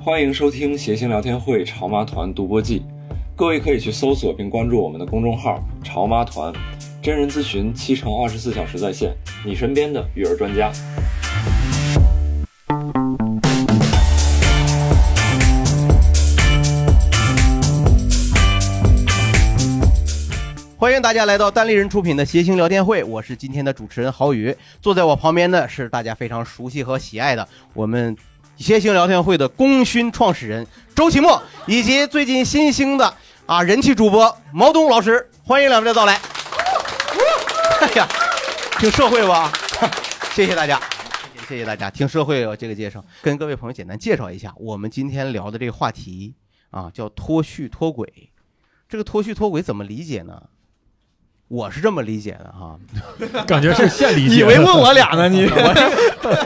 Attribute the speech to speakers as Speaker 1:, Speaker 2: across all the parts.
Speaker 1: 欢迎收听《谐星聊天会·潮妈团独播记》，各位可以去搜索并关注我们的公众号“潮妈团”，真人咨询七乘二十四小时在线，你身边的育儿专家。
Speaker 2: 欢迎大家来到单立人出品的谐星聊天会，我是今天的主持人郝宇，坐在我旁边的是大家非常熟悉和喜爱的我们谐星聊天会的功勋创始人周奇墨，以及最近新兴的啊人气主播毛东老师，欢迎两位的到来。哎呀，挺社会吧？啊 谢谢大家。谢谢大家，听社会哦这个介绍，跟各位朋友简单介绍一下，我们今天聊的这个话题啊，叫脱序脱轨。这个脱序脱轨怎么理解呢？我是这么理解的哈，
Speaker 3: 感觉是现 理解
Speaker 2: 以为问我俩 呢，你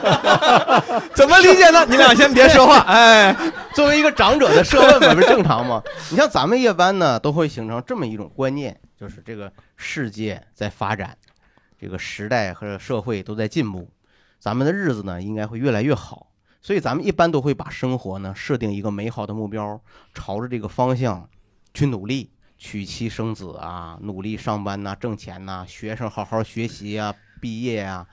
Speaker 2: 怎么理解呢？你俩先别 说话，哎，作为一个长者的设问嘛，不是正常吗？你像咱们夜班呢，都会形成这么一种观念，就是这个世界在发展，这个时代和社会都在进步，咱们的日子呢应该会越来越好，所以咱们一般都会把生活呢设定一个美好的目标，朝着这个方向去努力。娶妻生子啊，努力上班呐、挣钱呐、学生好好学习啊，毕业啊，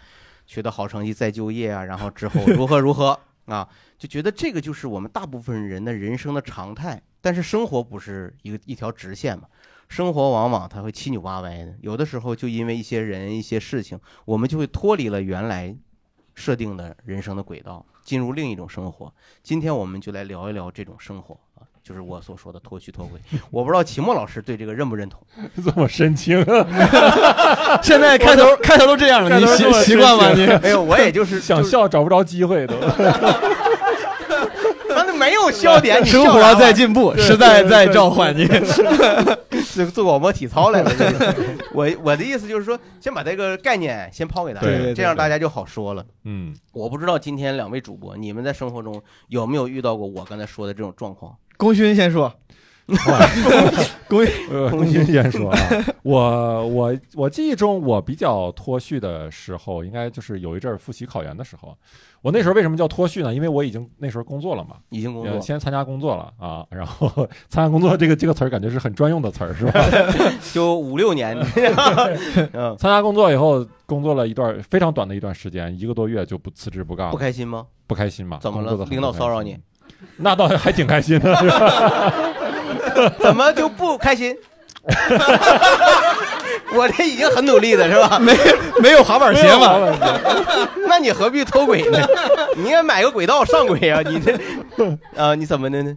Speaker 2: 取得好成绩再就业啊，然后之后如何如何啊，就觉得这个就是我们大部分人的人生的常态。但是生活不是一个一条直线嘛，生活往往它会七扭八歪的，有的时候就因为一些人、一些事情，我们就会脱离了原来设定的人生的轨道，进入另一种生活。今天我们就来聊一聊这种生活啊，就是我所说的脱 虚脱轨。我不知道齐墨老师对这个认不认同。
Speaker 3: 这么深情，
Speaker 2: 现在
Speaker 3: 开头
Speaker 2: 开头都这样
Speaker 3: 了你习习惯吗你
Speaker 2: 没有，我 也就是
Speaker 3: 想笑找不着机 会都。
Speaker 2: 那没有笑点，你笑
Speaker 4: 生
Speaker 2: 啥
Speaker 4: 活
Speaker 2: 玩意
Speaker 4: 在
Speaker 2: 儿
Speaker 4: 进步，
Speaker 3: 对
Speaker 4: 时代在召唤你。
Speaker 2: 做做广播体操来了。这是我我的意思就是说，先把这个概念先抛给大
Speaker 3: 对对
Speaker 2: 家，
Speaker 4: 对
Speaker 2: 这样大家就好说了。
Speaker 3: 嗯，
Speaker 2: 我不知道今天两位主播，你们在生活中有没有遇到过我刚才说的这种状况？
Speaker 4: 功勋先说，
Speaker 3: 呃，龚鑫先说啊， 我我我记忆中我比较脱序的时候，应该就是有一阵儿复习考研的时候。我那时候为什么叫脱序呢？因为我已经那时候工作了嘛，
Speaker 2: 已经工
Speaker 3: 呃
Speaker 2: 作，
Speaker 3: 先参加工作了啊，然后参加工作这个这个词儿感觉是很专用的词儿 是吧？
Speaker 2: 就五六年， 嗯，
Speaker 3: 参加工作以后，工作了一段非常短的一段时间，一个多月就不辞职不干了，
Speaker 2: 不开心吗？
Speaker 3: 啊不开心嘛？
Speaker 2: 怎么了
Speaker 3: 工作得很
Speaker 2: 领导
Speaker 3: 不开
Speaker 2: 骚扰
Speaker 3: 心
Speaker 2: 你？
Speaker 3: 那倒还挺开心的，是吧
Speaker 2: 怎么就不开 心？我这已经很努力了，是吧？没，
Speaker 4: 没有滑板鞋吗？
Speaker 2: 那你何必脱轨呢？你应该买个轨道上轨啊！你这，啊，你怎么的呢？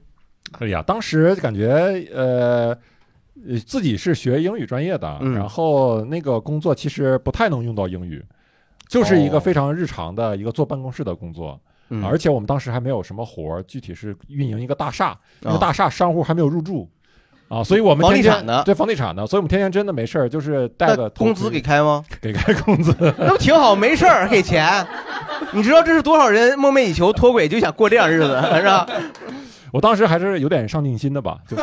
Speaker 3: 哎呀，当时感觉呃。呃自己是学英语专业的，
Speaker 2: 嗯
Speaker 3: 然后那个工作其实不太能用到英语，就是一
Speaker 2: 哦
Speaker 3: 个非常日常的一个坐办公室的工作，
Speaker 2: 嗯
Speaker 3: 而且我们当时还没有什么活儿，具体是运营一个大厦，那
Speaker 2: 啊
Speaker 3: 个大厦商户还没有入住，啊，所以我们
Speaker 2: 房地
Speaker 3: 天天
Speaker 2: 产的
Speaker 3: 对房地产的，所以我们天天真的没事儿，就是带
Speaker 2: 那
Speaker 3: 着
Speaker 2: 工资给开吗？
Speaker 3: 给开工资，
Speaker 2: 那不挺好，没事儿给钱。你知道这是多少人梦寐以求脱轨就想过这样日子，是吧？
Speaker 3: 我当时还是有点上进心的吧，就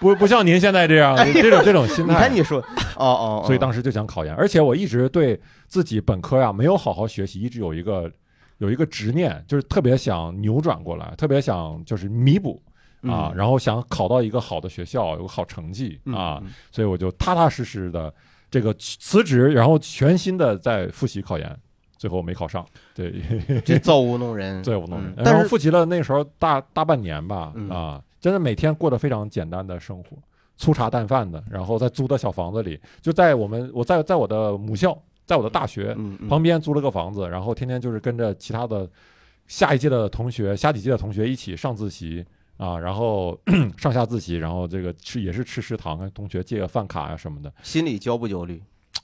Speaker 3: 不不像您现在这样、
Speaker 2: 哎呦
Speaker 3: 啊这种这种心态。
Speaker 2: 你看你说，哦哦，哦
Speaker 3: 所以当时就想考研，而且我一直对自己本科呀、没有好好学习，一直有一个有一个执念，就是特别想扭转过来，特别想就是弥补啊，然后想考到一个好的学校，有个好成绩
Speaker 2: 嗯
Speaker 3: 啊，
Speaker 2: 嗯
Speaker 3: 所以我就踏踏实实的这个辞职，然后全心的在复习考研，最后没考上，对，
Speaker 2: 这造物弄人，
Speaker 3: 最后不能
Speaker 2: 嗯。
Speaker 3: 然
Speaker 2: 但
Speaker 3: 后
Speaker 2: 是
Speaker 3: 复习了那时候大大半年吧
Speaker 2: 嗯，
Speaker 3: 啊，真的每天过得非常简单的生活，粗茶淡饭的，然后在租的小房子里，就在我们我在在我的母校，在我的大学
Speaker 2: 嗯嗯
Speaker 3: 旁边租了个房子，然后天天就是跟着其他的下一届的同学、下几届的同学一起上自习。啊，然后 上下自习，然后这个吃也是吃食堂，跟同学借个饭卡呀、什么的。
Speaker 2: 心里焦不焦虑？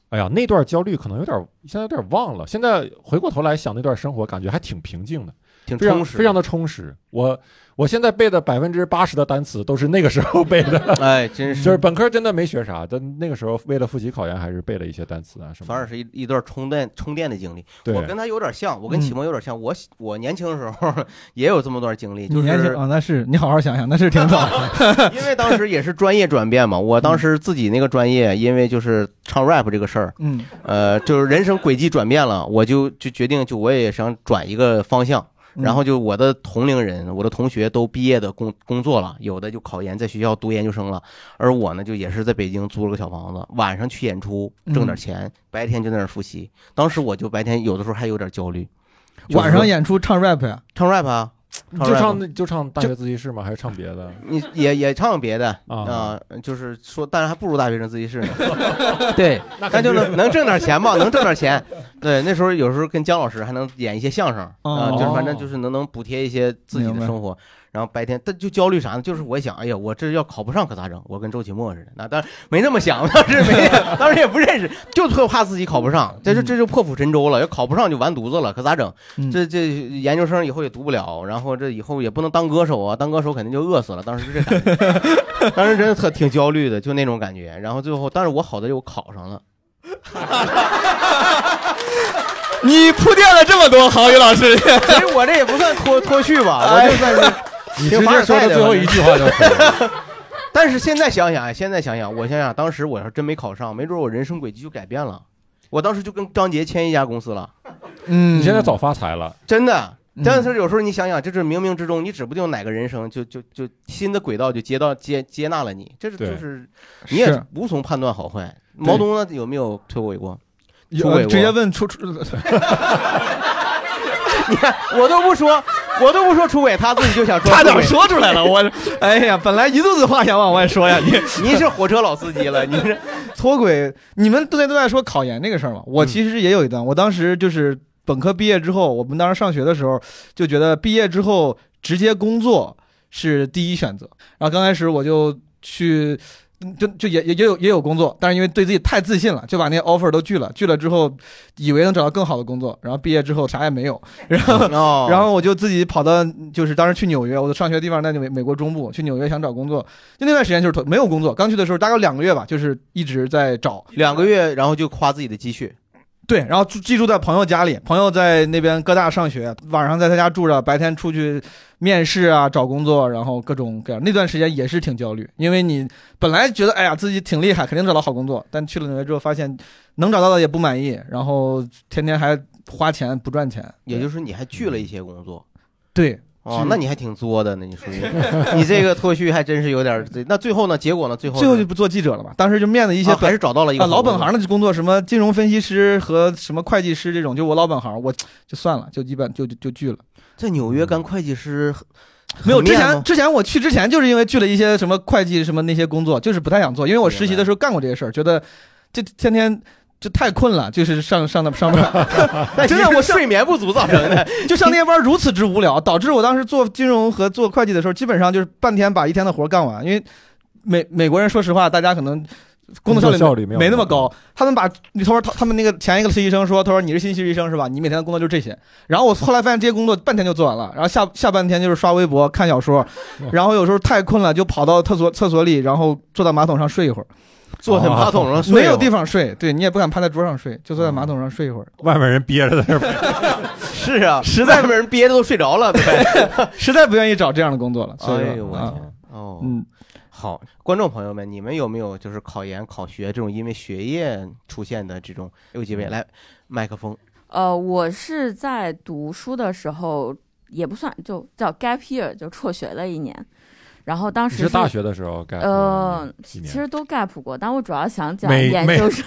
Speaker 3: 哎呀，那段焦虑可能有点，现在有点忘了。现在回过头来想那段生活，感觉还挺平静的。
Speaker 2: 挺
Speaker 3: 非常
Speaker 2: 充实，
Speaker 3: 非常的充实。我我现在背的百分之八十的单词都是 那个时候背的，
Speaker 2: 哎，真
Speaker 3: 就是
Speaker 2: 是。
Speaker 3: 本科真的没学啥，但那个时候为了复习考研还是背了一些单词啊什么的。
Speaker 2: 反而是一一段充电充电的经历，
Speaker 3: 对
Speaker 2: 我跟他有点像，我跟启蒙有点像。我我年轻的时候 也有这么段经历，
Speaker 4: 你
Speaker 2: 就
Speaker 4: 年轻
Speaker 2: 是
Speaker 4: 啊，那是你好好想想，那是挺早的。
Speaker 2: 因为当时也是专业转变
Speaker 4: 嗯
Speaker 2: 嘛。我当时自己那个专业，因为就是唱 rap 这个事儿，
Speaker 4: 嗯，
Speaker 2: 呃，就是人生轨迹转变了，我就就决定就我也想转一个方向，
Speaker 4: 嗯
Speaker 2: 然后就我的同龄人，我的同学都毕业的工工作了，有的就考研，在学校读研究生了，而我呢，就也是在北京租了个小房子，晚上去演出挣
Speaker 4: 嗯
Speaker 2: 点钱，白天就在那儿复习。当时我就白天有的时候还有点焦虑，就是
Speaker 4: 晚上演出唱 rap 呀，
Speaker 2: 唱 rap 啊，唱
Speaker 3: 就
Speaker 2: rap
Speaker 3: 唱
Speaker 2: 啊
Speaker 3: 那就唱大学自习室吗？还是唱别的？
Speaker 2: 你也也唱别的
Speaker 3: 啊
Speaker 2: 啊、就是说，但是还不如大学生自 习室呢。对，那就
Speaker 3: 肯定
Speaker 2: 能能挣点钱吧，能挣点钱。对，那时候有时候跟姜老师还能演一些相声啊、
Speaker 4: 哦
Speaker 2: 就是反正就是能能补贴一些自己的生活。然后白天，但就焦虑啥呢？就是我想，哎呀，我这要考不上可咋整？我跟周奇墨似的，那当然没那么想， 当时没，当时也不认识，就特怕自己考不上，这就这就破釜沉舟了。要考不上就完犊子了，可咋整？
Speaker 4: 嗯
Speaker 2: 这这研究生以后也读不了，然后这以后也不能当歌手啊，当歌手肯定就饿死了。当时是这感觉， 当时真的特挺焦虑的，就那种感觉。然后最后，但是我好在我考上了。
Speaker 4: 你铺垫了这么多，郝宇老 师，
Speaker 2: 其实我这也不算脱脱序吧，我就算是。
Speaker 3: 哎你直接说的最后一句话就可以了。
Speaker 2: 但是现在想想，现在想想，我想想，当时我要是真没考上，没准我人生轨迹就改变了。我当时就跟张杰签一家公司了，
Speaker 4: 嗯，
Speaker 3: 你现在早发财了，
Speaker 2: 真的。
Speaker 4: 嗯
Speaker 2: 但是有时候你想想，就是冥冥之中，你指不定哪个人生就就就新的轨道就接到接接纳了你，这是就
Speaker 3: 对
Speaker 2: 是你也
Speaker 4: 是
Speaker 2: 无从判断好坏。毛东呢有没有推诿过？出
Speaker 4: 呃
Speaker 2: 轨过
Speaker 4: 直接问出 出，
Speaker 2: 你看我都不说，我都不说出轨，他自己就想说
Speaker 4: 差
Speaker 2: 出
Speaker 4: 点
Speaker 2: 轨。
Speaker 4: 说出来了，我，哎呀，本来一肚子话想往外说呀，你
Speaker 2: 您是火车老司机了，您是
Speaker 4: 脱轨，你们都在都在说考研这个事儿嘛？
Speaker 2: 嗯
Speaker 4: 我其实也有一段，我当时就是本科毕业之后，我们当时上学的时候就觉得毕业之后直接工作是第一选择。然后刚开始我就去，嗯就就也也也有也有工作，但是因为对自己太自信了，就把那些 offer 都拒了。拒了之后，以为能找到更好的工作，然后毕业之后啥也没有，然后
Speaker 2: 哦，
Speaker 4: 然后我就自己跑到，就是当时去纽约，我的上学地方在美美国中部，去纽约想找工作，就那段时间就是没有工作，刚去的时候大概有两个月吧，就是一直在找，
Speaker 2: 两个月，然后就夸自己的积蓄。
Speaker 4: 对，然后住寄住在朋友家里，朋友在那边哥大上学，晚上在他家住着，白天出去面试啊，找工作，然后各种各样。那段时间也是挺焦虑，因为你本来觉得哎呀自己挺厉害，肯定找到好工作，但去了纽约之后发现能找到的也不满意，然后天天还花钱不赚钱，
Speaker 2: 也就是你还拒了一些工作。
Speaker 4: 对。
Speaker 2: 哦
Speaker 4: 是，
Speaker 2: 那你还挺作的呢，你属于你这个脱序还真是有点儿。那最后呢？结果呢？最后
Speaker 4: 最后
Speaker 2: 是
Speaker 4: 就不做记者了嘛，当时就面了一些
Speaker 2: 啊
Speaker 4: 本
Speaker 2: 还是找到了一个
Speaker 4: 啊，
Speaker 2: 好
Speaker 4: 老本
Speaker 2: 工作
Speaker 4: 行的工作，什么金融分析师和什么会计师这种，就我老本行，我就算了，就一般就就就拒了。
Speaker 2: 在纽约干会计师，
Speaker 4: 没有
Speaker 2: 很
Speaker 4: 之
Speaker 2: 面吗
Speaker 4: 前之前我去之前就是因为拒了一些什么会计什么那些工作，就是不太想做，因为我实习的时候干过这些事儿，觉得这天天。就太困了，就是上上的上 班，
Speaker 2: 但
Speaker 4: 真的
Speaker 2: 其实
Speaker 4: 我
Speaker 2: 睡眠不足造成的。
Speaker 4: 就上那些班如此之无聊，导致我当时做金融和做会计的时候，基本上就是半天把一天的活儿干完。因为美美国人说实话，大家可能工作效率
Speaker 3: 效率没有
Speaker 4: 没那么高。他们把他说他他们那个前一个实习生说，他说你是新实习生是吧？你每天的工作就是这些。然后我后来发现这些工作半天就做完了，然后下下半天就是刷微博、看小说，然后有时候太困了就跑到厕所厕所里，然后坐到马桶上睡一会儿，
Speaker 2: 坐在马桶上睡
Speaker 4: 没有地方睡，对你也不敢趴在桌上睡，就坐在马桶上睡一会儿。
Speaker 3: 外面人憋着在那儿。
Speaker 2: 哦 是啊， 实在没人憋的都睡着了。 对
Speaker 4: 实在不愿意找这样的工作了，所以
Speaker 2: 哎
Speaker 4: 说
Speaker 2: 呦我
Speaker 4: 啊，
Speaker 2: 天！哦，
Speaker 4: 嗯，
Speaker 2: 好，观众朋友们，你们有没有就是考研、考学这种因为学业出现的这种？有几位来，麦克风。
Speaker 5: 呃，我是在读书的时候，也不算就叫 gap year，就辍学了一年。然后当
Speaker 3: 你
Speaker 5: 时
Speaker 3: 是大学的时候干？
Speaker 5: 呃，
Speaker 3: 几
Speaker 5: 其
Speaker 3: 年
Speaker 5: 实都 gap 过，但我主要想讲
Speaker 3: 每
Speaker 5: 研
Speaker 3: 每
Speaker 5: 究 生。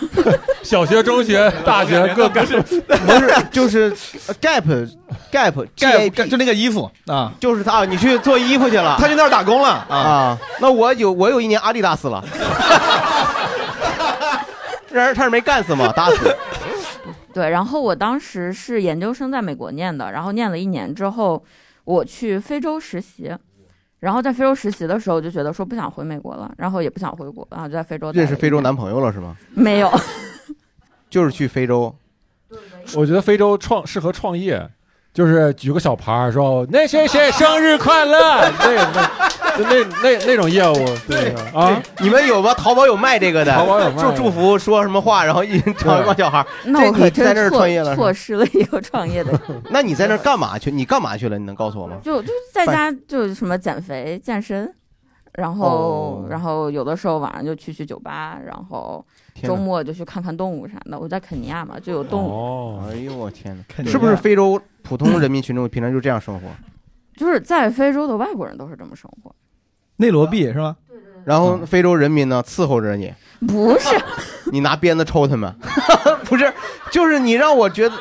Speaker 3: 小学、中 学、大学各干。
Speaker 2: 不是，就是呃 gap gap
Speaker 4: 盖
Speaker 2: gap，
Speaker 4: 就那个衣服啊，
Speaker 2: 就是他啊，你去做衣服去了。
Speaker 4: 他去那儿打工了啊。
Speaker 2: 啊，那我有我有一年阿迪达斯 了，让人差点没干死嘛，打死。
Speaker 5: 对，然后我当时是研究生在美国念的，然后念了一年之后，我去非洲实习。然后在非洲实习的时候，就觉得说不想回美国了，然后也不想回国，然后就在非洲待
Speaker 2: 认识
Speaker 5: 了一
Speaker 2: 非洲
Speaker 5: 年
Speaker 2: 男朋友了是吗？
Speaker 5: 没有？
Speaker 2: 就是去非洲，
Speaker 3: 我觉得非洲创适合创业，就是举个小牌儿说那谁谁生日快乐，那那那那那种业务，
Speaker 2: 嗯
Speaker 3: 对啊，
Speaker 2: 你们有吗？淘宝有卖这个的，
Speaker 3: 淘宝有卖
Speaker 2: 祝祝福说什么话，然后一找一帮小孩儿。
Speaker 5: 那我
Speaker 2: 这你
Speaker 5: 可
Speaker 2: 在这儿
Speaker 5: 真
Speaker 2: 创业了
Speaker 5: 错
Speaker 2: 是吧
Speaker 5: 错失了一个创业的
Speaker 2: 那你在那儿干嘛去？你干嘛去了？你能告诉我吗？
Speaker 5: 就就是在家就是什么减肥健身，然后、
Speaker 2: 哦
Speaker 5: 然后有的时候晚上就去去酒吧，然后
Speaker 2: 天
Speaker 5: 周
Speaker 2: 哪！
Speaker 5: 末就去看看动物啥的。我在肯尼亚嘛，就有动物。
Speaker 3: 哦，
Speaker 2: 哎呦我天哪！
Speaker 4: 肯定
Speaker 2: 是不是非洲普通人民群众平常就这样生活，
Speaker 5: 就是在非洲的外国人都是这么生活，
Speaker 4: 内罗毕是吗？
Speaker 2: 然后非洲人民呢伺候着你，
Speaker 5: 不是
Speaker 2: 你拿鞭子抽他们， 不是，就是你让我觉得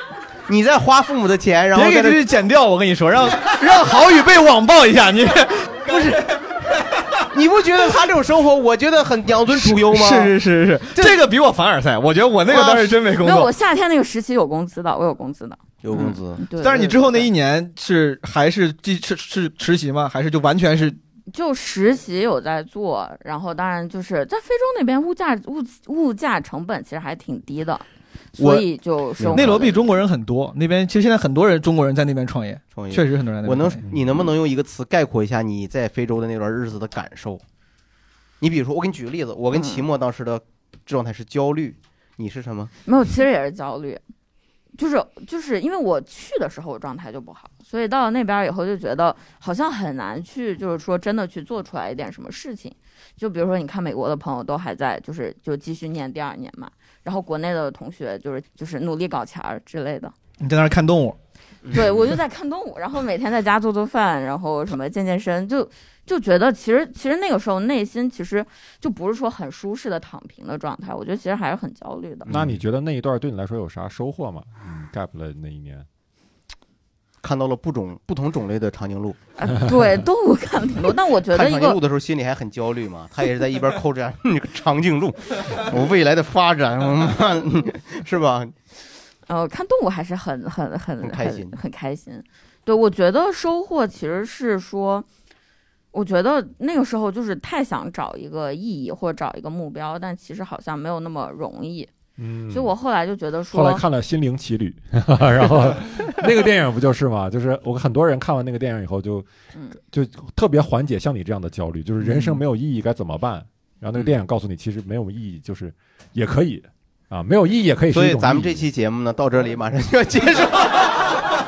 Speaker 2: 你在花父母的钱，然后
Speaker 4: 别
Speaker 2: 在
Speaker 4: 给
Speaker 2: 这
Speaker 4: 这剪掉，我跟你说， 让让郝宇被网暴一下，你
Speaker 2: 不是，你不觉得他这种生活，我觉得很养尊处优吗？
Speaker 4: 是是是是，这个比我凡尔赛，我觉得我那个当时真没工
Speaker 5: 没有，
Speaker 4: 作
Speaker 5: 我。夏天那个时期有工资的，我有工资的。
Speaker 2: 有工资，
Speaker 5: 对，
Speaker 4: 但是你之后那一年是还是继是是实习吗？还是就完全是
Speaker 5: 就实习有在做，然后当然就是在非洲那边物价物物价成本其实还挺低的，
Speaker 4: 我
Speaker 5: 所以就生活
Speaker 4: 内罗毕
Speaker 5: 的
Speaker 4: 中国人很多，那边其实现在很多人中国人在那边创业，
Speaker 2: 创业。
Speaker 4: 确实很多人在那
Speaker 2: 我
Speaker 4: 边
Speaker 2: 能
Speaker 4: 创业。，
Speaker 2: 你能不能用一个词概括一下你在非洲的那段日子的感受？你比如说，我给你举个例子，我
Speaker 4: 嗯
Speaker 2: 跟齐墨当时的状态是焦虑，你是什么？
Speaker 5: 没有，其实也是焦虑，就是就是因为我去的时候我状态就不好，所以到了那边以后就觉得好像很难去，就是说真的去做出来一点什么事情。就比如说，你看美国的朋友都还在，就是就继续念第二年嘛，然后国内的同学就是就是努力搞钱儿之类的。
Speaker 4: 你在那儿看动物，
Speaker 2: 嗯
Speaker 5: 对我就在看动物，然后每天在家做做饭，然后什么健健身，就就觉得其实其实那个时候内心其实就不是说很舒适的躺平的状态，我觉得其实还是很焦虑的。
Speaker 3: 那你觉得那一段对你来说有啥收获吗？嗯，gap 了那一年，
Speaker 2: 看到了不种不同种类的长颈鹿。
Speaker 5: 啊，对，动物看挺多，但我觉
Speaker 2: 看
Speaker 5: 得一
Speaker 2: 长颈鹿
Speaker 5: 个
Speaker 2: 的时候心里还很焦虑嘛，他也是在一边抠着 那个长颈鹿，我未来的发展，我妈 是吧？
Speaker 5: 呃，看动物还是很很很
Speaker 2: 很开心
Speaker 5: 很很开心。对，我觉得收获其实是说，我觉得那个时候就是太想找一个意义或者找一个目标，但其实好像没有那么容易。
Speaker 3: 嗯，
Speaker 5: 所以我后来就觉得说，
Speaker 3: 后来看了《心灵奇旅》， 然后那个电影不就是嘛？就是我很多人看完那个电影以后就，
Speaker 5: 嗯
Speaker 3: 就特别缓解像你这样的焦虑，就是人生
Speaker 4: 嗯
Speaker 3: 没有意义该怎么办？然后
Speaker 5: 嗯
Speaker 3: 那个电影告诉你，其实没有意义就是也可以啊，没有意义也可以是一
Speaker 2: 所
Speaker 3: 种意义。
Speaker 2: 以咱们这期节目呢，到这里马上就要结束。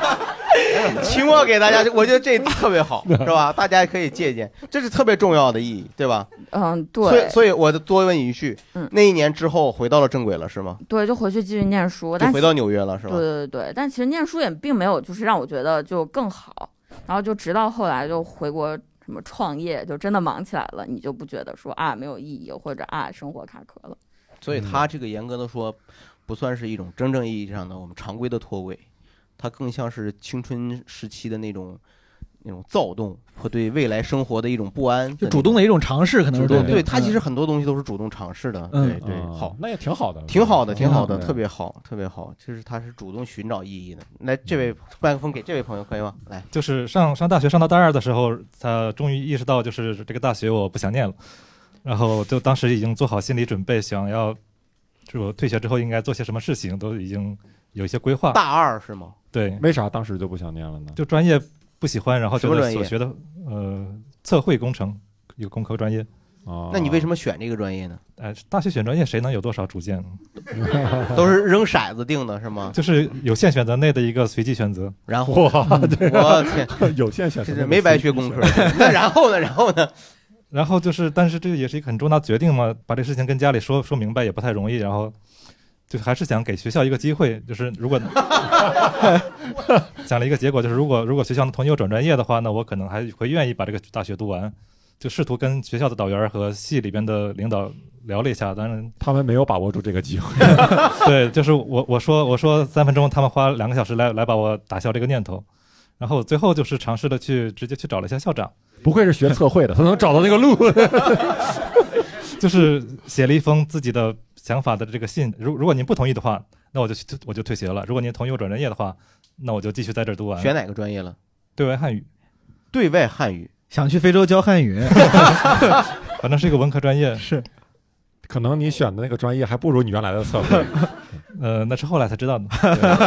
Speaker 2: 期末给大家，我觉得这特别好，是吧？大家可以借鉴，这是特别重要的意义，对吧？
Speaker 5: 嗯，
Speaker 2: 所以，
Speaker 5: 对
Speaker 2: 所以我多问一句
Speaker 5: 嗯，
Speaker 2: 那一年之后回到了正轨了，是吗？
Speaker 5: 对，就回去继续念书，
Speaker 2: 就
Speaker 5: 但
Speaker 2: 回到纽约了，是吧
Speaker 5: 对？对对，但其实念书也并没有就是让我觉得就更好，然后就直到后来就回国什么创业，就真的忙起来了，你就不觉得说啊没有意义，或者啊生活卡壳了。
Speaker 2: 所以他这个严格的说，不算是一种真正意义上的我们常规的脱轨，它更像是青春时期的那种那种躁动和对未来生活的一种不安，
Speaker 4: 就主动的一种尝试，可能
Speaker 2: 主
Speaker 4: 是嗯
Speaker 2: 动。
Speaker 4: 对
Speaker 2: 对他其实很多东西都是主动尝试的，
Speaker 4: 嗯
Speaker 2: 对对，
Speaker 3: 嗯
Speaker 2: 好，，
Speaker 3: 那也挺好的，
Speaker 2: 挺好的，挺好的，
Speaker 3: 嗯
Speaker 2: 特别好，特别好，就是他是主动寻找意义的。来，这位麦克风给这位朋友可以吗？来，
Speaker 6: 就是上上大学上到大二的时候，他终于意识到，就是这个大学我不想念了，然后就当时已经做好心理准备，想要就我退学之后应该做些什么事情，都已经有一些规划。
Speaker 2: 大二是吗？
Speaker 6: 对，
Speaker 3: 为啥当时就不想念了呢？
Speaker 6: 就专业不喜欢，然后觉
Speaker 2: 什么
Speaker 6: 得
Speaker 2: 专业
Speaker 6: 所学的呃测绘工程一个工科专业，
Speaker 3: 啊，
Speaker 2: 那你为什么选这个专业呢？
Speaker 6: 哎，大学选专业谁能有多少主见？
Speaker 2: 都是扔骰子定的是吗？
Speaker 6: 就是有限选择内的一个随机选择。
Speaker 2: 然后
Speaker 3: 哇，对
Speaker 2: 嗯我 天，
Speaker 3: 有限选
Speaker 2: 这
Speaker 3: 择
Speaker 2: 是没白学工科。 那然后呢？然后呢？
Speaker 6: 然后就是，但是这也是一个很重大决定嘛，把这事情跟家里说说明白也不太容易。然后，就还是想给学校一个机会，就是如 果想了一个结果，就是如果如果学校能同意我转专业的话，那我可能还会愿意把这个大学读完。就试图跟学校的导员儿和系里边的领导聊了一下，当然，
Speaker 3: 他们没有把握住这个机会。
Speaker 6: 对，就是我我说我说三分钟，他们花两个小时来来把我打消这个念头。然后最后就是尝试了去直接去找了一下校长，
Speaker 3: 不愧是学测绘的， 他能找到那个路。
Speaker 6: 就是写了一封自己的想法的这个信。如如果您不同意的话，那我就去我就退学了；如果您同意我转专业的话，那我就继续在这儿读完。
Speaker 2: 选哪个专业了？
Speaker 6: 对外汉语，
Speaker 2: 对外汉语。
Speaker 4: 想去非洲教 汉语，
Speaker 6: 反正是一个文科 专业。
Speaker 4: 是
Speaker 3: 可能你选的那个专业还不如你原来的测绘。
Speaker 6: 呃，那是后来才知道的。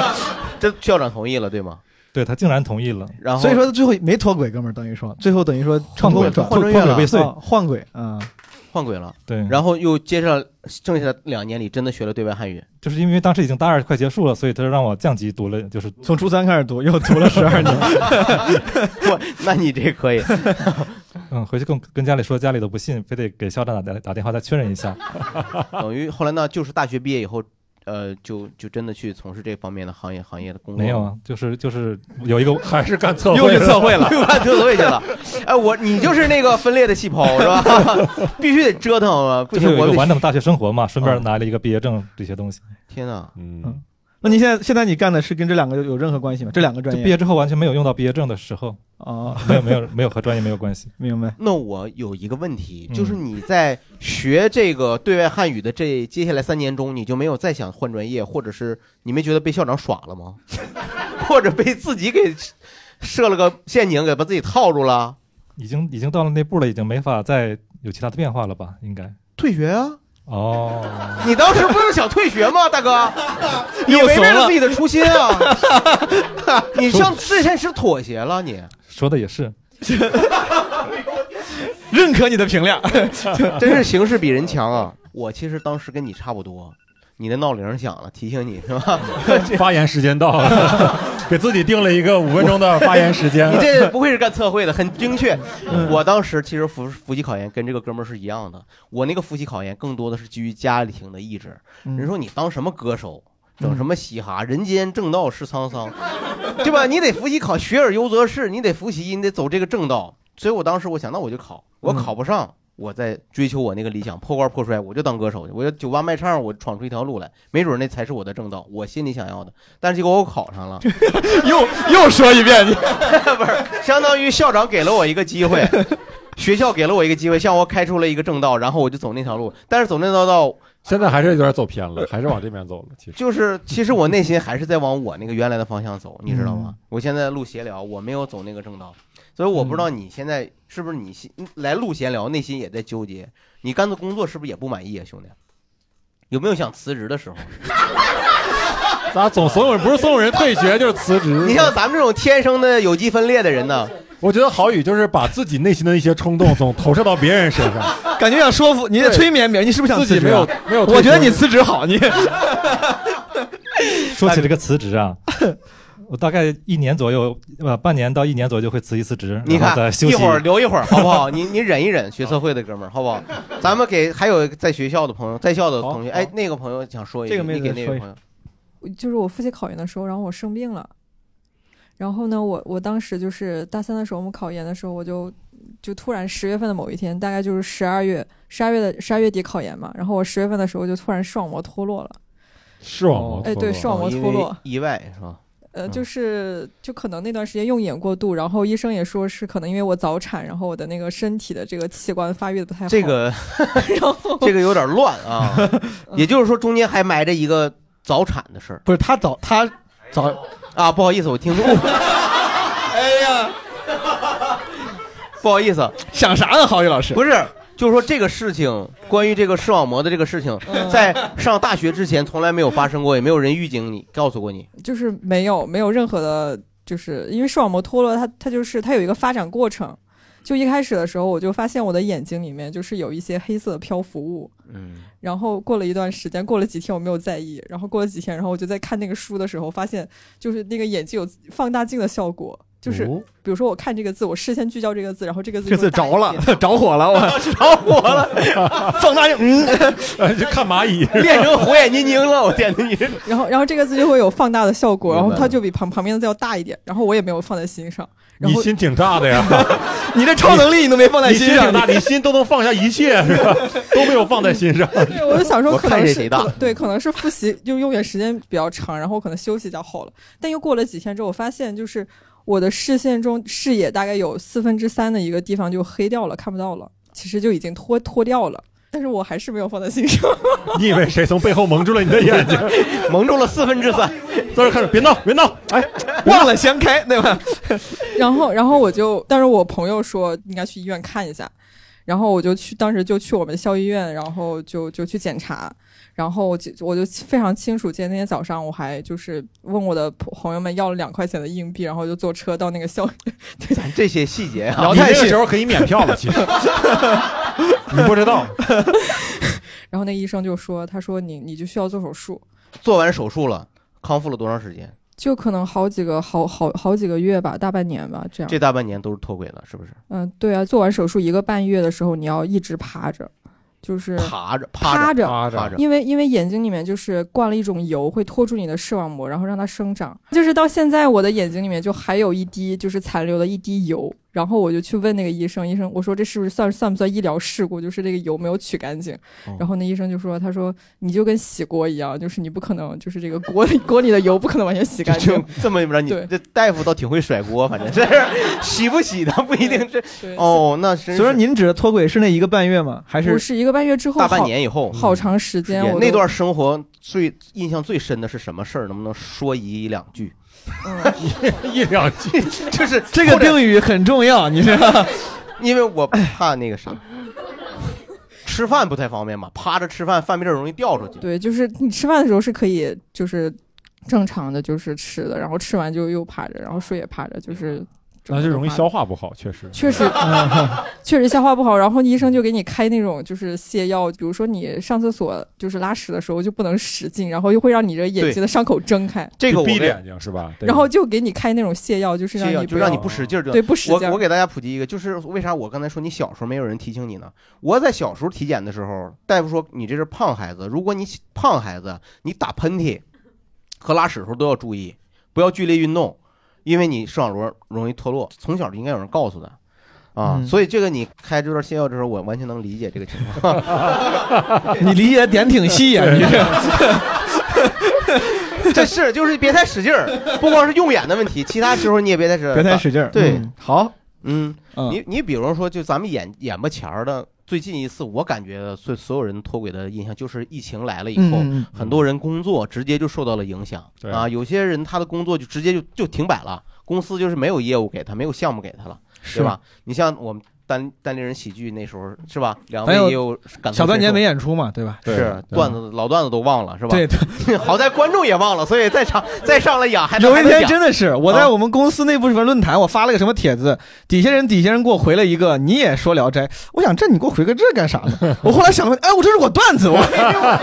Speaker 2: 这校长同意了，对吗？
Speaker 6: 对他竟然同意了，
Speaker 2: 然后，
Speaker 4: 所以说最后没脱轨，哥们儿等于说最后等于说成功
Speaker 6: 轨
Speaker 4: 地转
Speaker 6: 脱
Speaker 2: 换专
Speaker 6: 脱
Speaker 2: 业了
Speaker 6: 轨未遂。
Speaker 4: 啊换轨啊，
Speaker 2: 换轨了，
Speaker 6: 嗯对，
Speaker 2: 然后又接着剩下的两年里，真的学了对外 汉语。
Speaker 6: 就是因为当时已经大二快结束了，所以他就让我降级读了，就是
Speaker 4: 从初三开始读，又读了十 二年，
Speaker 2: 不，那你这可以。
Speaker 6: 嗯，回去跟跟家里说，家里都 不信，非得给校长打打打电话再确认一下。
Speaker 2: 等于后来呢，就是大学毕业以后，呃，就就真的去从事这方面的行业行业的工作？
Speaker 6: 没有，啊，就是就是有一个
Speaker 3: 还是干测
Speaker 6: 又
Speaker 3: 绘
Speaker 6: 是测
Speaker 3: 了。
Speaker 6: 绘了，
Speaker 2: 又干特会去了。哎，我你就是那个分裂的细胞是吧？ 必须得折腾啊！不
Speaker 6: 就
Speaker 2: 行
Speaker 6: 是，有
Speaker 2: 我
Speaker 6: 一个
Speaker 2: 得
Speaker 6: 完整大学生活嘛，顺
Speaker 2: 嗯
Speaker 6: 便拿了一个毕业证这些东西。
Speaker 2: 天哪！
Speaker 3: 嗯，
Speaker 4: 那您现在现在你干的是跟这两个有有任何关系吗？这两个专
Speaker 6: 就
Speaker 4: 业
Speaker 6: 毕业之后完全没有用到毕业证的时候，
Speaker 4: 哦，
Speaker 6: 没有没有没有和专业没有关系。
Speaker 4: 明白。
Speaker 2: 那我有一个问题，
Speaker 6: 嗯
Speaker 2: 就是你在学这个对外汉语的这接下来三年中，你就没有再想换专业，或者是你没觉得被校长耍了吗？ 或者被自己给设了个陷阱，给把自己套住了？
Speaker 6: 已经已经到了那步了，已经没法再有其他的变化了吧？应该。
Speaker 2: 退学啊！
Speaker 6: 哦，
Speaker 2: 你当时不是想退学吗，大哥？你
Speaker 4: 又
Speaker 2: 违
Speaker 4: 怂
Speaker 2: 背了
Speaker 4: 了
Speaker 2: 自己的初心啊！你向这现实妥协了，你
Speaker 6: 说的也是，
Speaker 4: 认可你的评量。
Speaker 2: 真是形势比人强啊！我其实当时跟你差不多，你的闹铃响了，提醒你是吧？
Speaker 3: 发言时间到了， 给自己定了一个 五分钟的发言时间 嗯
Speaker 2: 你。这不愧是干测绘的，很精确。我当时其实复复习考研跟这个哥们儿是一样的，我那个复习考研更多的是基于家庭的意志。
Speaker 3: 嗯
Speaker 2: 人说你当什么歌手，整什么嘻哈，人间正道是沧桑， 对吧？你得复习考，学而优则仕，你得复习，你得走这个正道。所以我当时我想，那我就考，
Speaker 3: 嗯
Speaker 2: 我考不上，我再追求我那个理想，破罐破摔，我就当歌手去，我就酒吧卖唱，我闯出一条路来，没准那才是我的正道，我心里想要的。但是结果我考上 了，
Speaker 4: 又又说一遍，
Speaker 2: 不是，相当于校长给了我一个机会，学校给了我一个机会，向我开出了一个正道，然后我就走那条路。但是走那条道，
Speaker 3: 现在还是有点走偏了，还是往这边走了。其实
Speaker 2: 就是其实我内心还是在往我那个原来的方向走，你知道吗？我现在录闲聊，我没有走那个正道，所以我不知道你现在是不是你心来录闲聊，内心也在纠结。你干的工作是不是也不满意啊，兄弟？有没有想辞职的时候？
Speaker 3: 咱总怂恿人，不是怂恿人退学，就是辞 职。
Speaker 2: 你像咱们这种天生的有机分裂的人呢，
Speaker 3: 我觉得郝宇就是把自己内心的一些冲动总投射到别人身上，
Speaker 4: 感觉想说服你，
Speaker 3: 对
Speaker 4: 催眠别人，你是不是想
Speaker 3: 自
Speaker 4: 辞
Speaker 3: 己
Speaker 4: 职
Speaker 3: 没
Speaker 4: 啊、
Speaker 3: 有没有退学。
Speaker 4: 我觉得你辞职好，你
Speaker 6: 说起这个辞职 啊，我大概一年左右，呃，半年到一年左右就会辞一次职，
Speaker 2: 你
Speaker 6: 然后
Speaker 2: 看
Speaker 6: 再，休息
Speaker 2: 一会儿留一会儿好 不好？你你忍一忍，学测绘的哥们儿好不好？咱们给还有在学校的朋友，在校的同学，
Speaker 4: 好
Speaker 2: 哎
Speaker 4: 好，
Speaker 2: 那个朋友想说一句，
Speaker 4: 这个妹
Speaker 2: 你
Speaker 4: 子
Speaker 2: 给那
Speaker 4: 说
Speaker 2: 位
Speaker 4: 一
Speaker 2: 朋友，
Speaker 7: 就是我复习考研的时候，然后我生病了，然后呢，我我当时就是大三的时候，我们考研的时候，我就就突然十月份的某一天，大概就是十二月十二月的十二月底考研嘛，然后我十月份的时候就突然视网膜脱落了，
Speaker 3: 视网膜
Speaker 7: 哎，
Speaker 3: 脱
Speaker 7: 对，
Speaker 3: 落
Speaker 7: 视网膜
Speaker 2: 哦因
Speaker 7: 脱
Speaker 2: 为嗯
Speaker 7: 落，
Speaker 2: 意外是吧？
Speaker 7: 呃，
Speaker 2: 嗯
Speaker 7: 就是就可能那段时间用眼过度，然后医生也说是可能因为我早产，然后我的那个身体的这个器官发育的不太好，
Speaker 2: 这个
Speaker 7: 然后
Speaker 2: 这个有点乱 啊，也就是说中间还埋着一个早产的事儿
Speaker 4: 不是他早他早
Speaker 2: 啊，不好意思，我听错，了，
Speaker 4: 哎呀，
Speaker 2: 不好意思，
Speaker 4: 想啥呢，郝宇老师？
Speaker 2: 不是。就是说，这个事情，关于这个视网膜的这个事情，
Speaker 7: 嗯
Speaker 2: 在上大学之前从来没有发生过，也没有人预警你，告诉过你。
Speaker 7: 就是没有没有任何的，就是因为视网膜脱落，它它就是它有一个发展过程。就一开始的时候，我就发现我的眼睛里面就是有一些黑色的漂浮物，
Speaker 2: 嗯，
Speaker 7: 然后过了一段时间，过了几天我没有在意，然后过了几天，然后我就在看那个书的时候，发现就是那个眼睛有放大镜的效果，就是
Speaker 3: 哦
Speaker 7: 比如说我看这个字，我视线聚焦这个字，然后这个字
Speaker 4: 这
Speaker 7: 就
Speaker 4: 次
Speaker 7: 大一
Speaker 4: 着了
Speaker 7: 点，
Speaker 4: 着火 了，我着火了，放大镜，嗯，
Speaker 3: 哎 就看蚂蚁。
Speaker 2: 变成火眼金睛了，我天哪！你这
Speaker 7: 然后然后这个字就会有放大的效果，然后
Speaker 2: 明白
Speaker 7: 它就比旁旁边的字要大一点，然后我也没有放在心上，然
Speaker 3: 你
Speaker 7: 后
Speaker 3: 心挺大的 呀，
Speaker 4: 你这超能力你都没放在
Speaker 3: 你心
Speaker 4: 心
Speaker 3: 挺
Speaker 4: 上，
Speaker 3: 大，你心都能放下一切， 是 吧？都没有放在心上。
Speaker 7: 对，哎我就想说
Speaker 2: 我
Speaker 7: 可
Speaker 2: 看
Speaker 7: 能
Speaker 2: 谁
Speaker 7: 是
Speaker 2: 谁大
Speaker 7: 可能对，可能是复习就用眼时间比较长，然后可能休息较好了。但又过了几天之后，我发现就是我的视线中视野大概有四分之三的一个地方就黑掉了，看不到了，其实就已经脱脱掉了。但是我还是没有放在心上，
Speaker 3: 你以为谁从背后蒙住了你的眼睛？
Speaker 2: 蒙住了四分之三，
Speaker 3: 在这看着，别闹，别闹！哎，
Speaker 4: 忘了掀开，对吧？
Speaker 7: 然后，然后我就，但是我朋友说应该去医院看一下，然后我就去，当时就去我们校医院，然后就就去检查，然后我就我就非常清楚，记得那天早上我还就是问我的朋友们要了两块钱的硬币，然后就坐车到那个校，
Speaker 2: 咱这些细节啊，
Speaker 4: 聊
Speaker 3: 你
Speaker 4: 太
Speaker 3: 那个
Speaker 4: 细
Speaker 3: 时候可以免票了， 其实你不知道，
Speaker 7: 然后那医生就说，他说你你就需要做手术，
Speaker 2: 做完手术了，康复了多长时间？
Speaker 7: 就可能好几个好好好几个月吧，大半年吧，这样
Speaker 2: 这。大半年都是脱轨了，是不是？
Speaker 7: 嗯，对啊，做完手术一个半月的时候，你要一直趴着，就是
Speaker 2: 爬着
Speaker 7: 趴
Speaker 2: 趴
Speaker 7: 着
Speaker 3: 趴
Speaker 2: 趴着，
Speaker 7: 因为因为眼睛里面就是灌了一种油，会拖住你的视网膜，然后让它生长。就是到现在，我的眼睛里面就还有一滴，就是残留了一滴油。然后我就去问那个医生，医生我说这是不是算算不算医疗事故？就是这个油没有取干净。
Speaker 2: 哦
Speaker 7: 然后那医生就说，他说你就跟洗锅一样，就是你不可能，就是这个锅里锅里的油不可能完全洗
Speaker 2: 这
Speaker 7: 干净
Speaker 2: 就。这么着，你
Speaker 7: 对
Speaker 2: 这大夫倒挺会甩锅，反正这是洗不洗的不一定是。
Speaker 7: 对，
Speaker 2: 哦，那真
Speaker 4: 所以说
Speaker 2: 是
Speaker 4: 您指的脱轨是那一个半月吗？还
Speaker 7: 不
Speaker 4: 是
Speaker 7: 是一个半月之后，
Speaker 2: 大半
Speaker 7: 好
Speaker 2: 年以后，嗯
Speaker 7: 好长时间，我都
Speaker 2: 那段生活最印象最深的是什么事儿？能不能说一两句？
Speaker 7: 嗯
Speaker 3: 一两句
Speaker 2: 就是
Speaker 4: 这个
Speaker 2: 或者
Speaker 4: 定语很重要，你知道？
Speaker 2: 因为我怕那个啥，吃饭不太方便嘛，趴着吃饭，饭没准容易掉出去。
Speaker 7: 对，就是你吃饭的时候是可以，就是正常的，就是吃的，然后吃完就又趴着，然后睡也趴着，就是
Speaker 3: 那就容易
Speaker 7: 整个都趴着。
Speaker 3: 消化不好，确实。
Speaker 7: 确实，确实消化不好，然后医生就给你开那种就是泻药，比如说你上厕所就是拉屎的时候就不能使劲，然后又会让你这眼
Speaker 2: 对
Speaker 7: 睛的伤口睁开，
Speaker 2: 这个
Speaker 3: 就
Speaker 2: 我
Speaker 3: 闭着
Speaker 2: 给
Speaker 3: 眼睛是吧？对
Speaker 7: 然后就给你开那种泻药，就是让
Speaker 2: 谢谢
Speaker 7: 你
Speaker 2: 就
Speaker 7: 不
Speaker 2: 让
Speaker 7: 要
Speaker 2: 你不使劲儿就。
Speaker 7: 对不使劲
Speaker 2: 我
Speaker 7: 儿
Speaker 2: 我给大家普及一个，就是为啥我刚才说你小时候没有人提醒你呢？我在小时候体检的时候，大夫说你这是胖孩子，如果你胖孩子，你打喷嚏和拉屎的时候都要注意，不要剧烈运动，因为你视网膜容易脱落。从小就应该有人告诉的。啊，
Speaker 4: 嗯
Speaker 2: 所以这个你开这段泻药的时候，我完全能理解这个情况。
Speaker 4: 你理解点挺细呀、你这
Speaker 2: 这是就是别太使劲儿，不光是用眼的问题，其他时候你也别太使，
Speaker 4: 别太使劲儿。
Speaker 2: 对
Speaker 4: 嗯好，
Speaker 2: 嗯，
Speaker 4: 嗯
Speaker 2: 你你比如说，就咱们眼眼巴前儿的，最近一次我感觉对所有人脱轨的印象，就是疫情来了以后，
Speaker 4: 嗯，嗯
Speaker 2: 很多人工作直接就受到了影响
Speaker 3: 对
Speaker 2: 啊。有些人他的工作就直接就就停摆了，公司就是没有业务给他，没有项目给他了，
Speaker 4: 是
Speaker 2: 对？吧？你像我们单单立人喜剧那时候是吧？两
Speaker 4: 还
Speaker 2: 位
Speaker 4: 有
Speaker 2: 也有感同
Speaker 4: 小半
Speaker 2: 身
Speaker 4: 年
Speaker 2: 受
Speaker 4: 没演出嘛，对嗯吧？
Speaker 3: 对
Speaker 2: 是
Speaker 3: 对
Speaker 2: 段子老段子都忘了是吧？
Speaker 4: 对，对
Speaker 2: 好在观众也忘了，所以再上再上来演还能
Speaker 4: 有一天
Speaker 2: 还能讲啊
Speaker 4: 真的是我在我们公司内部什么论坛，我发了个什么帖子，底下人底下人给我回了一个，你也说《聊斋》，我想这你给我回个这干啥呢？我后来想了，哎，我这是我段子，我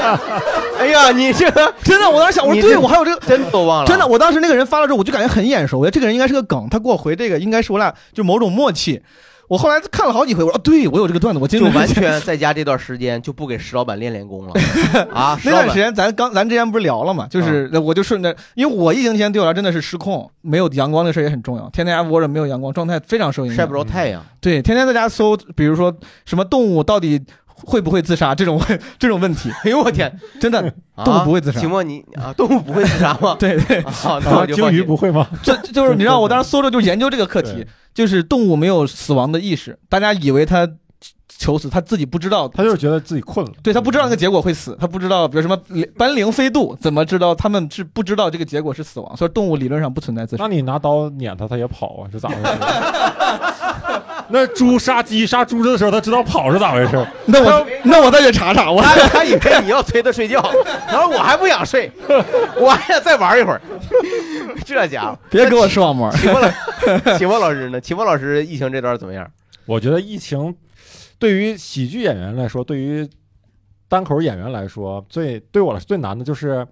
Speaker 2: 哎呀，你这个
Speaker 4: 真的，我当时想，我
Speaker 2: 你
Speaker 4: 说
Speaker 2: 这
Speaker 4: 对，我还有这个。
Speaker 2: 真都忘 了，
Speaker 4: 真的，我当时那个人发了之后，我就感觉很眼熟，我觉得这个人应该是个梗，他给我回这个应该是我俩就某种默契。我后来看了好几回，我说、啊、对我有这个段子，我经
Speaker 2: 就
Speaker 4: 常
Speaker 2: 完全在家这段时间就不给石老板练练功了啊！ 嗯石
Speaker 4: 那段
Speaker 2: 老
Speaker 4: 时
Speaker 2: 板
Speaker 4: 间咱刚咱之前不是聊了嘛，就是我就顺着，因为我疫情期间对我来说真的是失控，没有阳光这事儿也很重要，天天挨窝着没有阳光，状态非常受影响。
Speaker 2: 晒不着太阳，
Speaker 4: 对，天天在家搜，比如说什么动物到底会不会自杀这种 这种问题，
Speaker 2: 哎呦我天，
Speaker 4: 真的
Speaker 2: 啊
Speaker 4: 动物不会自杀？
Speaker 2: 请问你啊，动物不会自杀吗
Speaker 4: 对对，
Speaker 2: 啊，那
Speaker 3: 啊，
Speaker 2: 我就
Speaker 3: 鲸
Speaker 2: 放
Speaker 3: 鱼
Speaker 2: 心
Speaker 3: 不会吗？
Speaker 4: 这这 就是你知道，我当时搜着就研究这个课题
Speaker 3: 对，
Speaker 4: 就是动物没有死亡的意识，大家以为它求死，它自己不知道，
Speaker 3: 他就是觉得自己困了。嗯
Speaker 4: 对它不知道那个结果会死，它不知道，比如什么斑羚飞渡，怎么知道它们是不知道这个结果是死亡，所以动物理论上 不存在自杀。
Speaker 3: 那你拿刀撵他，他也跑啊，是咋回事？ 那猪杀鸡杀猪的时候，他知道跑是咋回事？
Speaker 4: 那我那我再去查查，我
Speaker 2: 他 他以为你要催他睡觉，然后我还不想睡，我还想再玩一会儿。这家伙，
Speaker 4: 别给我视网膜。
Speaker 2: 启波老启波老师呢？启波老师疫情这段怎么样？
Speaker 3: 我觉得疫情对于喜剧演员来说，对于单口演员来说，最对我来说最难的就是，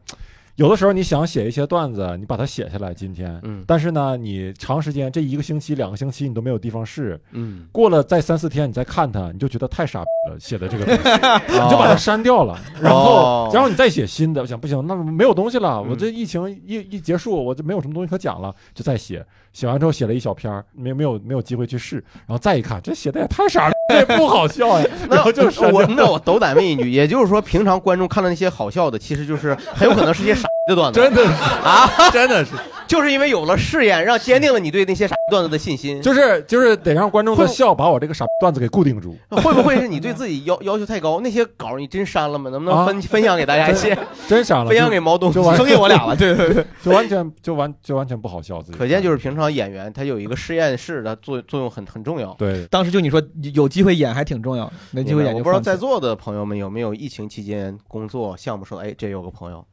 Speaker 3: 有的时候你想写一些段子，你把它写下来，今天。
Speaker 2: 嗯
Speaker 3: 但是呢，你长时间这一个星期、两个星期你都没有地方试，
Speaker 2: 嗯，
Speaker 3: 过了再三四天你再看它，你就觉得太傻逼了，写的这个东 西，
Speaker 2: 你
Speaker 3: 你就把它删掉 了，然后
Speaker 2: 哦
Speaker 3: 然后你再写新的，我想不行，那没有东西了，
Speaker 2: 嗯
Speaker 3: 我这疫情一一结束，我就没有什么东西可讲了，就再写，写完之后写了一小篇儿，没没有没有机会去试，然后再一看，这写的也太傻了，这也不好笑呀，然后就删 掉
Speaker 2: 那我。那我斗胆问一句，也就是说，平常观众看到那些好笑的，其实就是很有可能是一些傻逼的段子。
Speaker 3: 真的是，
Speaker 2: 啊，
Speaker 3: 真的是，
Speaker 2: 就是因为有了试验，让坚定了你对那些傻段子的信心。
Speaker 3: 就是就是 得让观众的
Speaker 2: 会
Speaker 3: 笑把我这个傻段子给固定住。
Speaker 2: 会不会是你对自己 要要求太高？那些稿儿你真删了吗？能不能
Speaker 3: 啊
Speaker 2: 分、分享给大家一些？
Speaker 3: 真傻了，
Speaker 2: 分享
Speaker 3: 就
Speaker 2: 给毛东
Speaker 3: 就完
Speaker 2: 分给我俩了。对对对，
Speaker 3: 就完全就完就完全不好笑自己。
Speaker 2: 可见就是平常演员他有一个实验室的作作用很很重要。
Speaker 3: 对，
Speaker 4: 当时就你说有机会演还挺重要，没机会演
Speaker 2: 我
Speaker 4: 就
Speaker 2: 不知道
Speaker 4: 放
Speaker 2: 在
Speaker 4: 弃。
Speaker 2: 座的朋友们有没有疫情期间工作项目说，哎，这有个朋友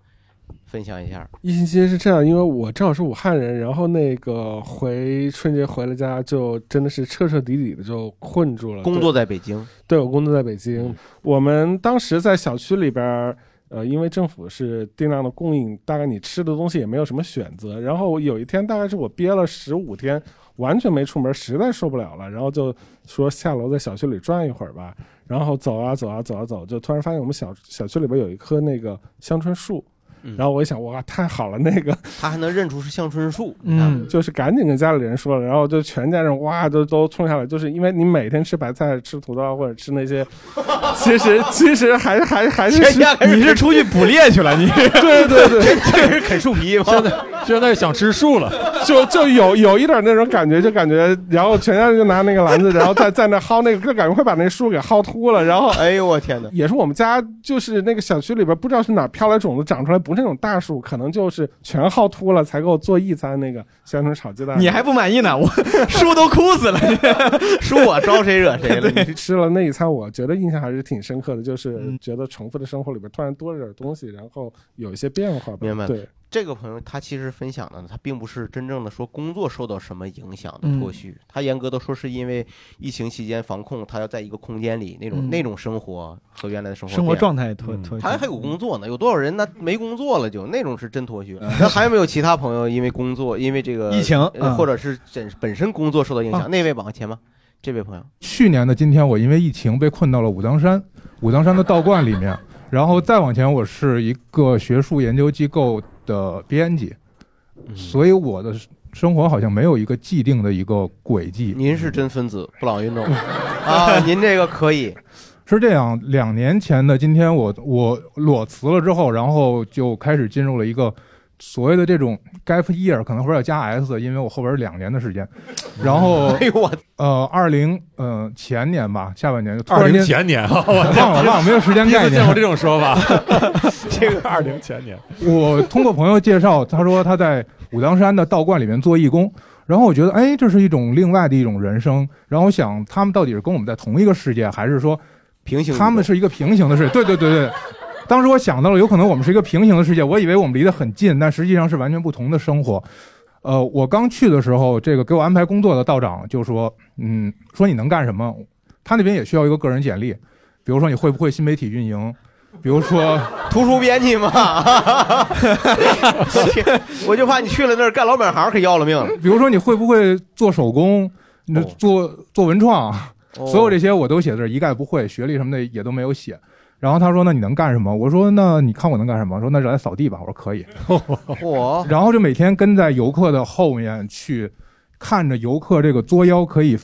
Speaker 2: 分享一下。
Speaker 8: 疫情期间是这样，因为我正好是武汉人，然后那个回春节回了家，就真的是彻彻底底的就困住了。
Speaker 2: 工作在北京，
Speaker 8: 对对我工作在北京，我们当时在小区里边儿，呃，因为政府是定量的供应，大概你吃的东西也没有什么选择。然后有一天，大概是我憋了十五天，完全没出门，实在受不了了，然后就说下楼在小区里转一会儿吧。然后走啊走啊走啊走，就突然发现我们小小区里边有一棵那个香椿树
Speaker 2: 嗯。
Speaker 8: 然后我一想，哇，太好了，那个
Speaker 2: 他还能认出是香椿树，
Speaker 4: 嗯，
Speaker 8: 就是赶紧跟家里人说了，然后就全家人哇都都冲下来，就是因为你每天吃白菜、吃土豆或者吃那 些，其实其实还是还是还是
Speaker 2: 全家开始
Speaker 4: 你是出去捕猎去了？你
Speaker 8: 对对对，
Speaker 2: 开始啃树皮吗？
Speaker 3: 现在想吃树了，
Speaker 8: 就就有有一点那种感觉，就感觉，然后全家人就拿那个篮子，然后在在那薅那个，就感觉快把那树给薅秃了。然后
Speaker 2: 哎呦我天哪！
Speaker 8: 也是我们家就是那个小区里边，不知道是哪儿飘来种子长出来，不是那种大树，可能就是全薅秃了，才给我做一餐那个香椿炒鸡蛋。
Speaker 4: 你还不满意呢？ 我树都枯死了。
Speaker 2: 是我招谁惹谁了？你
Speaker 8: 吃了那一餐，我觉得印象还是挺深刻的，就是
Speaker 4: 嗯
Speaker 8: 觉得重复的生活里边突然多了点东西，然后有一些变化吧。
Speaker 2: 明白了
Speaker 8: 对，
Speaker 2: 这个朋友他其实分享的呢，他并不是真正的说工作受到什么影响的
Speaker 4: 嗯
Speaker 2: 脱序，他严格的说是因为疫情期间防控，他要在一个空间里那种、
Speaker 4: 嗯
Speaker 2: 那种生活和原来的生活
Speaker 4: 生活
Speaker 2: 变了
Speaker 4: 状态脱
Speaker 3: 嗯
Speaker 4: 脱，
Speaker 2: 他还有工作呢，有多少人那没工作了就那种是真脱序了。那还有没有其他朋友因为工作，因为这个
Speaker 4: 嗯 疫情
Speaker 2: 呃
Speaker 4: 嗯
Speaker 2: 或者是本本身工作受到影
Speaker 9: 啊
Speaker 2: 响？那位往前吧，这位朋友，
Speaker 9: 去年的今天，我因为疫情被困到了武当山，武当山的道观里面。然后再往前，我是一个学术研究机构的编辑，
Speaker 2: 嗯
Speaker 9: 所以我的生活好像没有一个既定的一个轨迹。
Speaker 2: 您是真分子，布朗运动 啊，您这个可以，
Speaker 9: 是这样，两年前的今天我，我裸辞了之后，然后就开始进入了一个所谓的这种 gap year，可能后边要加 s，因为我后边是两年的时间。
Speaker 3: 嗯
Speaker 9: 然 后
Speaker 2: 哎呦我
Speaker 9: 呃，二零呃前年吧，下半年就突
Speaker 3: 二
Speaker 9: 然
Speaker 3: 零
Speaker 9: 间
Speaker 3: 前 年啊，我
Speaker 9: 忘了忘了没有时间
Speaker 3: 第一
Speaker 9: 概
Speaker 3: 次见
Speaker 9: 念
Speaker 3: 过。这种 说法。 这个二零前年，
Speaker 9: 我通过朋友介绍，他说他在武当山的道观里面做义工，然后我觉得，哎，这是一种另外的一种人生。然后我想，他们到底是跟我们在同一个世界，还是说
Speaker 2: 平行
Speaker 9: 他们是一个平行的世界？对对对对。当时我想到了，有可能我们是一个平行的世界，我以为我们离得很近，但实际上是完全不同的生活。呃，我刚去的时候，这个给我安排工作的道长就说，嗯，说你能干什么？他那边也需要一个个人简历，比如说你会不会新媒体运营，比如说。
Speaker 2: 图书编辑嘛， 我就怕你去了那儿干老本行，可要了命了。
Speaker 9: 比如说你会不会做手工，你
Speaker 2: 哦
Speaker 9: 做做文创，啊所有这
Speaker 2: 哦
Speaker 9: 些我都写字，一概不会，学历什么的也都没有写。然后他说：“那你能干什么？”我说：“那你看我能干什么？”说：“那就来扫地吧。”我说：“可以。
Speaker 2: 嚯”，
Speaker 9: 然后就每天跟在游客的后面去，看着游客这个作妖可以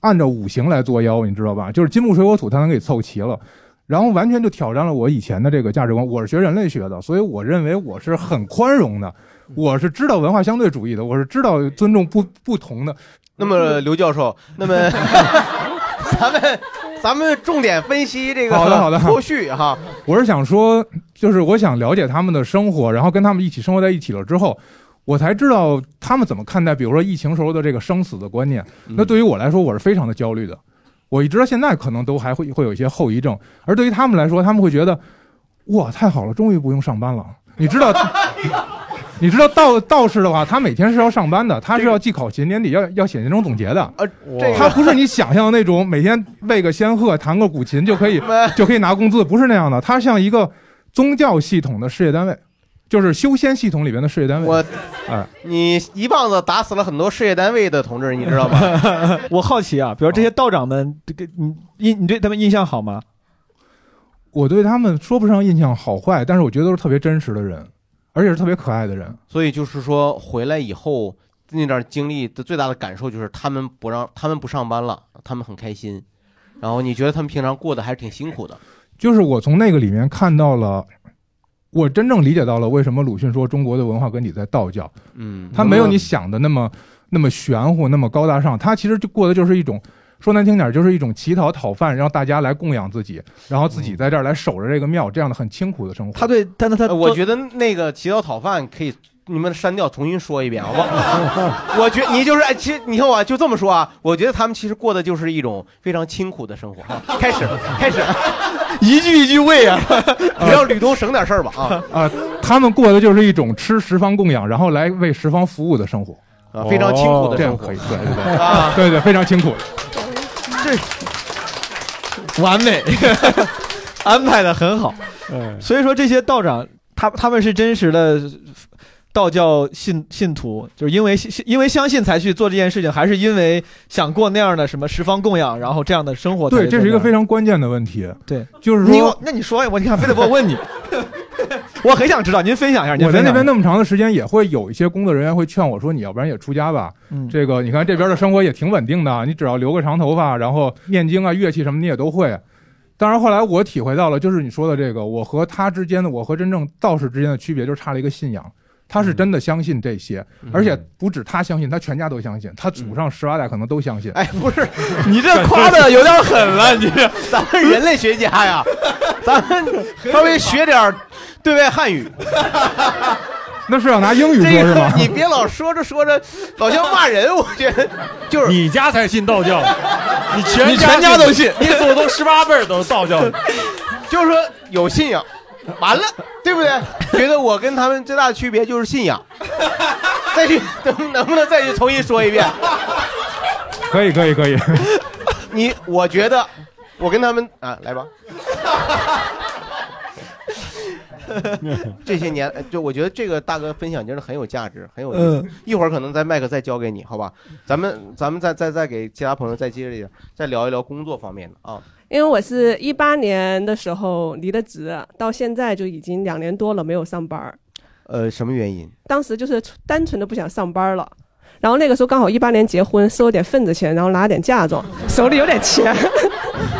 Speaker 9: 按照五行来作妖，你知道吧？就是金木水火土，他能给凑齐了。然后完全就挑战了我以前的这个价值观。我是学人类学的，所以我认为我是很宽容的，
Speaker 2: 嗯
Speaker 9: 我是知道文化相对主义的，我是知道尊重不不同的。
Speaker 2: 那么刘教授， 那么咱们咱们重点分析这个
Speaker 9: 好的好的
Speaker 2: 后续啊哈，
Speaker 9: 我是想说，就是我想了解他们的生活，然后跟他们一起生活在一起了之后，我才知道他们怎么看待，比如说疫情时候的这个生死的观念。
Speaker 2: 嗯
Speaker 9: 那对于我来说，我是非常的焦虑的。我一直到现在可能都还会会有一些后遗症，而对于他们来说，他们会觉得，哇，太好了，终于不用上班了。你 知道，你知道道道士的话，他每天是要上班的，他是要记考勤，年底要要写年终总结的。
Speaker 2: 呃，这
Speaker 9: 他
Speaker 2: 个
Speaker 9: 不是你想象的那种每天喂个仙鹤、弹个古琴就 可以就可以拿工资，不是那样的。它像一个宗教系统的事业单位，就是修仙系统里边的事业单位。
Speaker 2: 我
Speaker 9: 哎
Speaker 2: 你一棒子打死了很多事业单位的同志，你知
Speaker 9: 嗯
Speaker 2: 道吗？
Speaker 4: 我好奇啊，比如这些道长们，这个你印你对他们印象好吗？
Speaker 9: 我对他们说不上印象好坏，但是我觉得都是特别真实的人，而且是特别可爱的人。
Speaker 2: 所以就是说，回来以后那段经历的最大的感受就是，他们不让他们不上班了，他们很开心。然后你觉得他们平常过得还是挺辛苦的，
Speaker 9: 就是我从那个里面看到了，我真正理解到了为什么鲁迅说中国的文化根底在道教。
Speaker 2: 嗯，
Speaker 9: 他没有你想的那么那么玄乎，那么高大上。他其实就过的就是一种，说难听点儿，就是一种乞讨讨饭，让大家来供养自己，然后自己在这儿来守着这个庙，这样的很清苦的生活。
Speaker 4: 他对，但是他
Speaker 2: 呃我觉得那个乞讨讨饭可以，你们删掉，重新说一遍，好不好？我觉你就是，哎其实你看我就这么说啊，我觉得他们其实过的就是一种非常清苦的生活。啊开始，开始，
Speaker 4: 一句一句喂 啊，
Speaker 2: 你让吕东省点事儿吧 啊
Speaker 9: 啊、他们过的就是一种吃十方供养，然后来为十方服务的生活，哦
Speaker 2: 啊，非常清苦的
Speaker 9: 这样
Speaker 2: 生活
Speaker 9: 可以，对对对，
Speaker 2: 啊。
Speaker 9: 对对，非常清苦。
Speaker 4: 完美。安排的很好。
Speaker 3: 哎，
Speaker 4: 所以说这些道长，他他们是真实的道教信信徒，就是因为信信因为相信才去做这件事情，还是因为想过那样的什么十方供养，然后这样的生活才
Speaker 9: 对，
Speaker 4: 去做
Speaker 9: 这
Speaker 4: 样？
Speaker 9: 是一个非常关键的问题。
Speaker 4: 对，
Speaker 9: 就是
Speaker 4: 你
Speaker 9: 说
Speaker 4: 我，那你说呀，我你看非得 我问你，我很想知道，您分享一下。您
Speaker 9: 我在
Speaker 4: 分
Speaker 9: 那
Speaker 4: 享
Speaker 9: 边
Speaker 4: 一下
Speaker 9: 那么长的时间，也会有一些工作人员会劝我说：“你要不然也出家吧。
Speaker 4: 嗯
Speaker 9: 这个你看这边的生活也挺稳定的，你只要留个长头发，然后念经啊、乐器什么你也都会。”当然，后来我体会到了，就是你说的这个，我和他之间的，我和真正道士之间的区别，就差了一个信仰。他
Speaker 2: 嗯
Speaker 9: 是真的相信这些，而且不止他相信，他全家都相信，他祖
Speaker 2: 嗯
Speaker 9: 上十八代可能都相信。
Speaker 2: 哎，不是，
Speaker 4: 你这夸的有点狠了，你这
Speaker 2: 咱们人类学家呀，咱们稍微学点儿对外汉语。
Speaker 9: 那是要拿英语
Speaker 2: 这
Speaker 9: 说，是
Speaker 2: 个
Speaker 9: 吗？
Speaker 2: 你别老说着说着，老像骂人，我觉得就是
Speaker 10: 你家才信道 教， 你全
Speaker 2: 你全家都
Speaker 10: 信，你 祖宗十八辈儿都是道教的。
Speaker 2: 就是说有信仰，完了，对不对？觉得我跟他们最大的区别就是信仰。再去能能不能再去重新说一遍？
Speaker 9: 可以，可以，可以。
Speaker 2: 你我觉得我跟他们啊，来 吧。这些年，呃就我觉得这个大哥分享真的很有价值，很有意思。一会儿可能在麦克再交给你，好吧？咱们咱们再再再给其他朋友再接着一点，再聊一聊工作方面的啊。
Speaker 11: 因为我是一八年的时候离的职，到现在就已经两年多了没有上班儿。
Speaker 2: 呃，什么原因？
Speaker 11: 当时就是单纯的不想上班了，然后那个时候刚好一八年结婚，收了点份子钱，然后拿了点嫁妆，手里有点钱。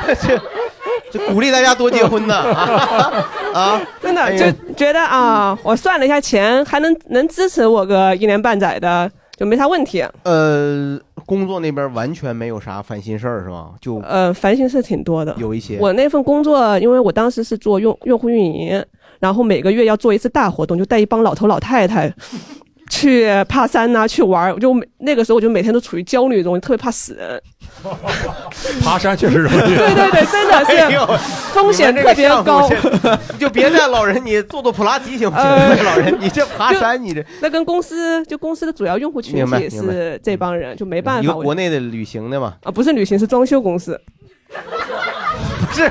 Speaker 2: 就鼓励大家多结婚呢 啊啊！
Speaker 11: 真的
Speaker 2: 哎呀
Speaker 11: 就觉得啊，我算了一下钱，还能能支持我个一年半载的，就没啥问题。
Speaker 2: 呃，工作那边完全没有啥烦心事儿是吧？就
Speaker 11: 呃，烦心事挺多的。
Speaker 2: 有一些
Speaker 11: 我那份工作，因为我当时是做用用户运营，然后每个月要做一次大活动，就带一帮老头老太太 去爬山呐、去玩儿。我就每那个时候我就每天都处于焦虑中，特别怕 死人。
Speaker 10: 爬山确实容易，
Speaker 11: 对对对，真的
Speaker 2: 哎呦
Speaker 11: 是风险
Speaker 2: 你们这个
Speaker 11: 特别
Speaker 2: 项目
Speaker 11: 高。
Speaker 2: 这你就别带老人，你做做普拉提行不行？
Speaker 11: 呃
Speaker 2: 老人，你这爬山，你这
Speaker 11: 那跟公司就公司的主要用户群
Speaker 2: 明白
Speaker 11: 体
Speaker 2: 明
Speaker 11: 是这帮人，就没办
Speaker 2: 一
Speaker 11: 法。
Speaker 2: 个
Speaker 11: 我
Speaker 2: 国内的旅行的嘛，
Speaker 11: 啊，不是旅行，是装修公司。
Speaker 2: 不是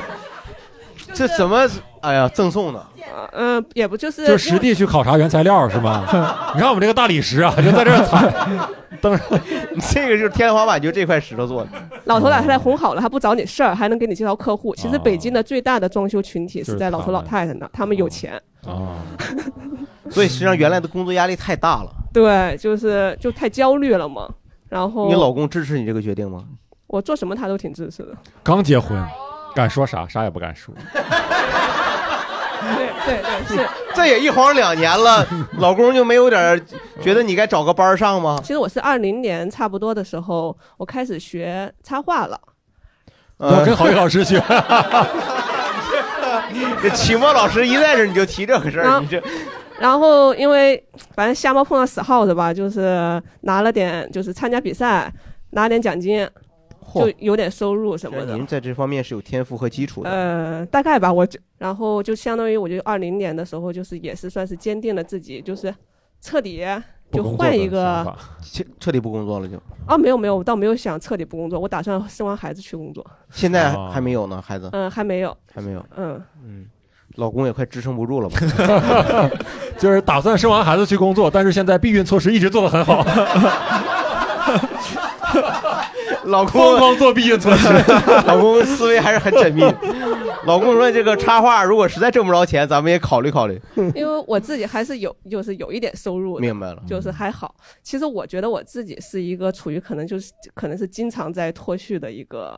Speaker 2: 这怎么？哎呀，赠送的，
Speaker 11: 啊嗯、也不就是
Speaker 3: 就是实地去考察原材料是吗？你看我们这个大理石啊，就在这儿踩，
Speaker 2: 这个就是天花板，就这块石头做的。
Speaker 11: 老头老太太哄好了，还不找你事儿，还能给你介绍客户。其实
Speaker 3: 哦
Speaker 11: 北京的最大的装修群体
Speaker 3: 就是
Speaker 11: 是在老头老
Speaker 3: 他们
Speaker 11: 太太那儿，他们有钱。
Speaker 3: 啊，
Speaker 2: 哦 所以实际上原来的工作压力太大了。
Speaker 11: 对，就是就太焦虑了嘛。然 后
Speaker 2: 你老公支持你这个决定吗？
Speaker 11: 我做什么他都挺支持的。
Speaker 3: 刚结婚，敢说啥啥也不敢说，
Speaker 11: 对对对，是。
Speaker 2: 这也一晃两年了，老公就没有点儿觉得你该找个班儿上吗？
Speaker 11: 其实我是二零年差不多的时候，我开始学插画了。
Speaker 2: 呃
Speaker 10: 我跟郝宇老师学，
Speaker 2: 这期末老师一在这儿你就提这个事儿，
Speaker 11: 啊
Speaker 2: 你这
Speaker 11: 然后因为反正瞎猫碰到死耗子吧，就是拿了点，就是参加比赛拿点奖金，就
Speaker 2: 嚯，
Speaker 11: 有点收入什么的。
Speaker 2: 您在这方面是有天赋和基础的。
Speaker 11: 呃，大概吧，我就然后就相当于我就二零年的时候，就是也是算是坚定了自己，就是彻底
Speaker 3: 不
Speaker 11: 就
Speaker 3: 工作
Speaker 11: 换
Speaker 3: 的
Speaker 11: 一
Speaker 3: 想
Speaker 11: 个
Speaker 3: 法
Speaker 2: 切彻底不工作了就，
Speaker 11: 啊，没有没有，我倒没有想彻底不工作，我打算生完孩子去工作，
Speaker 2: 现在还
Speaker 3: 哦
Speaker 2: 还没有呢，孩子
Speaker 11: 嗯，还没有，
Speaker 2: 还没有，
Speaker 11: 嗯，
Speaker 2: 嗯，老公也快支撑不住 了吧？
Speaker 10: 就是打算生完孩子去工作，但是现在避孕措施一直做得很好，
Speaker 2: 老
Speaker 10: 疯
Speaker 2: 公，
Speaker 10: 狂做避孕措施。
Speaker 2: 老公思维还是很缜密。老公说：“这个插画如果实在挣不着钱，咱们也考虑考虑。
Speaker 11: 因为我自己还是有，就是有一点收”入的。
Speaker 2: 明白了，
Speaker 11: 就是还好，其实我觉得我自己是一个处于可能就是可能是经常在脱序的一个，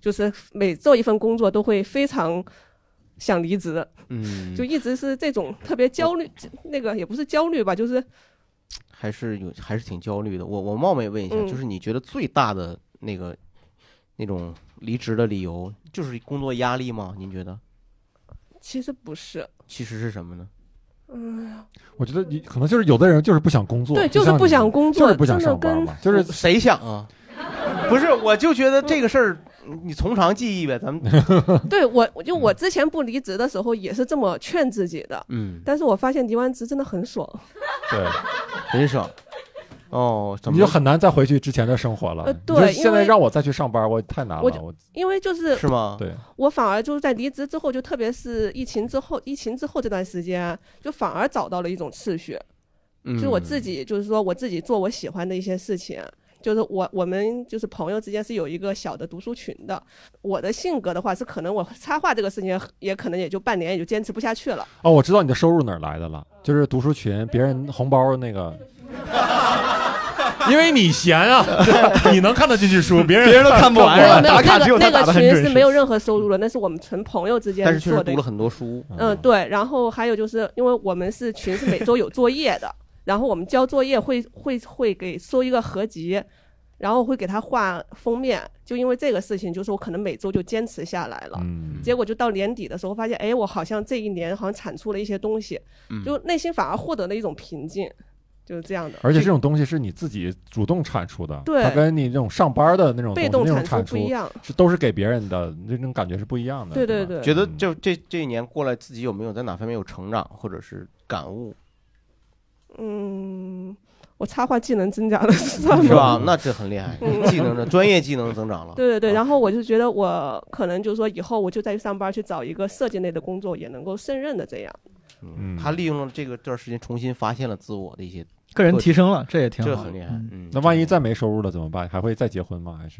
Speaker 11: 就是每做一份工作都会非常想离职，
Speaker 2: 嗯
Speaker 11: 就，一直是这种特别焦虑，那个也不是焦虑吧，就是
Speaker 2: 还是有，还是挺焦虑的。我我冒昧问一下，
Speaker 11: 嗯
Speaker 2: 就是你觉得最大的那个那种离职的理由，就是工作压力吗？您觉得
Speaker 11: 其实不是，
Speaker 2: 其实是什么呢？
Speaker 11: 嗯，
Speaker 3: 我觉得你可能就是有的人就是不想工作，
Speaker 11: 对，就是
Speaker 3: 像你
Speaker 11: 不想工作，
Speaker 3: 就是不想
Speaker 11: 真的
Speaker 3: 上班
Speaker 11: 跟
Speaker 3: 嘛， 就是
Speaker 2: 谁想啊？ 不是，我就觉得这个事儿，你从长计议 呗，咱们
Speaker 11: 对我，我就
Speaker 2: 嗯
Speaker 11: 我之前不离职的时候也是这么劝自己的，
Speaker 2: 嗯，
Speaker 11: 但是我发现离完职真的很爽，
Speaker 3: 对，
Speaker 2: 很爽。哦，怎
Speaker 3: 你
Speaker 2: 么
Speaker 3: 就很难再回去之前的生活了。
Speaker 11: 呃
Speaker 3: 你
Speaker 11: 对
Speaker 3: 就
Speaker 11: 因
Speaker 3: 现在
Speaker 11: 为
Speaker 3: 让我再去上班，我太难了。
Speaker 11: 我
Speaker 3: 我
Speaker 11: 就因为就是
Speaker 2: 啊是吗？
Speaker 3: 对，
Speaker 11: 我反而就是在离职之后，就特别是疫情之后，疫情之后这段时间，啊就反而找到了一种秩序，
Speaker 2: 嗯
Speaker 11: 就是我自己，就是说我自己做我喜欢的一些事情。就是我我们就是朋友之间是有一个小的读书群的。我的性格的话是，可能我插画这个事情也可能也就半年也就坚持不下去了。
Speaker 3: 哦，我知道你的收入哪儿来的了，就是读书群别人红包那个。因为你闲 啊，你能看得进去书，别人
Speaker 4: 别人都看不完
Speaker 11: 没有没有，
Speaker 4: 打卡
Speaker 11: 那
Speaker 4: 只有
Speaker 11: 个
Speaker 4: 他
Speaker 11: 那
Speaker 4: 打
Speaker 11: 个
Speaker 4: 得很
Speaker 11: 群
Speaker 4: 准
Speaker 11: 是
Speaker 4: 时
Speaker 11: 没有任何收入的，那是我们纯朋友之间
Speaker 2: 但是确
Speaker 11: 做
Speaker 2: 实
Speaker 11: 的
Speaker 2: 读了很多书，
Speaker 11: 嗯，对。然后还有就是，因为我们是群是每周有作业的，然后我们交作业会会会给收一个合集，然后会给他画封面。就因为这个事情，就是我可能每周就坚持下来了。
Speaker 3: 嗯
Speaker 11: 结果就到年底的时候，发现哎，我好像这一年好像产出了一些东西，
Speaker 3: 嗯
Speaker 11: 就内心反而获得了一种平静，就是这样的。
Speaker 3: 而且这种东西是你自己主动产出的，
Speaker 11: 对
Speaker 3: 它跟你这种上班的那种东
Speaker 11: 被
Speaker 3: 西
Speaker 11: 动
Speaker 3: 那种
Speaker 11: 产
Speaker 3: 产
Speaker 11: 出不一样
Speaker 3: 是都是给别人的那种感觉是不一样的。
Speaker 11: 对对
Speaker 3: 吧嗯
Speaker 11: 对
Speaker 2: 觉得就这这一年过来，自己有没有在哪方面有成长或者是感悟，
Speaker 11: 嗯，我插画技能增加了， 算
Speaker 2: 是吧
Speaker 11: 吗？？
Speaker 2: 那这很厉害
Speaker 11: 嗯，
Speaker 2: 技能的专业技能增长了。
Speaker 11: 对对对，然后我就觉得我可能就是说以后我就再去上班去找一个设计类的工作，也能够胜任的这样。
Speaker 3: 嗯，
Speaker 2: 他利用了这个这段时间重新发现了自我的一些
Speaker 4: 个人提升了，这也挺
Speaker 2: 这
Speaker 4: 好
Speaker 2: 很厉害。
Speaker 4: 嗯
Speaker 2: 嗯，
Speaker 3: 那万一再没收入了怎么办？还会再结婚吗？还是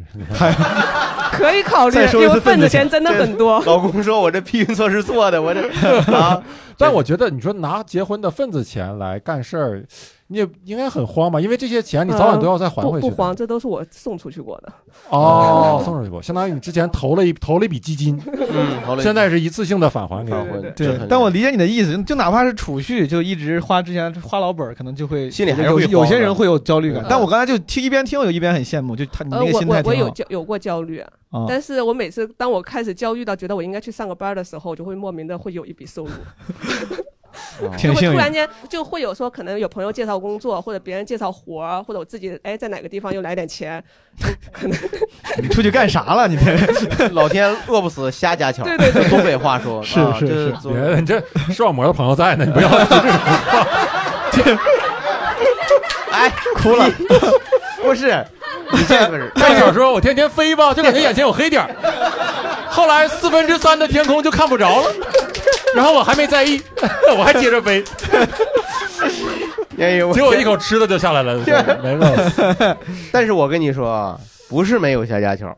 Speaker 11: 可以考虑，
Speaker 4: 再收一
Speaker 11: 因为
Speaker 4: 次份
Speaker 11: 份
Speaker 4: 子
Speaker 11: 子
Speaker 4: 钱
Speaker 11: 钱真的很多。
Speaker 2: 老公说我这避孕措施做的，我这 啊，
Speaker 3: 但我觉得你说拿结婚的份子钱来干事儿，你也应该很慌吧？因为这些钱你早晚都要再还回去
Speaker 11: 嗯不
Speaker 3: 的。
Speaker 11: 不慌，这都是我送出去过的。 呃
Speaker 3: 哦，送出去过，相当于你之前投了一投了一笔基金，
Speaker 2: 嗯，好嘞
Speaker 3: 现在是一次性的返还给
Speaker 2: 好
Speaker 3: 你。
Speaker 2: 嘞
Speaker 11: 对
Speaker 2: 这
Speaker 4: 对
Speaker 2: 很，
Speaker 4: 但我理解你的意思，就哪怕是储蓄，就一直花之前花老本儿，可能就会
Speaker 2: 心里还是
Speaker 4: 有
Speaker 2: 会
Speaker 4: 有
Speaker 2: 慌
Speaker 4: 些
Speaker 2: 的
Speaker 4: 人会有焦虑感
Speaker 11: 嗯。
Speaker 4: 但我刚才就听一边听，我就一边很羡慕，就他你
Speaker 11: 呃，
Speaker 4: 那个
Speaker 11: 我
Speaker 4: 心态
Speaker 11: 我我
Speaker 4: 挺
Speaker 11: 有
Speaker 4: 好。
Speaker 11: 焦有过焦虑，
Speaker 4: 啊
Speaker 11: 但是我每次当我开始焦虑到觉得我应该去上个班的时候，我就会莫名的会有一笔收入，
Speaker 4: 挺
Speaker 2: 嗯
Speaker 11: 就会
Speaker 4: 幸
Speaker 11: 突然
Speaker 4: 运。
Speaker 11: 间就会有说可能有朋友介绍工作，或者别人介绍活儿，或者我自己哎在哪个地方又来点钱，
Speaker 4: 你出去干啥了？你这
Speaker 2: 老天饿不死瞎家巧，
Speaker 11: 对对
Speaker 2: 对，东北话说
Speaker 4: 是
Speaker 2: 啊
Speaker 4: 是
Speaker 2: 这
Speaker 4: 是
Speaker 2: 做
Speaker 3: 别的，你这视网膜的朋友在呢，你不 要
Speaker 2: 哎，哭 了，不是，你这个是
Speaker 10: 看小说，我天天飞吧，就感觉眼前有黑点儿。后来四分之三的天空就看不着了，然后我还没在 意，我还接着飞，
Speaker 2: 哎呦，
Speaker 10: 结果一口吃的就下来 了，没了。
Speaker 2: 但是我跟你说啊，不是没有瞎家巧，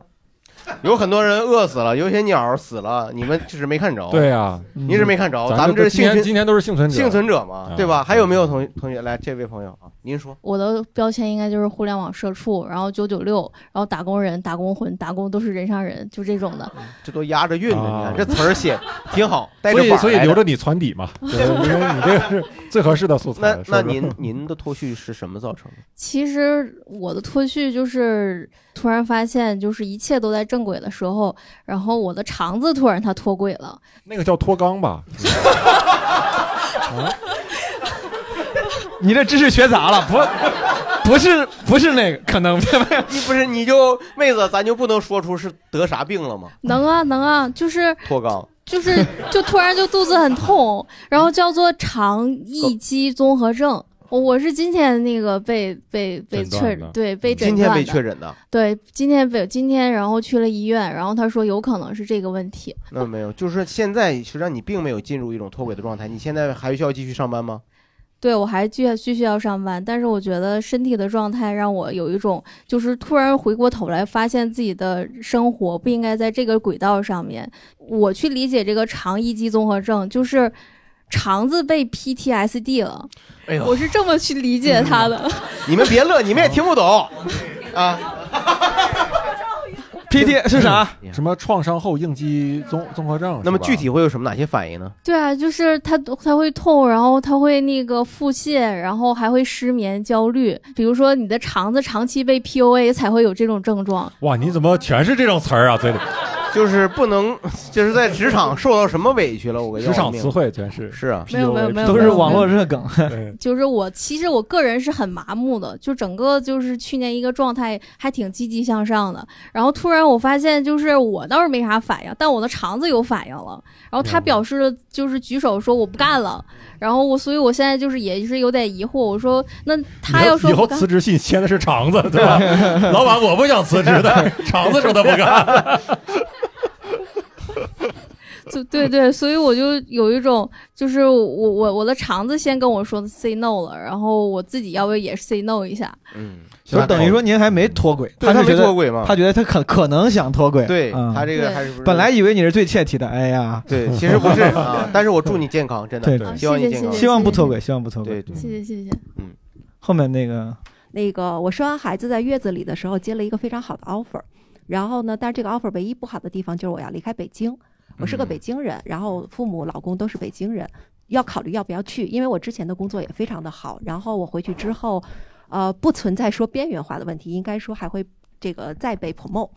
Speaker 2: 有很多人饿死了，有些鸟儿死了，你们就是没看着。，
Speaker 3: 对啊，
Speaker 4: 嗯
Speaker 2: 你是没看着，
Speaker 3: 们
Speaker 2: 们这是
Speaker 3: 今
Speaker 2: 幸
Speaker 3: 天
Speaker 2: 存
Speaker 3: 今天都是幸存者，
Speaker 2: 幸存者嘛，
Speaker 3: 啊
Speaker 2: 对吧？
Speaker 3: 对
Speaker 2: 还有没有同同学来？这位朋友啊，您说，
Speaker 12: 我的标签应该就是互联网社畜，然后九九六，然后打工人、打工魂、打工都是人上人，就这种的。
Speaker 2: 这都押着韵呢，你
Speaker 3: 啊
Speaker 2: 看这词儿写挺好， 带着
Speaker 3: 所以
Speaker 2: 板儿
Speaker 3: 所以
Speaker 2: 来的
Speaker 3: 留着你传底 嘛，对因为你这个是最合适的素材
Speaker 2: 那
Speaker 3: 了。
Speaker 2: 那
Speaker 3: 说说
Speaker 2: 您您的脱序是什么造成的？
Speaker 12: 其实我的脱序就是突然发现，就是一切都在正轨的时候，然后我的肠子突然它脱轨了。
Speaker 3: 那个叫脱肛 吧？ 啊
Speaker 4: 你这知识学杂了，不不是不是那个，可能
Speaker 2: 你不是你就妹子，咱就不能说出是得啥病了吗？
Speaker 12: 能啊能啊，就是
Speaker 2: 脱肛，
Speaker 12: 就是就突然就肚子很痛，然后叫做肠
Speaker 3: 哦
Speaker 12: 易激综合症。我我是今天那个被被被
Speaker 3: 诊
Speaker 12: 确
Speaker 3: 断的嗯
Speaker 12: 对被诊
Speaker 2: 今
Speaker 12: 断
Speaker 2: 天
Speaker 12: 的，
Speaker 2: 被确诊的，
Speaker 12: 对今天被今天然后去了医院，然后他说有可能是这个问题。
Speaker 2: 那没有，就是说现在实际上你并没有进入一种脱轨的状态，你现在还需要继续上班吗？
Speaker 12: 对我还继继续要上班，但是我觉得身体的状态让我有一种就是突然回过头来，发现自己的生活不应该在这个轨道上面。我去理解这个肠易激综合症，就是肠子被 PTSD 了，
Speaker 2: 哎呦嗯
Speaker 12: 我是这么去理解它的。
Speaker 2: 你们别 乐，你们也听不
Speaker 4: 哦
Speaker 2: 懂啊。
Speaker 4: P T 是啥？
Speaker 3: 什么创伤后应激综综合症？
Speaker 2: 哎那么
Speaker 3: 是吧
Speaker 2: 具体会有什么哪些反应呢？
Speaker 12: 对啊，就是他他会痛，然后他会那个腹泻，然后还会失眠、焦虑。比如说你的肠子长期被 PUA 才会有这种症状。
Speaker 3: 哇，你怎么全是这种词儿啊？嘴里
Speaker 2: 就是不能，就是在职场受到什么委屈了？我跟你
Speaker 3: 职场
Speaker 2: 命
Speaker 3: 词汇全是
Speaker 2: 是啊，
Speaker 12: 没有没有
Speaker 11: 嗯
Speaker 12: 没有
Speaker 4: 都是网络热
Speaker 3: 梗。
Speaker 2: 嗯
Speaker 12: 就是我，其实我个人是很麻木的，就整个就是去年一个状态还挺积极向上的，然后突然我发现，就是我倒是没啥反应，但我的肠子有反应了，然后他表示了就是举手说我不干了，然后我，所以我现在就是也是有点疑惑，我说那他要说
Speaker 3: 以
Speaker 12: 不
Speaker 3: 后
Speaker 12: 干
Speaker 3: 辞，职信签的是肠子，对吧？老板，我不想辞职的，肠子说他不干。
Speaker 12: 就对对，所以我就有一种就是我我我的肠子先跟我说 say no 了，然后我自己要不也 say no 一下，
Speaker 2: 嗯，
Speaker 4: 就是等于说您还没脱轨，
Speaker 2: 对
Speaker 4: 就
Speaker 2: 他没
Speaker 4: 觉得
Speaker 2: 脱轨嘛
Speaker 4: 他觉得他可可能想脱轨，
Speaker 2: 对
Speaker 4: 嗯
Speaker 2: 他这个还是不是
Speaker 4: 本来以为你是最切题的，哎呀，
Speaker 2: 对，其实 不是啊，但是我祝你健康，真
Speaker 4: 对
Speaker 2: 的，希望你健康，
Speaker 4: 希望不脱轨，希望不脱轨。
Speaker 2: 对
Speaker 13: 谢谢谢谢。
Speaker 4: 后面那个
Speaker 13: 嗯那个我生完孩子在月子里的时候接了一个非常好的 offer，然后呢，但是这个 offer 唯一不好的地方就是我要离开北京，我是个北京人，然后父母老公都是北京人，要考虑要不要去，因为我之前的工作也非常的好，然后我回去之后，呃，不存在说边缘化的问题，应该说还会这个再被 promote。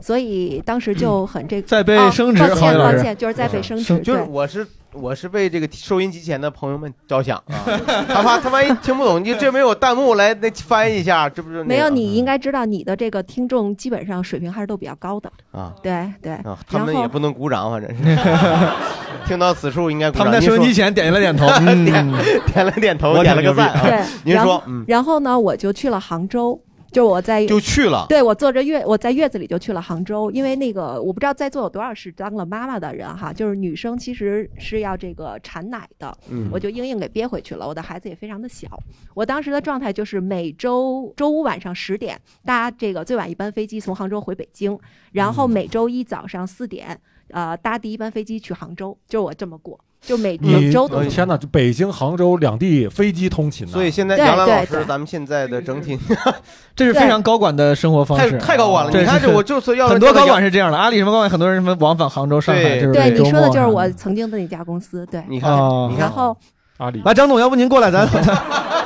Speaker 13: 所以当时
Speaker 2: 嗯
Speaker 13: 就很这个
Speaker 4: 再被
Speaker 13: 哦
Speaker 4: 升职
Speaker 13: 抱
Speaker 4: 郝宇
Speaker 13: 歉
Speaker 4: 老
Speaker 13: 抱
Speaker 4: 师
Speaker 13: 歉，就是再被升职，
Speaker 2: 就是
Speaker 13: 对
Speaker 2: 我是我是为这个收音机前的朋友们着想啊，他怕他万一听不懂，你这没有弹幕来那翻译一下，这不是那个嗯
Speaker 13: 没有，你应该知道你的这个听众基本上水平还是都比较高的，
Speaker 2: 啊
Speaker 13: 对对。
Speaker 2: 啊，他
Speaker 13: 然
Speaker 2: 们也
Speaker 13: 后
Speaker 2: 不能鼓掌，反正是 听到此处应该鼓掌。
Speaker 4: 他们在收音机前点了点头嗯
Speaker 2: 点点了点头，
Speaker 4: 我
Speaker 2: 点
Speaker 4: 挺
Speaker 2: 了个赞啊。
Speaker 13: 对，
Speaker 2: 您
Speaker 13: 然
Speaker 2: 说
Speaker 13: 后，
Speaker 2: 嗯，
Speaker 13: 然后呢，我就去了杭州，就我在
Speaker 2: 就去了
Speaker 13: 对我坐着月，我在月子里就去了杭州，因为那个我不知道在座有多少是当了妈妈的人哈，就是女生其实是要这个产奶的，
Speaker 14: 嗯
Speaker 13: 我就硬硬给憋回去了。我的孩子也非常的小，我当时的状态就是每周周五晚上十点搭这个最晚一班飞机从杭州回北京，然后每周一早上四点呃搭第一班飞机去杭州，就我这么过，就每每
Speaker 3: 你哎
Speaker 13: 周都
Speaker 3: 天哪，就北京、杭州两地飞机通勤呢。啊
Speaker 2: 所以现在
Speaker 13: 对
Speaker 2: 杨澜老
Speaker 13: 对
Speaker 2: 师，咱们现在的整体
Speaker 4: 这是非常高管的生活方式，
Speaker 2: 太太高管了
Speaker 4: 这
Speaker 2: 你看
Speaker 4: 是
Speaker 2: 这我就是要
Speaker 4: 很多
Speaker 2: 这么
Speaker 4: 高
Speaker 2: 讲
Speaker 4: 管是这样的，阿里什么高管，很多人什么往返杭州、上海，
Speaker 2: 对
Speaker 4: 就是
Speaker 13: 对
Speaker 4: 每
Speaker 13: 你
Speaker 4: 周
Speaker 13: 说的
Speaker 4: 末啊嗯
Speaker 13: 就是
Speaker 4: 上
Speaker 13: 我曾经的那家公司，对，
Speaker 2: 你
Speaker 4: 看哦你看
Speaker 13: 然后
Speaker 3: 阿里
Speaker 4: 来，张总，要不您过来， 咱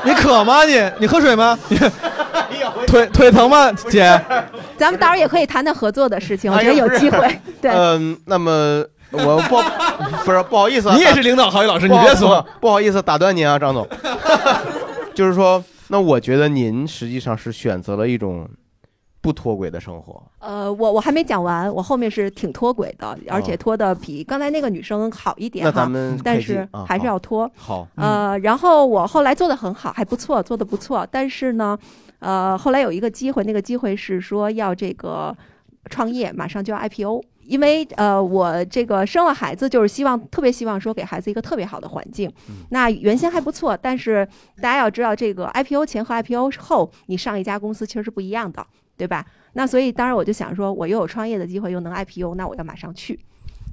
Speaker 4: 你渴吗？你你喝水吗？你
Speaker 2: 哎
Speaker 4: 腿腿疼吗，姐？
Speaker 13: 咱们到时候也可以谈谈合作的事情，我
Speaker 2: 哎
Speaker 13: 觉得
Speaker 2: 呀
Speaker 13: 有
Speaker 2: 不是
Speaker 13: 机 会。对，
Speaker 2: 嗯，那么我不不是不好意思啊，
Speaker 4: 你也是领导郝宇老师
Speaker 2: 不好
Speaker 4: 你别说，
Speaker 2: 不好意思打断您啊，张总， 就是说，那我觉得您实际上是选择了一种不脱轨的生活，
Speaker 13: 呃，我我还没讲完，我后面是挺脱轨的，而且脱的比刚才那个女生好一点
Speaker 2: 哦那
Speaker 13: 哈，
Speaker 2: 咱们
Speaker 13: 但
Speaker 2: 开机
Speaker 13: 是
Speaker 2: 啊
Speaker 13: 还是
Speaker 2: 好
Speaker 13: 要脱。
Speaker 2: 好
Speaker 13: 呃，然后我后来做的很好，还不错，做的不错。但是呢，呃，后来有一个机会，那个机会是说要这个创业，马上就要 IPO。因为呃，我这个生了孩子，就是希望特别希望说给孩子一个特别好的环境。那原先还不错，但是大家要知道，这个 IPO 前和 IPO 后，你上一家公司其实是不一样的，对吧？那所以当时我就想说，我又有创业的机会，又能 IPO，那我要马上去。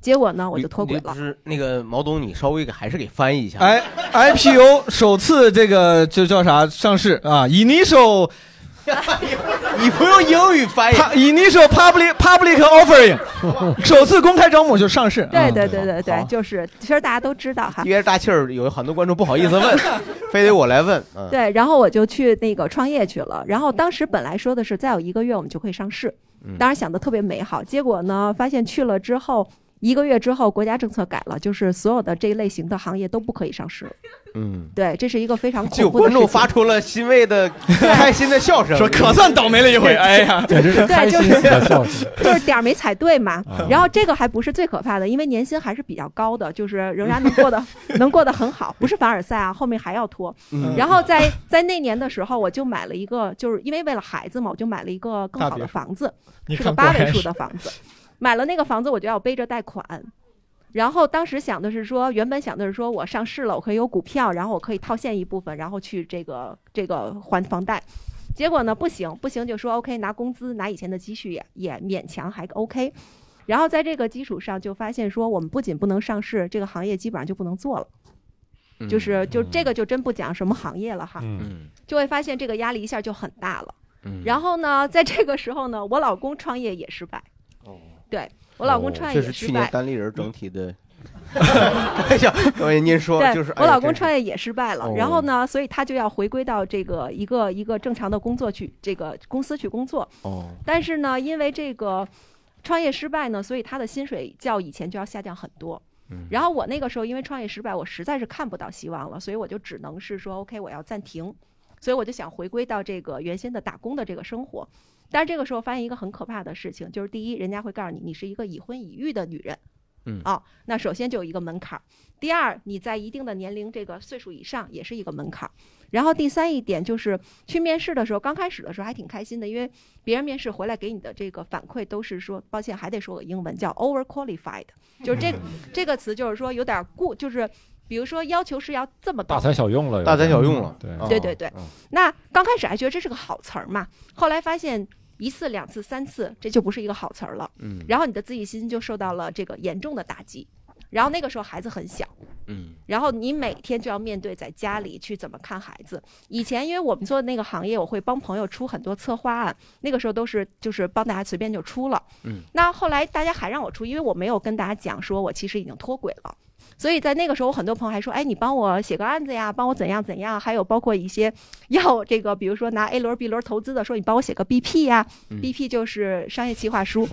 Speaker 13: 结果呢，我就脱轨
Speaker 2: 你
Speaker 13: 了
Speaker 2: 不。是那个毛东，你稍微给还是给翻译一下，
Speaker 4: 哎，IPO 首次这个就叫啥上市啊？Initial，
Speaker 2: 你不用英语翻译
Speaker 4: ，Initial public public offering，首次公开招募就上市。啊
Speaker 13: 对对对对对，就是其实大家都知道哈。
Speaker 2: 憋着大气儿，有很多观众不好意 思问，非得我来问，嗯，
Speaker 13: 对，然后我就去那个创业去了。然后当时本来说的是再有一个月我们就可以上市
Speaker 2: 嗯，
Speaker 13: 当时想的特别美好。结果呢，发现去了之后，一个月之后国家政策改了，就是所有的这一类型的行业都不可以上市了。
Speaker 2: 嗯，
Speaker 13: 对，这是一个非常
Speaker 2: 就有
Speaker 13: 恐怖的
Speaker 2: 观
Speaker 13: 事情。
Speaker 2: 众发出了欣慰的、开心的笑声，
Speaker 4: 说可算倒霉了一回哎呀简直是开
Speaker 13: 对，就
Speaker 4: 心
Speaker 13: 是
Speaker 4: 死的笑声
Speaker 13: 就是点儿没踩对嘛
Speaker 2: 啊。
Speaker 13: 然后这个还不是最可怕的，因为年薪还是比较高的，就是仍然能过得能过得很好，不是凡尔赛啊，后面还要拖
Speaker 2: 嗯。
Speaker 13: 然后在在那年的时候，我就买了一个，就是因为为了孩子嘛，我就买了一个更好
Speaker 14: 大别
Speaker 13: 的
Speaker 14: 墅
Speaker 13: 房子，
Speaker 14: 你
Speaker 13: 是个
Speaker 14: 看果
Speaker 13: 八位
Speaker 14: 然
Speaker 13: 数
Speaker 14: 是
Speaker 13: 的房子。买了那个房子，我就要背着贷款。然后当时想的是说，原本想的是说我上市了，我可以有股票，然后我可以套现一部分，然后去这个这个还房贷。结果呢，不行，不行就说 OK，拿工资，拿以前的积蓄也也勉强还 OK。然后在这个基础上，就发现说我们不仅不能上市，这个行业基本上就不能做了。就是就这个就真不讲什么行业了哈，
Speaker 2: 嗯
Speaker 13: 就会发现这个压力一下就很大了。
Speaker 2: 嗯
Speaker 13: 然后呢，在这个时候呢，我老公创业也失败。
Speaker 2: 哦
Speaker 13: 对我老公创业
Speaker 2: 这
Speaker 13: 也
Speaker 2: 是
Speaker 13: 失
Speaker 2: 去
Speaker 13: 败。嗯
Speaker 2: 年单立人整体的。哎呀，哎您说
Speaker 13: 对，
Speaker 2: 就是哎
Speaker 13: 我
Speaker 2: 呀
Speaker 13: 老公
Speaker 2: 真是
Speaker 13: 创业也失败了，
Speaker 2: 哦
Speaker 13: 然后呢，所以他就要回归到这个一个一个正常的工作去，这个公司去工作。
Speaker 2: 哦
Speaker 13: 但是呢，因为这个创业失败呢，所以他的薪水较以前就要下降很多。
Speaker 14: 嗯
Speaker 13: 然后我那个时候因为创业失败，我实在是看不到希望了，所以我就只能是说 OK，我要暂停。所以我就想回归到这个原先的打工的这个生活。但是这个时候发现一个很可怕的事情，就是第一，人家会告诉你你是一个已婚已育的女人，
Speaker 14: 嗯
Speaker 13: 啊，那首先就有一个门槛儿。第二，你在一定的年龄这个岁数以上也是一个门槛儿。然后第三一点就是去面试的时候，刚开始的时候还挺开心的，因为别人面试回来给你的这个反馈都是说，抱歉还得说个英文，叫 over qualified，就是
Speaker 2: 嗯
Speaker 13: 这个这个词就是说有点过，就是比如说要求是要这么高，
Speaker 3: 大材小用了，
Speaker 2: 大材小用了
Speaker 3: 嗯对嗯
Speaker 2: 嗯
Speaker 13: 对对对。那刚开始还觉得这是个好词儿嘛，后来发现一次、两次、三次，这就不是一个好词儿了。
Speaker 14: 嗯
Speaker 13: 然后你的自信心就受到了这个严重的打击。然后那个时候孩子很小，
Speaker 14: 嗯
Speaker 13: 然后你每天就要面对在家里去怎么看孩子。以前因为我们做的那个行业，我会帮朋友出很多策划案，那个时候都是就是帮大家随便就出了。
Speaker 14: 嗯
Speaker 13: 那后来大家还让我出，因为我没有跟大家讲说我其实已经脱轨了。所以在那个时候，我很多朋友还说：“哎，你帮我写个案子呀，帮我怎样怎样。”还有包括一些 要这个，比如说拿 A 轮、B 轮投资的，说你帮我写个 BP 呀、
Speaker 14: 嗯
Speaker 13: b p 就是商业企划书。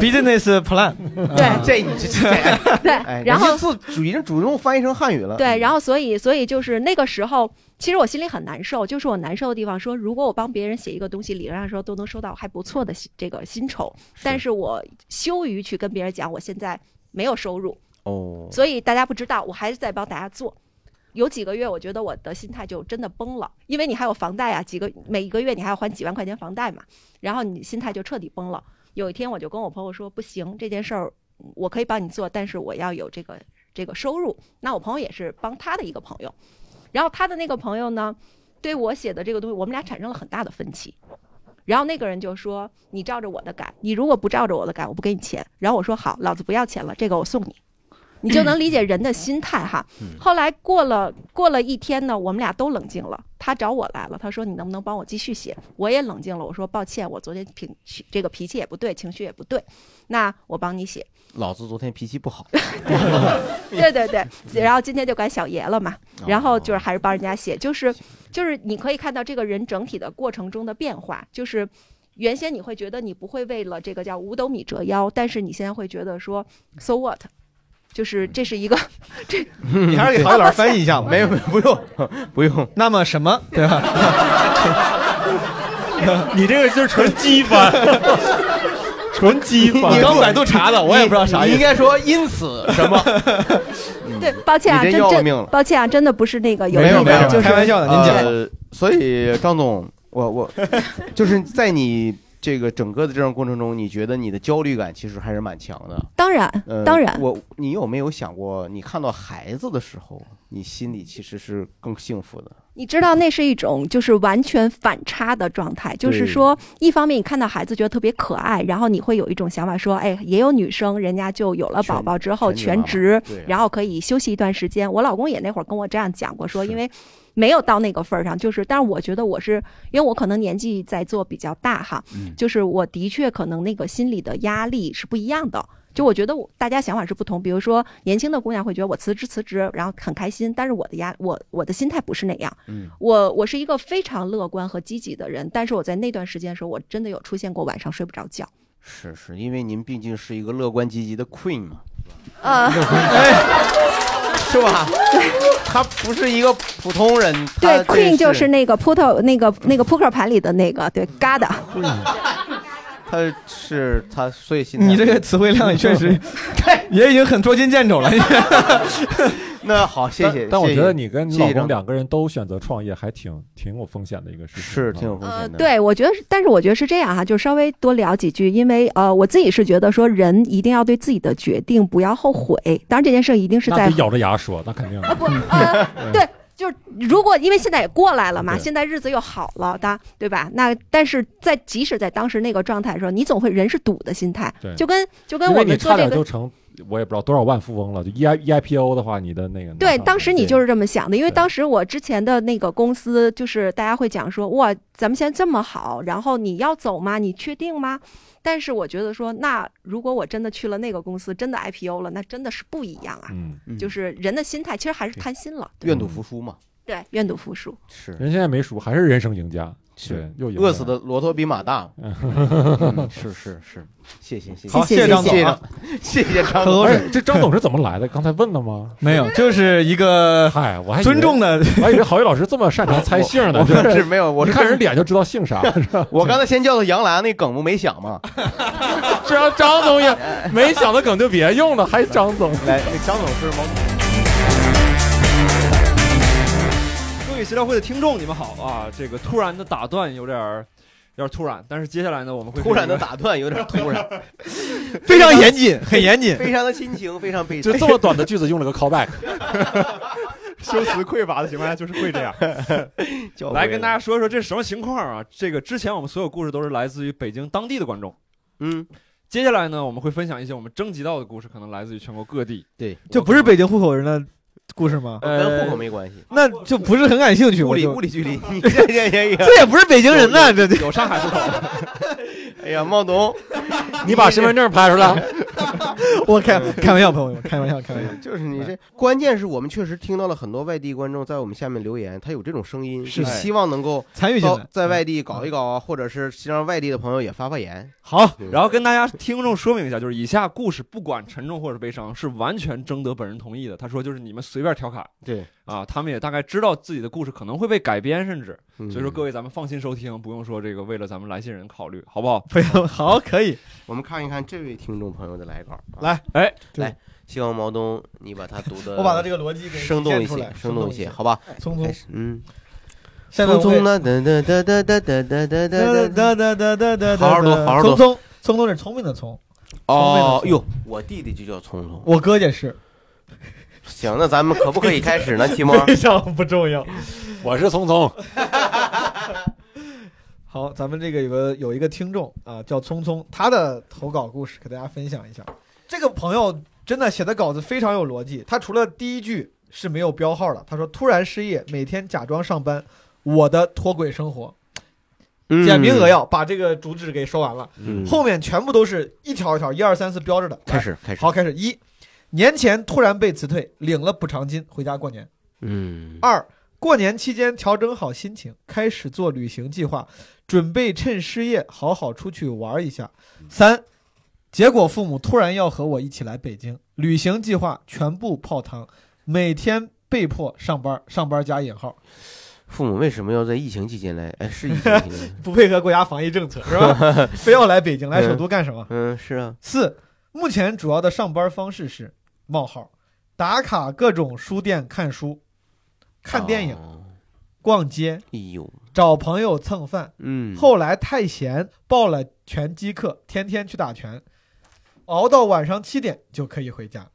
Speaker 2: ，business plan，
Speaker 13: 对
Speaker 2: 啊这你这这， 对
Speaker 13: 然后
Speaker 2: 哎自主已经主动翻译成汉语了，
Speaker 13: 对，然后所以所以就是那个时候，其实我心里很难受，就是我难受的地方说，如果我帮别人写一个东西，理论上说都能收到还不错的薪这个薪酬，但是我羞于去跟别人讲我现在没有收入，
Speaker 2: 哦，
Speaker 13: 所以大家不知道，我还是在帮大家做。有几个月，我觉得我的心态就真的崩了，因为你还有房贷啊，几个每一个月你还要还几万块钱房贷嘛，然后你心态就彻底崩了。有一天，我就跟我朋友说，不行，这件事儿我可以帮你做，但是我要有这个这个收入。那我朋友也是帮他的一个朋友，然后他的那个朋友呢，对我写的这个东西，我们俩产生了很大的分歧。然后那个人就说：“你照着我的改，你如果不照着我的改，我不给你钱。”然后我说：“好，老子不要钱了，这个我送你。”你就能理解人的心态哈。后来过了过了一天呢，我们俩都冷静了。他找我来了，他说你能不能帮我继续写？我也冷静了，我说抱歉，我昨天情绪这个脾气也不对，情绪也不对，那我帮你写。
Speaker 2: 老子昨天脾气 不好，
Speaker 13: 对对
Speaker 2: 嗯
Speaker 13: 对，然后今天就改小爷了嘛，
Speaker 2: 哦
Speaker 13: 然后就是还是帮人家写，就是就是你可以看到这个人整体的过程中的变化，就是原先你会觉得你不会为了这个叫五斗米折腰，但是你现在会觉得说 so what，就是这是一 个这
Speaker 2: 你还是给郝宇老师翻译一下吧。没有没有，不用不用。
Speaker 4: 那么什么对 吧？
Speaker 10: 你这个就是纯
Speaker 2: 鸡翻
Speaker 10: 纯鸡翻
Speaker 2: 你
Speaker 10: 刚百度查的我也不知道啥意思
Speaker 2: 你你应该说因此什么？
Speaker 13: 对，抱歉啊，
Speaker 2: 你这
Speaker 13: 真
Speaker 2: 要
Speaker 13: 真
Speaker 2: 命了
Speaker 13: 抱歉啊，真的不是那个有
Speaker 2: 没有
Speaker 13: 那
Speaker 2: 没
Speaker 13: 个
Speaker 2: 有，
Speaker 13: 就是
Speaker 2: 呃所以张总，我我就是在你这个整个的这种过程中，你觉得你的焦虑感其实还是蛮强的。
Speaker 13: 当然
Speaker 2: 呃，
Speaker 13: 当然，
Speaker 2: 我你有没有想过，你看到孩子的时候，你心里其实是更幸福的？
Speaker 13: 你知道那是一种就是完全反差的状态，就是说，一方面你看到孩子觉得特别可爱，然后你会有一种想法说，哎，也有女生人家就有了宝宝之后
Speaker 14: 全
Speaker 13: 全
Speaker 14: 全
Speaker 13: 职
Speaker 14: 职妈妈对，
Speaker 13: 然后可以休息一段时间。我老公也那会儿跟我这样讲过，
Speaker 14: 嗯
Speaker 13: 说因为没有到那个份儿上，就是，但是我觉得我是因为我可能年纪在做比较大哈，
Speaker 14: 嗯
Speaker 13: 就是我的确可能那个心理的压力是不一样的。就我觉得我大家想法是不同，比如说年轻的姑娘会觉得我辞职辞职，然后很开心，但是我的压我我的心态不是那样，
Speaker 14: 嗯
Speaker 13: 我我是一个非常乐观和积极的人，但是我在那段时间的时候，我真的有出现过晚上睡不着觉。
Speaker 2: 是是，因为您毕竟是一个乐观积极的 queen 嘛，
Speaker 13: 呃，
Speaker 2: 啊 是吧？他不是一个普通人，
Speaker 13: 对
Speaker 2: 她这
Speaker 13: ，Queen 就是是那个扑特那个那个扑克牌里的那个对嘎的。
Speaker 2: 他是他，所以现在
Speaker 4: 你这个词汇量也确 实也已经很捉襟见肘了。
Speaker 2: 那好，谢谢。
Speaker 3: 但但我
Speaker 2: 谢谢
Speaker 3: 觉得你跟你
Speaker 2: 谢谢
Speaker 3: 老公
Speaker 2: 张
Speaker 3: 两个人都选择创业，还挺挺有风险的一个事情，啊是
Speaker 2: 挺有风
Speaker 13: 呃，对，我觉得是，但是我觉得是这样哈、就稍微多聊几句，因为呃，我自己是觉得说人一定要对自己的决定不要后悔，当然这件事一定是
Speaker 3: 那
Speaker 13: 在
Speaker 3: 得咬着牙说，那肯定啊
Speaker 13: 不 呃对，就是如果因为现在也过来了嘛，
Speaker 3: 对
Speaker 13: 现在日子又好了的，对吧？那但是在即使在当时那个状态的时候，你总会人是赌的心态
Speaker 3: 对，
Speaker 13: 就跟就跟
Speaker 3: 因
Speaker 13: 我
Speaker 3: 为你
Speaker 13: 们
Speaker 3: 差
Speaker 13: 做这
Speaker 3: 点就
Speaker 13: 个。
Speaker 3: 成我也不知道多少万富翁了，就 E I E I P O 的话，你的那个
Speaker 13: 对，当时你就是这么想的，因为当时我之前的那个公司，就是大家会讲说，哇，咱们现在这么好，然后你要走吗？你确定吗？但是我觉得说，那如果我真的去了那个公司，真的 IPO 了，那真的是不一样啊。
Speaker 2: 嗯
Speaker 13: 就是人的心态其实还是贪心了，
Speaker 2: 愿赌服输嘛，
Speaker 13: 对，愿赌服输。
Speaker 2: 是
Speaker 3: 人现在没输，还是人生赢家，是又赢了
Speaker 2: 饿死的骆驼比 马大。嗯是是是，谢谢谢谢，
Speaker 3: 好谢谢张
Speaker 2: 张
Speaker 3: 总啊
Speaker 2: 谢 谢
Speaker 3: 喝
Speaker 2: 张总
Speaker 3: 口。水哎这张 总是怎么来的？刚才问了吗？
Speaker 4: 没有，就是一个
Speaker 3: 嗨，我还以为
Speaker 4: 尊重的，
Speaker 3: 我还以为郝宇老师这么擅长猜姓呢。
Speaker 2: 我
Speaker 3: 真
Speaker 2: 我是没有我是
Speaker 3: 一看人脸就知道姓啥。
Speaker 2: 我刚才先叫他杨澜，那梗不没想 吗？
Speaker 3: 这让啊张总也没想的梗就别用了， 还张总
Speaker 2: 来，那张总是毛
Speaker 14: 英语协调会的听众，你们好啊！这个突然的打断有点儿，有点儿突然，但是接下来呢，我们会
Speaker 2: 突然的打断有点突然，
Speaker 14: 非常
Speaker 2: 严谨
Speaker 14: 很严谨
Speaker 2: 非常的亲情，非常悲
Speaker 3: 就
Speaker 2: 伤。
Speaker 3: 这么短的句子用了个 callback，
Speaker 14: 修辞匮乏的情况下就是会这样
Speaker 2: 教。会
Speaker 14: 来
Speaker 2: 了
Speaker 14: 跟大家说一说这是什么情况啊？这个之前我们所有故事都是来自于北京当地的观众，
Speaker 2: 嗯。
Speaker 14: 接下来呢，我们会分享一些我们征集到的故事，可能来自于全国各地。
Speaker 2: 对，
Speaker 4: 就不是北京户口人的故事吗？
Speaker 2: 呃跟户口没关系。
Speaker 4: 呃那就不是很感兴趣。
Speaker 2: 物理
Speaker 4: 我就
Speaker 2: 物理 距离，你这这这
Speaker 4: 这也不是北京人呐，这
Speaker 14: 有上海户口。
Speaker 2: 哎呀，茂东，
Speaker 3: 你把身份证拍出 来。嗯
Speaker 4: 我开开玩笑，朋友们，开玩笑，开玩笑。
Speaker 2: 嗯
Speaker 4: 哎
Speaker 2: 就是你这，关键是我们确实听到了很多外地观众在我们下面留言，他有这种声音，
Speaker 4: 是
Speaker 2: 是
Speaker 4: 的
Speaker 2: 希望能够
Speaker 4: 参与进
Speaker 2: 到
Speaker 4: 来嗯
Speaker 2: 在外地搞一搞啊，或者是让外地的朋友也发发言。
Speaker 14: 好，然后跟大家听众说明一下，就是以下故事不管沉重或者悲伤，是完全征得本人同意的。他说就是你们随便调侃，
Speaker 2: 对
Speaker 14: 啊，他们也大概知道自己的故事可能会被改编，甚至
Speaker 2: 嗯
Speaker 14: 所以说各位咱们放心收听，不用说这个为了咱们来信人考虑，好不 好？
Speaker 4: 朋友好，可以。
Speaker 2: 我们看一看这位听众朋友的来稿，啊
Speaker 4: 来，
Speaker 14: 哎，
Speaker 2: 来，希望毛东你把他读的，
Speaker 4: 我把他这个逻辑给
Speaker 2: 生动一
Speaker 4: 体现出
Speaker 2: 些
Speaker 4: 来，
Speaker 2: 生
Speaker 4: 生动
Speaker 2: 动
Speaker 4: 一
Speaker 2: 一些，
Speaker 4: 些
Speaker 2: 好吧？
Speaker 4: 匆匆
Speaker 2: 开始嗯。
Speaker 4: 下面我
Speaker 2: 匆
Speaker 4: 会
Speaker 2: 匆呢，哒哒哒哒哒哒哒哒哒
Speaker 4: 哒
Speaker 2: 哒。
Speaker 4: 哒哒哒哒哒，
Speaker 2: 好好读好好读
Speaker 4: 聪聪聪聪是聪明的聪，聪明的
Speaker 2: 哦
Speaker 4: 聪
Speaker 2: 哟，我弟弟就叫聪聪。
Speaker 4: 我哥也是。
Speaker 2: 行，那咱们可不可以开始 呢，提莫？
Speaker 4: 非常不重要。
Speaker 3: 我是聪聪，
Speaker 4: 好，咱们这个有个有一个听众啊，叫聪聪，他的投稿故事给大家分享一下。这个朋友真的写的稿子非常有逻辑，他除了第一句是没有标号的，他说突然失业，每天假装上班，我的脱轨生活。
Speaker 2: 嗯
Speaker 4: 简明扼要，把这个主旨给说完了，
Speaker 2: 嗯
Speaker 4: 后面全部都是一条一条一二三四标着的。
Speaker 2: 开始开始
Speaker 4: 好，开始一，年前突然被辞退，领了补偿金，回家过年。
Speaker 2: 嗯
Speaker 4: 二，过年期间调整好心情，开始做旅行计划，准备趁失业好好出去玩一下。
Speaker 2: 嗯
Speaker 4: 三，结果父母突然要和我一起来北京，旅行计划全部泡汤，每天被迫上班，上班加引号，
Speaker 2: 父母为什么要在疫情期间来？哎，是疫情期间
Speaker 4: 不配合国家防疫政策是 吧？非要来北京，来首都干什么？
Speaker 2: 嗯，是啊，
Speaker 4: 四，目前主要的上班方式是冒号打卡各种书店看书、看电影、
Speaker 2: 哦
Speaker 4: 逛街、
Speaker 2: 哎呦，
Speaker 4: 找朋友蹭饭。
Speaker 2: 嗯，
Speaker 4: 后来太闲，报了拳击课，天天去打拳，熬到晚上七点就可以回家。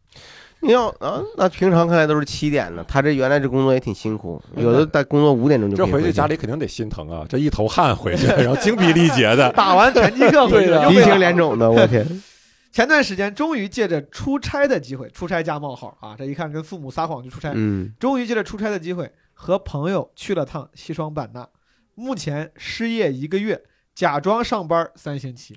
Speaker 2: 你要啊，那平常看来都是七点了，他这原来这工作也挺辛苦，
Speaker 4: 嗯
Speaker 2: 有的在工作五点钟就
Speaker 3: 这
Speaker 2: 可以
Speaker 3: 回
Speaker 2: 去
Speaker 3: 去家里 肯定得心疼啊，这一头汗回去， 然后精疲力竭的，
Speaker 4: 打完拳击课回
Speaker 3: 对
Speaker 4: 去
Speaker 3: 的
Speaker 4: 又
Speaker 2: 鼻
Speaker 4: 被
Speaker 2: 青
Speaker 4: 打
Speaker 2: 脸肿的，我天，
Speaker 4: 前段时间终于借着出差的机会，出差加冒号啊，这一看跟父母撒谎去出差，
Speaker 2: 嗯
Speaker 4: 终于借着出差的机会和朋友去了趟西双版纳，目前失业一个月，假装上班三星期。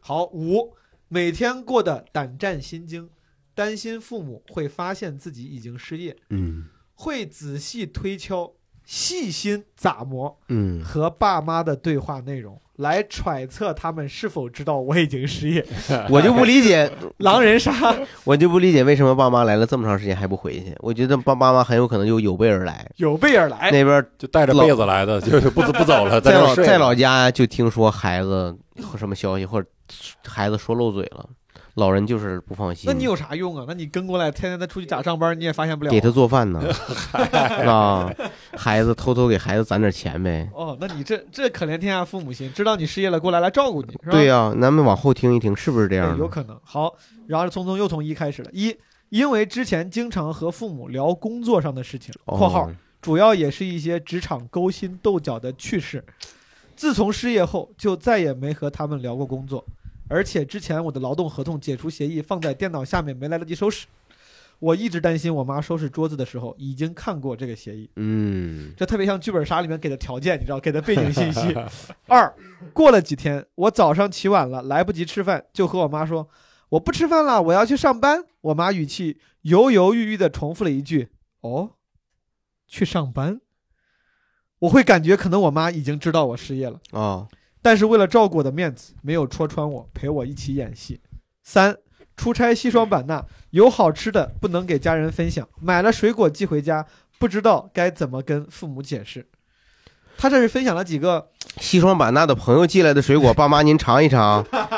Speaker 4: 好五，每天过得胆战心惊，担心父母会发现自己已经失业，
Speaker 2: 嗯
Speaker 4: 会仔细推敲、细心打磨
Speaker 2: 嗯，
Speaker 3: 哎
Speaker 4: 和爸妈的对话内容，来揣测他们是否知道我已经失 业。
Speaker 2: 我就不理 解，
Speaker 4: 狼人杀，
Speaker 2: 我就不理解为什么爸妈来了这么长时间还不回去，我觉得爸爸妈很有可能就有备而来，
Speaker 4: 有备而来。
Speaker 2: 那边
Speaker 3: 就带着被子来 的，就是不不走了，在这
Speaker 2: 在
Speaker 3: 儿
Speaker 2: 老
Speaker 3: 睡。
Speaker 2: 在老家就听说孩子有什么消息，或者孩子说漏嘴了，老人就是不放心。
Speaker 4: 那你有啥用啊？那你跟过来，天天他出去假上班，你也发现不了啊。
Speaker 2: 给他 做饭呢？啊，孩子偷偷给孩子攒点钱呗。
Speaker 4: 哦，那你这这可怜天下父母心，知道你失业了过来来照顾你，是吧？哎
Speaker 2: 对呀、咱们往后听一听，是不是这样
Speaker 4: 对有
Speaker 2: 的？
Speaker 4: 可能。好，然后聪聪又从一开始了，一因为之前经常和父母聊工作上的事情（
Speaker 2: 哦
Speaker 4: 括号主要也是一些职场勾心斗角的趣事），自从失业后就再也没和他们聊过工作，而且之前我的劳动合同解除协议放在电脑下面没来得及收拾，我一直担心我妈收拾桌子的时候已经看过这个协议。
Speaker 2: 嗯，
Speaker 4: 这特别像剧本杀里面给的条件，你知道，给的背景信息。二，过了几天，我早上起晚了，来不及吃饭，就和我妈说我不吃饭了，我要去上班。我妈语气犹犹豫豫地重复了一句：“哦，去上班。”我会感觉可能我妈已经知道我失业了
Speaker 2: 啊，
Speaker 4: 但是为了照顾我的面子，没有戳穿我，陪我一起演戏。三，出差西双版纳，有好吃的不能给家人分享，买了水果寄回家，不知道该怎么跟父母解释。他这是分享了几个
Speaker 2: 西双版纳的朋友寄来的水果，爸妈您尝 一尝。啊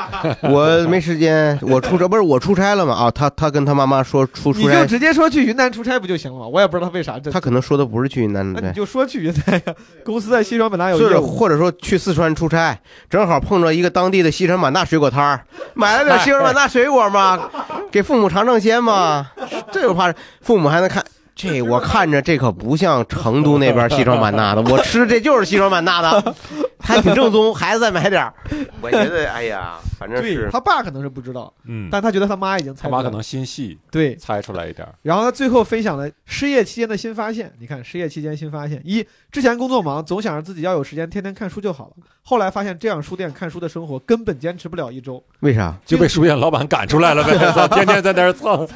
Speaker 2: 我没时间，我出差不是我出差了嘛啊，他他跟他妈妈说出
Speaker 4: 你
Speaker 2: 出
Speaker 4: 就
Speaker 2: 差，
Speaker 4: 直接说去云南出差不就行了吗？我也不知道他为啥这，
Speaker 2: 他可能说的不是去云南
Speaker 4: 那
Speaker 2: 对
Speaker 4: 哎你。就说去云南呀，公司在西双版纳有
Speaker 2: 就是
Speaker 4: 业务。
Speaker 2: 或者说去四川出差，正好碰着一个当地的西双版纳水果摊儿，买了
Speaker 4: 哎
Speaker 2: 点西双版纳水果嘛，给父母尝尝 鲜嘛，这又怕父母还能看。这我看着这可不像成都那边西双 版纳的，我吃这就是西双版纳的，还挺正宗。孩子再买点儿，我觉得哎呀，反正
Speaker 4: 对
Speaker 2: 是
Speaker 4: 他爸可能是不知道，
Speaker 3: 嗯
Speaker 4: 但他觉得他妈已经猜
Speaker 3: 他
Speaker 4: 出来
Speaker 3: 妈
Speaker 4: 了
Speaker 3: 可能心细，
Speaker 4: 对，
Speaker 3: 猜出来一点儿。
Speaker 4: 然后他最后分享了失业期间的新发现。你看，失业期间新发现：一，之前工作忙，总想着自己要有时间天天看书就好了。后来发现这样书店看书的生活根本坚持不了一周。
Speaker 2: 为啥
Speaker 3: 就被书店老板赶出来了 呗？操天天在那儿蹭，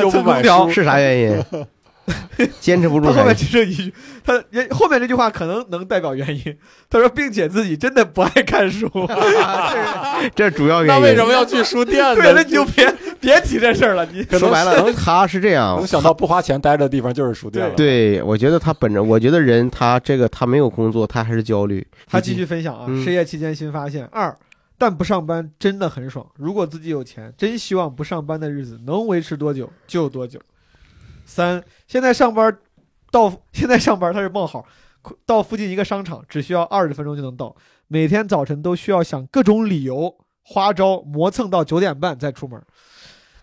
Speaker 3: 又不买书，
Speaker 2: 是啥原因？坚持不住
Speaker 4: 他后
Speaker 2: 才
Speaker 4: 面只剩一句，他人后面这句话可能能代表原因。他说，并且自己真的不爱看 书。
Speaker 2: 这主要原因。
Speaker 4: 那为什么要去
Speaker 3: 书
Speaker 4: 店呢 对那你就别别提这事儿了。你
Speaker 2: 说白了，他是这样，
Speaker 3: 能想到不花钱待着的地方就是书店了。
Speaker 2: 对，我觉得他本着，我觉得人他这个他没有工作，他还是焦虑。
Speaker 4: 他继续分享啊，
Speaker 2: 嗯
Speaker 4: 失业期间新发现二。但不上班真的很爽。如果自己有钱，真希望不上班的日子能维持多久就多久。三，现在上班到现在上班，他是冒号，到附近一个商场只需要二十分钟就能到。每天早晨都需要想各种理由、花招磨蹭到九点半再出门。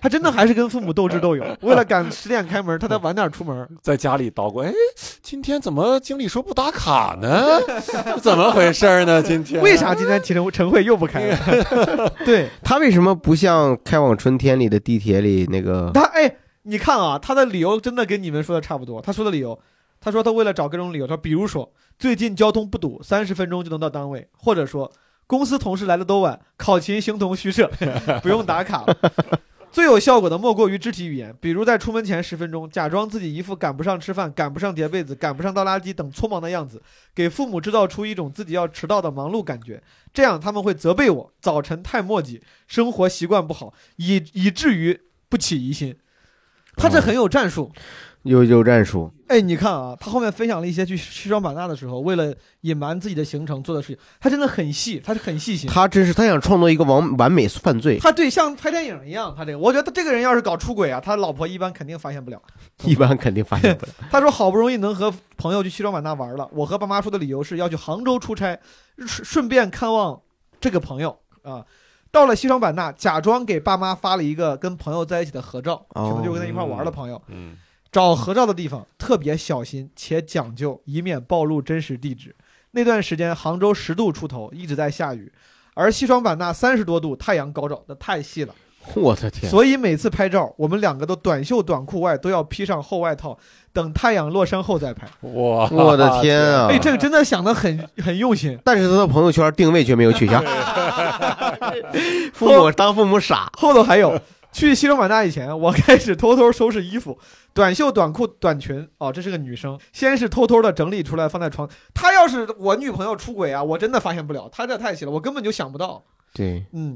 Speaker 4: 他真的还是跟父母斗智斗 勇，为了赶十点开门，他得晚点出门。
Speaker 3: 在家里 捣鼓，哎，今天怎么经理说不打卡 呢？怎么回事儿呢？今天
Speaker 4: 为啥今天晨晨会又不开了？ 对
Speaker 2: 他为什么不像《开往春天》里的地铁里那个？
Speaker 4: 他哎，你看啊，他的理由真的跟你们说的差不多。他说的理由，他说他为了找各种理由，他比如说最近交通不堵，三十分钟就能到单位，或者说公司同事来的都晚，考勤形同虚设， 不用打卡了。最有效果的莫过于肢体语言，比如在出门前十分钟，假装自己一副赶不上吃饭、赶不上叠被子、赶不上倒垃圾等匆忙的样子，给父母制造出一种自己要迟到的忙碌感觉。这样他们会责备我早晨太磨叽，生活习惯不好，以以至于不起疑心。他这很有战术。
Speaker 2: 有有战术，
Speaker 4: 哎，你看啊，他后面分享了一些去西双版纳的时候，为了隐瞒自己的行程做的事情，他真的很细，他是很细心。
Speaker 2: 他真是他想创造一个完完美犯罪，
Speaker 4: 他对像拍电影一样，他这个，我觉得他这个人要是搞出轨啊，他老婆一般肯定发现不了。
Speaker 2: 一般肯定发现不了。
Speaker 4: 他说好不容易能和朋友去西双版纳玩了，我和爸妈说的理由是要去杭州出差，顺顺便看望这个朋友啊。到了西双版纳，假装给爸妈发了一个跟朋友在一起的合照，可
Speaker 2: 哦
Speaker 4: 能就跟他一块玩的朋友。
Speaker 3: 嗯，
Speaker 4: 找合照的地方特别小心且讲究，以免暴露真实地址。那段时间杭州十度出头，一直在下雨，而西双版纳三十多度，太阳高照，那太细了。
Speaker 2: 我的天！
Speaker 4: 所以每次拍照，我们两个都短袖短裤外都要披上厚外套，等太阳落山后再拍。
Speaker 2: 哦
Speaker 3: 哇
Speaker 2: 我的天啊
Speaker 4: 哎，这个真的想的很 很用心。
Speaker 2: 但是他的朋友圈定位却没有 取消。父母当父母傻，
Speaker 4: 后头还有去西双版纳以前，我开始偷偷收拾衣服，短袖、短裤、短裙。哦，这是个女生，先是偷偷的整理出来放在床。她要是我女朋友出轨啊，我真的发现不了，她这太细了，我根本就想不到。
Speaker 2: 对，
Speaker 4: 嗯，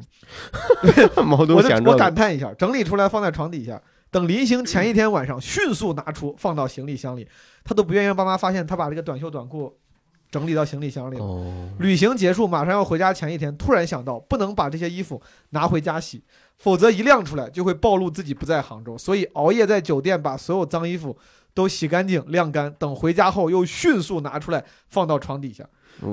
Speaker 2: 矛盾
Speaker 4: 我就
Speaker 2: 想
Speaker 4: 我
Speaker 2: 着
Speaker 4: 感叹一下，整理出来放在床底下，等临行前一天晚上迅速拿出放到行李箱里，她都不愿意让爸妈发现她把这个短袖短裤整理到行李箱里了。
Speaker 2: 哦
Speaker 4: 旅行结束，马上要回家前一天，突然想到不能把这些衣服拿回家洗，否则一晾出来就会暴露自己不在杭州，所以熬夜在酒店把所有脏衣服都洗干净、晾干，等回家后又迅速拿出来放到床底下。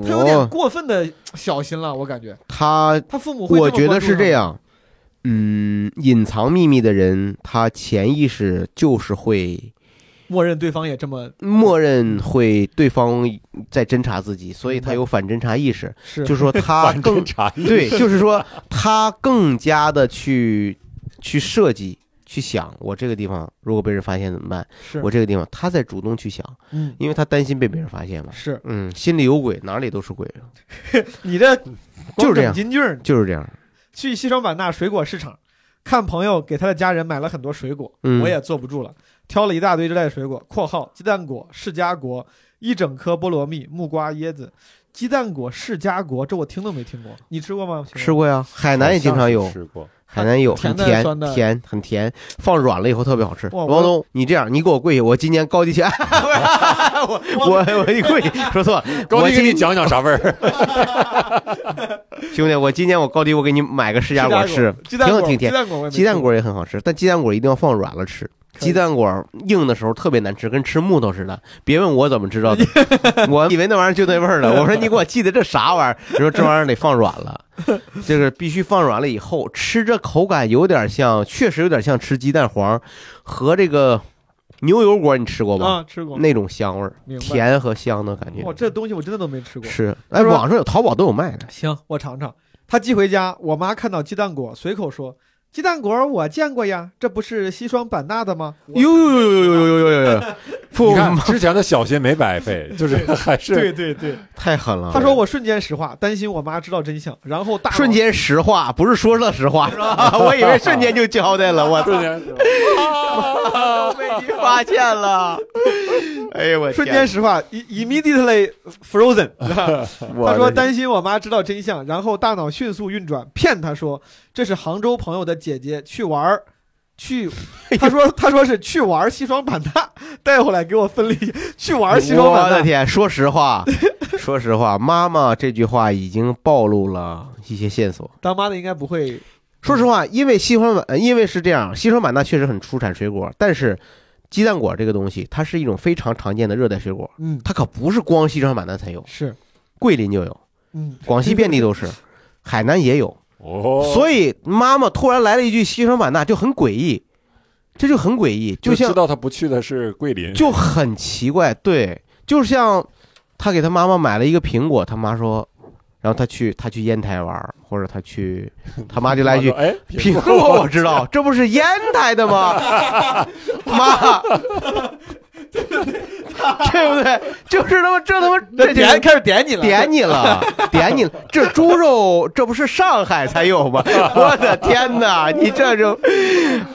Speaker 4: 他有点
Speaker 2: 我
Speaker 4: 过分的小心了，我感觉。
Speaker 2: 他
Speaker 4: 他父母会这么
Speaker 2: 我觉得是这
Speaker 4: 关
Speaker 2: 样。嗯，隐藏秘密的人，他潜意识就是会
Speaker 4: 默认对方也这么
Speaker 2: 默认会对方在侦查自己，所以他有反侦查意识，
Speaker 4: 是
Speaker 2: 就说他
Speaker 4: 反
Speaker 2: 更
Speaker 4: 侦查意识
Speaker 2: 对，就是说他更加的去去设计。去想我这个地方如果被人发现怎么办？
Speaker 4: 是
Speaker 2: 我这个地方，他在主动去想，
Speaker 4: 嗯
Speaker 2: 因为他担心被别人发现嘛。
Speaker 4: 是，
Speaker 2: 嗯，心里有鬼，哪里都是鬼，
Speaker 4: 你这
Speaker 2: 就是这样，
Speaker 4: 金句儿
Speaker 2: 就是这样。
Speaker 4: 去西双版纳水果市场，看朋友给他的家人买了很多水果，
Speaker 2: 嗯
Speaker 4: 我也坐不住了，挑了一大堆热带水果（括号鸡蛋果、释迦果、一整颗菠萝蜜、木瓜、椰子、鸡蛋果、释迦果，这我听都没听过。你吃过吗？秦
Speaker 2: 吃过呀，海南也经常有，
Speaker 4: 好像是吃过
Speaker 2: 海南有，
Speaker 4: 甜
Speaker 2: 很
Speaker 4: 的
Speaker 2: 甜
Speaker 4: 酸的
Speaker 2: 甜很甜，放软了以后特别好吃。
Speaker 4: 哇我
Speaker 2: 王东，你这样，你给我跪下，我今年高低甜， 我我我 一跪，说错了，
Speaker 10: 高
Speaker 2: 我
Speaker 10: 低给
Speaker 2: 今
Speaker 10: 你讲讲啥味儿？
Speaker 2: 兄弟，我今年我高低我给你买个释迦果吃，
Speaker 10: 释
Speaker 2: 挺
Speaker 10: 迦果
Speaker 2: 好挺甜
Speaker 10: 鸡蛋果我也没吃过，
Speaker 2: 鸡蛋果也很好吃，但鸡蛋果一定要放软了吃。鸡蛋果硬的时候特别难吃，跟吃木头似的。别问我怎么知道的，我以为那玩意儿就那味儿了。我说你给我记得这啥玩意儿？你说这玩意儿得放软了，这个必须放软了以后，吃着口感有点像，确实有点像吃鸡蛋黄和这个牛油果，你吃过吗？
Speaker 4: 啊吃过
Speaker 2: 那种香味儿
Speaker 4: 明，白
Speaker 2: 甜和香的感觉
Speaker 4: 哇，这东西我真的都没吃过。
Speaker 2: 是。哎，
Speaker 4: 说
Speaker 2: 网上有淘宝都有卖的。
Speaker 4: 行，我尝尝。他寄回家，我妈看到鸡蛋果，随口说：“鸡蛋果我见过呀，这不是西双版纳的吗？”
Speaker 2: 哟呦呦呦呦呦呦呦呦！
Speaker 3: 你看之前的小心没白 费，就是还是
Speaker 4: 对对对，
Speaker 2: 太狠了。
Speaker 4: 他说我瞬间实话，担心我妈知道真相，然后大
Speaker 2: 啊瞬间实话，不是说了实话，是吧？ 我以为瞬间就交代了，我瞬间被你发现了。哎呦我天
Speaker 4: 瞬间实话，i-，immediately frozen 是吧。
Speaker 2: 我
Speaker 4: 他
Speaker 2: 的
Speaker 4: 说
Speaker 2: 天
Speaker 4: 担心我妈知道真相，然后大脑迅速运转，骗她说这是杭州朋友的姐姐去玩儿，去，
Speaker 2: 哎
Speaker 4: 他说他说是去玩儿西双版纳，带回来给我分离，去玩儿西双版
Speaker 2: 我
Speaker 4: 纳。
Speaker 2: 的天，说实 话，说实话，妈妈这句话已经暴露了一些线索。
Speaker 4: 当妈的应该不会
Speaker 2: 说实话，
Speaker 4: 嗯
Speaker 2: 因为西双版，呃因为是这样，西双版纳确实很出产水果，但是鸡蛋果这个东西，它是一种非常常见的热带水果，
Speaker 4: 嗯，
Speaker 2: 它可不是光西双版纳才有，
Speaker 4: 是
Speaker 2: 桂林就有，
Speaker 4: 嗯，
Speaker 2: 广西遍地 都是，海南也有，
Speaker 3: 哦
Speaker 2: 所以妈妈突然来了一句西双版纳就很诡异，这就很诡异，
Speaker 3: 就
Speaker 2: 像
Speaker 3: 知道他不去的是桂林，
Speaker 2: 就很奇怪，对，就像他给他妈妈买了一个苹果，他妈说，然后他去他去烟台玩儿，或者他去，他妈就来一句，
Speaker 3: 他妈说哎苹
Speaker 2: 苹
Speaker 3: 果
Speaker 2: 果我知道，这不是烟台的吗？妈，对不对？就是他妈这他妈这
Speaker 4: 点开始点你了
Speaker 2: 点你 了，点你了，这猪肉这不是上海才有吗？我的天哪，你这就，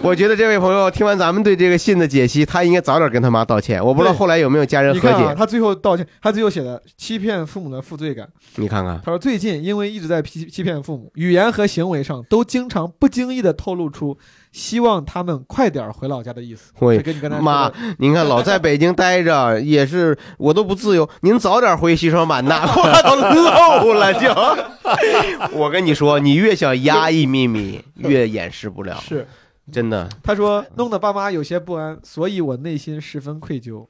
Speaker 2: 我觉得这位朋友听完咱们对这个信的解析，他应该早点跟他妈道歉。我不知道后来有没有家人
Speaker 4: 你
Speaker 2: 和
Speaker 4: 看
Speaker 2: 解。
Speaker 4: 啊，他最后道歉，他最后写的欺骗父母的负罪感。
Speaker 2: 你看看，
Speaker 4: 他说最近因为一直在欺欺骗父母，语言和行为上都经常不经意的透露出希望他们快点儿回老家的意思。
Speaker 2: 喂
Speaker 4: 这跟你刚才，说的
Speaker 2: 妈，您看老在北京待着也是，我都不自由。您早点回西双版纳， 我都漏了就。我跟你说，你越想压抑秘密，越掩饰不了。
Speaker 4: 是，
Speaker 2: 真的。
Speaker 4: 他说弄得爸妈有些不安，所以我内心十分愧疚。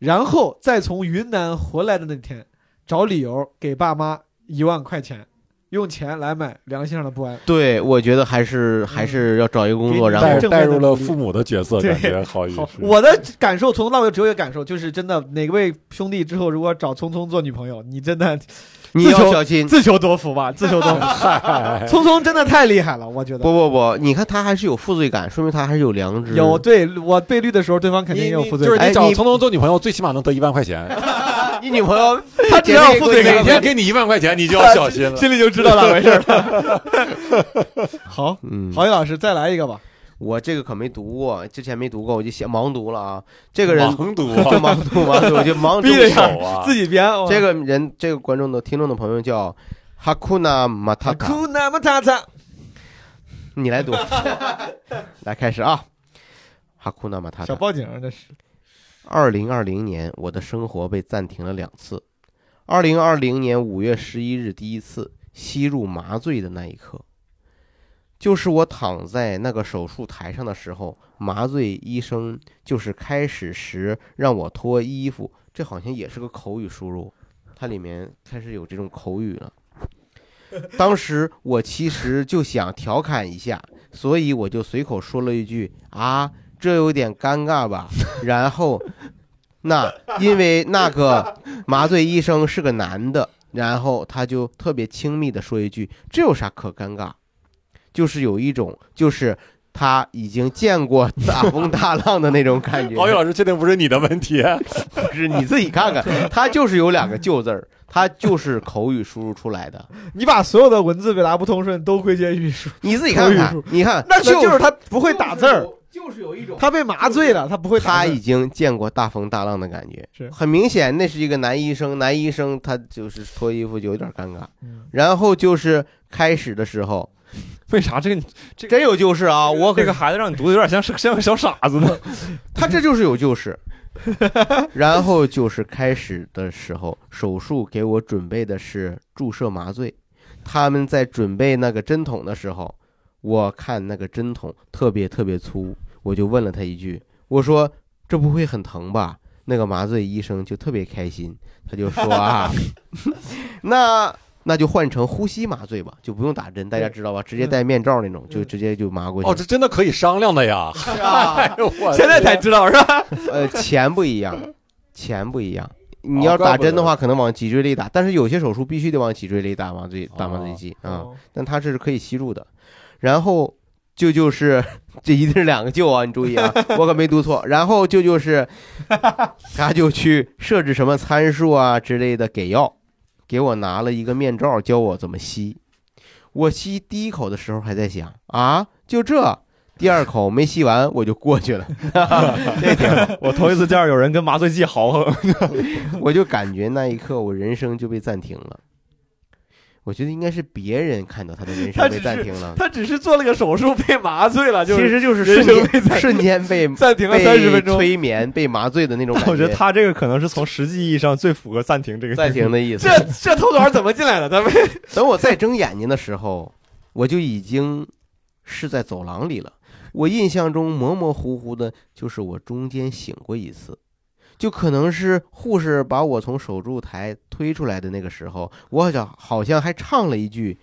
Speaker 4: 然后再从云南回来的那天，找理由给爸妈一万块钱，用钱来买良心上的不安。
Speaker 2: 对，我觉得还是还是要找一个工作，
Speaker 4: 嗯给
Speaker 2: 然
Speaker 4: 你带
Speaker 2: 后
Speaker 4: 正面的带入了
Speaker 3: 父母的角色
Speaker 4: 对
Speaker 3: 感觉好一些。
Speaker 4: 我的感受从头到尾只有一个感受，就是真的哪位兄弟之后如果找聪聪做女朋友，你真的
Speaker 2: 你
Speaker 4: 自
Speaker 2: 要
Speaker 4: 求
Speaker 2: 小心
Speaker 4: 自求多福吧，自求多
Speaker 2: 嗨
Speaker 3: 哎
Speaker 4: 福。聪聪真的太厉害了，我觉得
Speaker 2: 不不不，你看他还是有负罪感，说明他还是有良知。
Speaker 4: 有对我被绿的时候，对方肯定也有负哎罪
Speaker 3: 就是
Speaker 4: 感。
Speaker 3: 你找聪
Speaker 4: 聪
Speaker 3: 聪做女朋友，最起码能得一万块钱。
Speaker 2: 你女朋 友，
Speaker 4: 她只要有负罪感
Speaker 3: 每天 给你一万块钱，你就要小心了，
Speaker 4: 心里就知道咋回事了。 好，
Speaker 2: 嗯，
Speaker 4: 郝宇老师再来一个吧。
Speaker 2: 我这个可没读过，之前没读过，我就写盲读了啊。这个人
Speaker 3: 盲读啊
Speaker 2: 对盲读，盲读，我就盲读
Speaker 4: 闭着眼
Speaker 2: 手啊，
Speaker 4: 自己编哦
Speaker 2: 这个人，这个观众的听众的朋友叫 Hakuna Matata，
Speaker 4: 哭那么擦擦，
Speaker 2: 你来读， 来开始啊。Hakuna Matata，
Speaker 4: 小报警这是。
Speaker 2: 二零二零年，我的生活被暂停了两次。二零二零年五月十一日，第一次吸入麻醉的那一刻，就是我躺在那个手术台上的时候，麻醉医生就是开始时让我脱衣服，这好像也是个口语输入，它里面开始有这种口语了。 当时我其实就想调侃一下，所以我就随口说了一句：“啊，这有点尴尬吧？” 然后，那因为那个麻醉医生是个男的，然后他就特别轻密的说一句：“这有啥可尴尬？”就是有一种就是他已经见过大风大浪的那种 感觉。
Speaker 3: 郝宇老师，这定不是你的问题，
Speaker 2: 不是你自己看看，他就是有两个“就”字儿，他就是口语输入出来的。
Speaker 4: 你把所有的文字表达不通顺都归结于语数，
Speaker 2: 你自己看看
Speaker 4: 口语数
Speaker 2: 你看
Speaker 4: 那
Speaker 2: 那就是
Speaker 4: 就是他不会打字儿，
Speaker 2: 就就是有一种
Speaker 4: 他被麻醉了，他不会
Speaker 2: 他已经见过大风大浪的感觉，
Speaker 4: 是
Speaker 2: 很明显，那是一个男医生，男医生他就是脱衣服就有点尴尬，然后就是开始的时候，
Speaker 14: 为啥这个这
Speaker 2: 真有就是啊？我
Speaker 14: 这个孩子让你读的有点像是像个小傻子呢，
Speaker 2: 他这就是有就是， 然后就是开始的时候，手术给我准备的是注射麻醉，他们在准备那个针筒的时候，我看那个针筒特别特别粗，我就问了他一句，我说这不会很疼吧？那个麻醉医生就特别开心，他就说啊， 那那就换成呼吸麻醉吧，就不用打针，大家知道吧？直接戴面罩那种，就直接就麻过去。
Speaker 10: 哦，这真的可以商量的呀！哎呦我的
Speaker 2: 现在才
Speaker 10: 天
Speaker 2: 知道是吧？ 呃，钱不一样，钱不一样。你要打针的话，可能往脊椎里打，但是有些手术必须得往脊椎里打麻醉打麻醉剂啊，但它是可以吸入的。然后就就是 这一定是两个舅啊，你注意啊，我可没读错。然后就就是他就去设置什么参数啊之类的给药，给我拿了一个面罩，教我怎么吸。我吸第一口的时候还在想啊，就这。第二口没吸完我就过去 了，这挺好。
Speaker 14: 我头一次见着有人跟麻醉剂豪横，
Speaker 2: 我就感觉那一刻我人生就被暂停了。我觉得应该是别人看到他的人
Speaker 14: 他只
Speaker 2: 生被
Speaker 14: 是
Speaker 2: 暂停了，
Speaker 14: 他只是做了个手术被麻醉了，
Speaker 2: 其实就是
Speaker 14: 人
Speaker 2: 瞬
Speaker 14: 生被
Speaker 2: 间瞬间被
Speaker 14: 暂停了30分钟
Speaker 2: 被催眠、被麻醉的那种感
Speaker 14: 我觉得他这个可能是从实际意义上最符合暂停这个
Speaker 2: 暂停的 意思。
Speaker 14: 这这偷短怎么进来的？咱们
Speaker 2: 等我再睁眼睛的时候，我就已经是在走廊里了。我印象中模模糊糊的，就是我中间醒过一次，就可能是护士把我从手术台推出来的那个时候，我好像好像还唱了一句，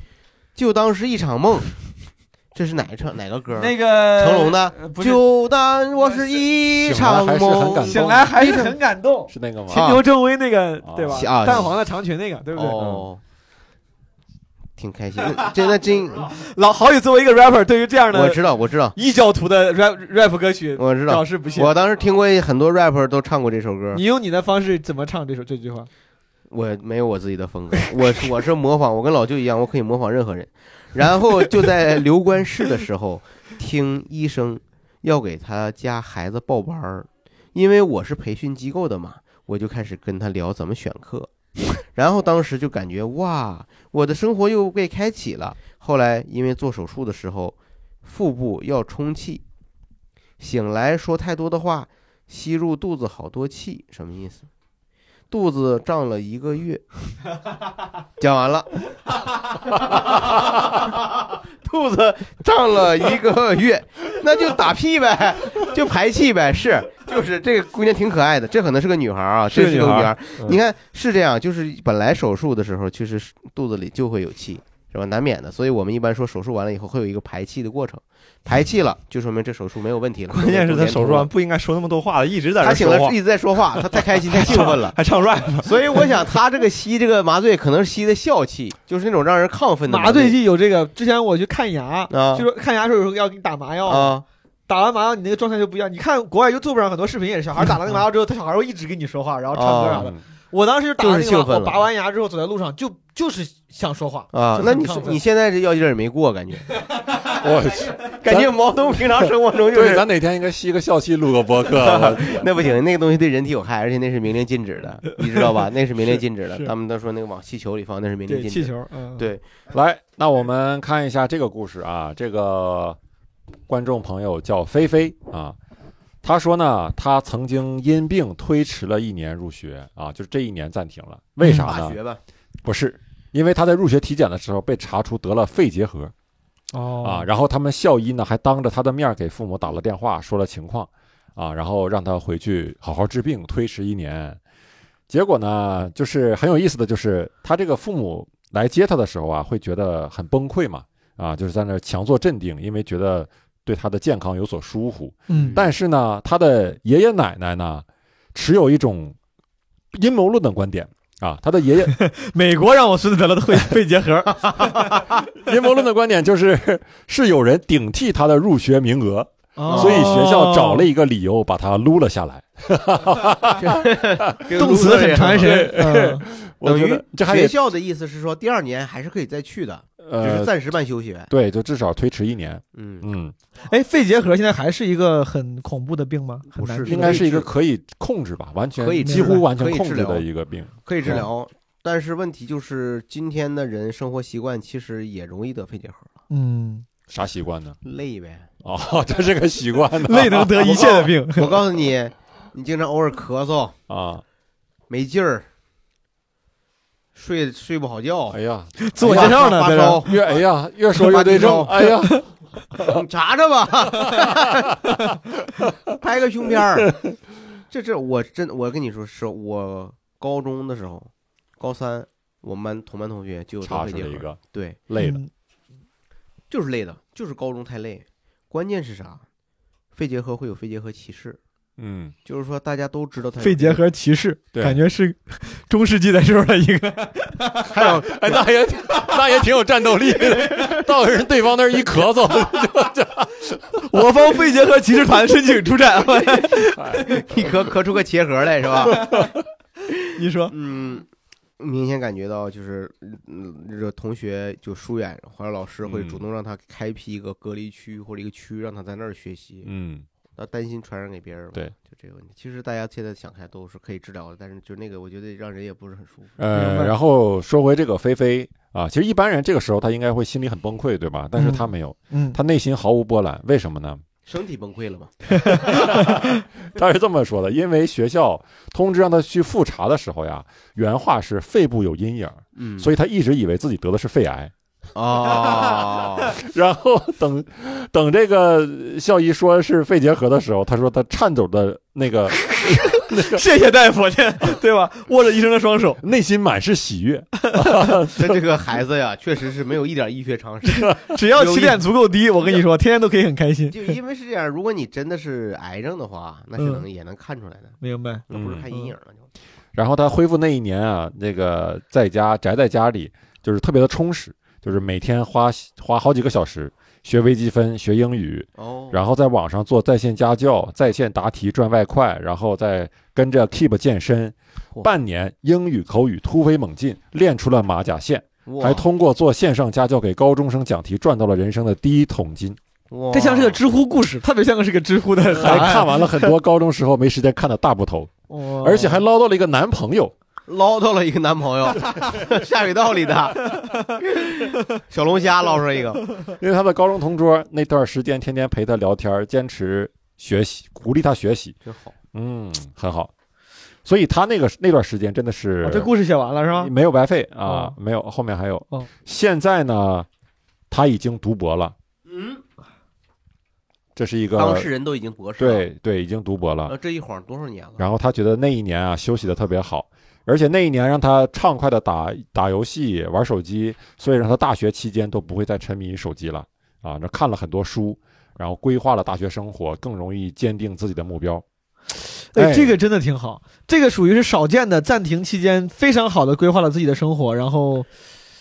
Speaker 2: 就当是一场梦。这是哪一唱哪个歌？
Speaker 4: 那个
Speaker 2: 成龙的
Speaker 4: 呃
Speaker 2: 《
Speaker 4: 不是
Speaker 2: 就当我是一场梦》，
Speaker 14: 醒来还是很
Speaker 4: 感动，
Speaker 3: 是那个
Speaker 14: 秦牛正威那个对吧？
Speaker 2: 啊
Speaker 14: 淡黄的长裙那个对不对？嗯
Speaker 2: 哦，挺开心，真的真。
Speaker 14: 老郝宇作为一个 rapper，对于这样的
Speaker 2: 我知道，我知道，
Speaker 14: 异教徒的 rap rap 歌曲，
Speaker 2: 我知道，
Speaker 14: 表示 不屑。
Speaker 2: 我当时听过很多 rapper 都唱过这首歌
Speaker 4: 你，用你的方式怎么唱这首这句话？
Speaker 2: 我没有我自己的风格，我是我是模仿，我跟老舅一样，我可以模仿任何人。然后就在留观室的时候，听医生要给他家孩子报班儿，因为我是培训机构的嘛，我就开始跟他聊怎么选课。然后当时就感觉哇，我的生活又被开启了。后来因为做手术的时候，腹部要充气，醒来说太多的话，吸入肚子好多气，什么意思？肚子胀了一 个月，讲完了，肚子胀了一个月，那就打屁呗，就排气呗，是，就是这个姑娘挺可爱的，这可能是个女孩啊，
Speaker 14: 是
Speaker 2: 这
Speaker 14: 个
Speaker 2: 是
Speaker 14: 女
Speaker 2: 个
Speaker 14: 孩
Speaker 2: 女孩，
Speaker 14: 嗯
Speaker 2: 你看是这样，就是本来手术的时候，其实肚子里就会有气，是吧？难免的，所以我们一般说手术完了以后会有一个排气的过程，排气了就说明这手术没有问题了。
Speaker 14: 关键是他手术完
Speaker 2: 完，
Speaker 14: 不应该说那么多话的，一直在
Speaker 2: 他
Speaker 14: 这
Speaker 2: 醒
Speaker 14: 说
Speaker 2: 了
Speaker 14: 话
Speaker 2: 一。直在说话，他太开心 太兴奋了，
Speaker 14: 还唱 rap，
Speaker 2: 所以我想他这个吸这个麻醉可能是吸的笑气，就是那种让人亢奋的
Speaker 4: 麻
Speaker 2: 醉
Speaker 4: 醉剂有这个，之前我去看牙，
Speaker 2: 啊
Speaker 4: 就是看牙的时候有时候要给你打麻药
Speaker 2: 啊，
Speaker 4: 打完麻药你那个状态就不一样。你看国外 YouTube 上很多视频 也是，小孩打了那个麻药之后，他小孩会一直跟你说话，然后唱歌啥的
Speaker 2: 啊。
Speaker 4: 我当时就打完
Speaker 2: 就
Speaker 4: 那
Speaker 2: 是
Speaker 4: 个
Speaker 2: 兴
Speaker 4: 麻，
Speaker 2: 奋
Speaker 4: 我
Speaker 2: 了
Speaker 4: 拔完牙之后走在路上就就是想说话
Speaker 2: 啊
Speaker 4: 就，
Speaker 2: 那
Speaker 4: 很
Speaker 2: 你
Speaker 4: 亢奋
Speaker 2: 你现在这药劲儿也没过，感觉，
Speaker 3: 我去，
Speaker 2: 感觉毛东平常生活中就
Speaker 3: 对，
Speaker 2: 是
Speaker 3: 咱哪天应该吸个笑气录个 播客。我
Speaker 2: 那不行，那个东西对人体有害，而且那是明令禁止 的，你知道吧？那是明令禁止的
Speaker 4: 是。
Speaker 2: 他们都说那个往气球里放，那是明令
Speaker 4: 对
Speaker 2: 禁止。
Speaker 4: 气球，嗯，
Speaker 2: 对，
Speaker 3: 来，那我们看一下这个故事啊，这个观众朋友叫菲菲啊，他说呢，他曾经因病推迟了一年入学啊，就是这一年暂停了，为啥呢？
Speaker 2: 嗯大学吧，
Speaker 3: 不是，因为他在入学体检的时候被查出得了肺结核。
Speaker 4: 哦
Speaker 3: 啊，然后他们校医呢还当着他的面儿给父母打了电话，说了情况，啊，然后让他回去好好治病，推迟一年。结果呢，就是很有意思的就是，他这个父母来接他的时候啊，会觉得很崩溃嘛，啊，就是在那儿强作镇定，因为觉得对他的健康有所疏忽。
Speaker 4: 嗯
Speaker 3: 但是呢，他的爷爷奶奶呢，持有一种阴谋论的观点啊，他的爷爷
Speaker 4: 美国让我孙子得了 肺肺结核，
Speaker 3: 阴谋论的观点就是 是有人顶替他的入学名额，
Speaker 4: 哦
Speaker 3: 所以学校找了一个理由把他撸了下来。
Speaker 4: 动词很传神，
Speaker 3: 对
Speaker 4: 嗯
Speaker 3: 我
Speaker 2: 等
Speaker 3: 觉
Speaker 2: 于
Speaker 3: 得这还
Speaker 2: 学
Speaker 3: 得
Speaker 2: 校的意思是说，第二年还是可以再去的。
Speaker 3: 呃，
Speaker 2: 只是暂时办休学
Speaker 3: 对，就至少推迟一年。
Speaker 2: 嗯
Speaker 3: 嗯，
Speaker 4: 哎，肺结核现在还是一个很恐怖的病吗？很难治
Speaker 3: 应该是一个可以控制吧，完全
Speaker 2: 可以治
Speaker 3: 几乎完全
Speaker 2: 可以
Speaker 3: 控
Speaker 2: 治
Speaker 3: 制
Speaker 2: 疗
Speaker 3: 的一个病，嗯
Speaker 2: 可以治疗。但是问题就是，今天的人生活习惯其实也容易得肺结核，
Speaker 4: 嗯，
Speaker 3: 啥习惯呢？
Speaker 2: 累呗。。
Speaker 3: 哦， 这是个习惯呢
Speaker 2: 我告我告诉你，你经常偶尔咳嗽
Speaker 3: 啊，
Speaker 2: 没劲儿，睡睡不好觉。哎
Speaker 3: 呀，
Speaker 2: 自我介绍呢在这儿
Speaker 3: 越哎呀越说越对症。哎呀，
Speaker 2: 你查 查吧， 拍个胸片儿。这这，我真我跟你说，是我高中的时候，高三，我们班同班同学就有
Speaker 3: 查
Speaker 2: 得肺
Speaker 3: 出
Speaker 2: 结
Speaker 3: 了
Speaker 2: 核
Speaker 3: 一个，
Speaker 2: 对，
Speaker 3: 累的，
Speaker 4: 嗯
Speaker 2: 就是累的，就是高中太累。关键是啥？肺结核会有肺结核歧视，
Speaker 3: 嗯，
Speaker 2: 就是说大家都知道他有
Speaker 4: 肺结
Speaker 2: 这个
Speaker 4: 核歧视，
Speaker 3: 对
Speaker 4: 感觉是中世纪的时候的一个。
Speaker 3: 还有 哎，那也那也挺有战斗力的， 到人对方那儿一咳 嗽，
Speaker 4: 我方肺结核骑士团申请出 战，
Speaker 2: 一咳咳出个茄核来是吧？
Speaker 4: 你说，
Speaker 2: 嗯，明显感觉到就是，嗯，这个同学就疏远，或者老师会主动让他开辟一个隔离区或者一个区，让他在那儿学习。
Speaker 3: 嗯，
Speaker 2: 他担心传染给别人嘛。
Speaker 3: 对，
Speaker 2: 就这个问题。其实大家现在想开都是可以治疗的，但是就那个我觉得让人也不是很舒服。
Speaker 3: 呃，然后说回这个菲菲啊，其实一般人这个时候他应该会心里很崩溃，对吧？但是他没有，
Speaker 4: 嗯
Speaker 3: 他内心毫无波澜，为什么呢？
Speaker 2: 身体崩溃了嘛？
Speaker 3: 他是这么说的，因为学校通知让他去复查的时候呀，原话是肺部有阴影，
Speaker 2: 嗯
Speaker 3: 所以他一直以为自己得的是肺癌。
Speaker 2: 哦，
Speaker 3: 然后等等这个校医说是肺结核的时候，他说他颤抖的那个
Speaker 4: 谢谢大夫，这对吧？握着医生的双手，，
Speaker 3: 内心满是喜悦。
Speaker 2: 这这个孩子呀， 确实是没有一点医学常识
Speaker 4: 只要
Speaker 2: 有一
Speaker 4: 起点足够低，我跟你说，天天都可以很开心。
Speaker 2: 就因为是这样，如果你真的是癌症的话，那是能、也能看出来的，
Speaker 4: 明白？
Speaker 2: 那不是看阴影了就。
Speaker 3: 然后他恢复那一年啊，那个在家宅在家里，就是特别的充实，就是每天花花好几个小时学微积分、学英语，
Speaker 2: 哦
Speaker 3: 然后在网上做在线家教、在线答题赚外快，然后再跟着 Keep 健身，半年英语口语突飞猛进，练出了马甲线，
Speaker 2: 哇
Speaker 3: 还通过做线上家教给高中生讲题赚到了人生的第一桶 金。
Speaker 2: 哇
Speaker 4: 这像是个知乎故事，特别像个是个知乎
Speaker 2: 啊
Speaker 4: 的
Speaker 3: 还
Speaker 4: 答案。
Speaker 3: 哎看完了很 多高中时候没时间看的大部头，
Speaker 4: 嗯哦
Speaker 3: 而且还捞到了一个男朋友。
Speaker 2: 捞到了一个男朋友， 下水道里的 小龙虾捞出来一 个，
Speaker 3: 因为他的高中同桌那段时间天天陪他聊天，坚持学习，鼓励他学习，
Speaker 2: 真好，
Speaker 3: 嗯，很好。所以他那个那段时间真的是、
Speaker 4: 哦
Speaker 2: 啊
Speaker 4: 这故事写完了是吗？哦
Speaker 3: 没有白费
Speaker 2: 哦
Speaker 3: 啊，没有，后面还有。现在呢，他已经读博了，
Speaker 2: 嗯，
Speaker 3: 这是一个
Speaker 2: 当事人都已经博士了，
Speaker 3: 对对，已经读博了。
Speaker 2: 呃，这一晃多少年了？
Speaker 3: 然后他觉得那一年啊休息的特别好，而且那一年让他畅快的打打游戏、玩手机，所以让他大学期间都不会再沉迷于手机了啊。那看了很多书，然后规划了大学生活，更容易坚定自己的目标。
Speaker 4: 哎，
Speaker 3: 哎
Speaker 4: 这个真的挺好，这个属于是少见的暂停期间非常好的规划了自己的生活，然后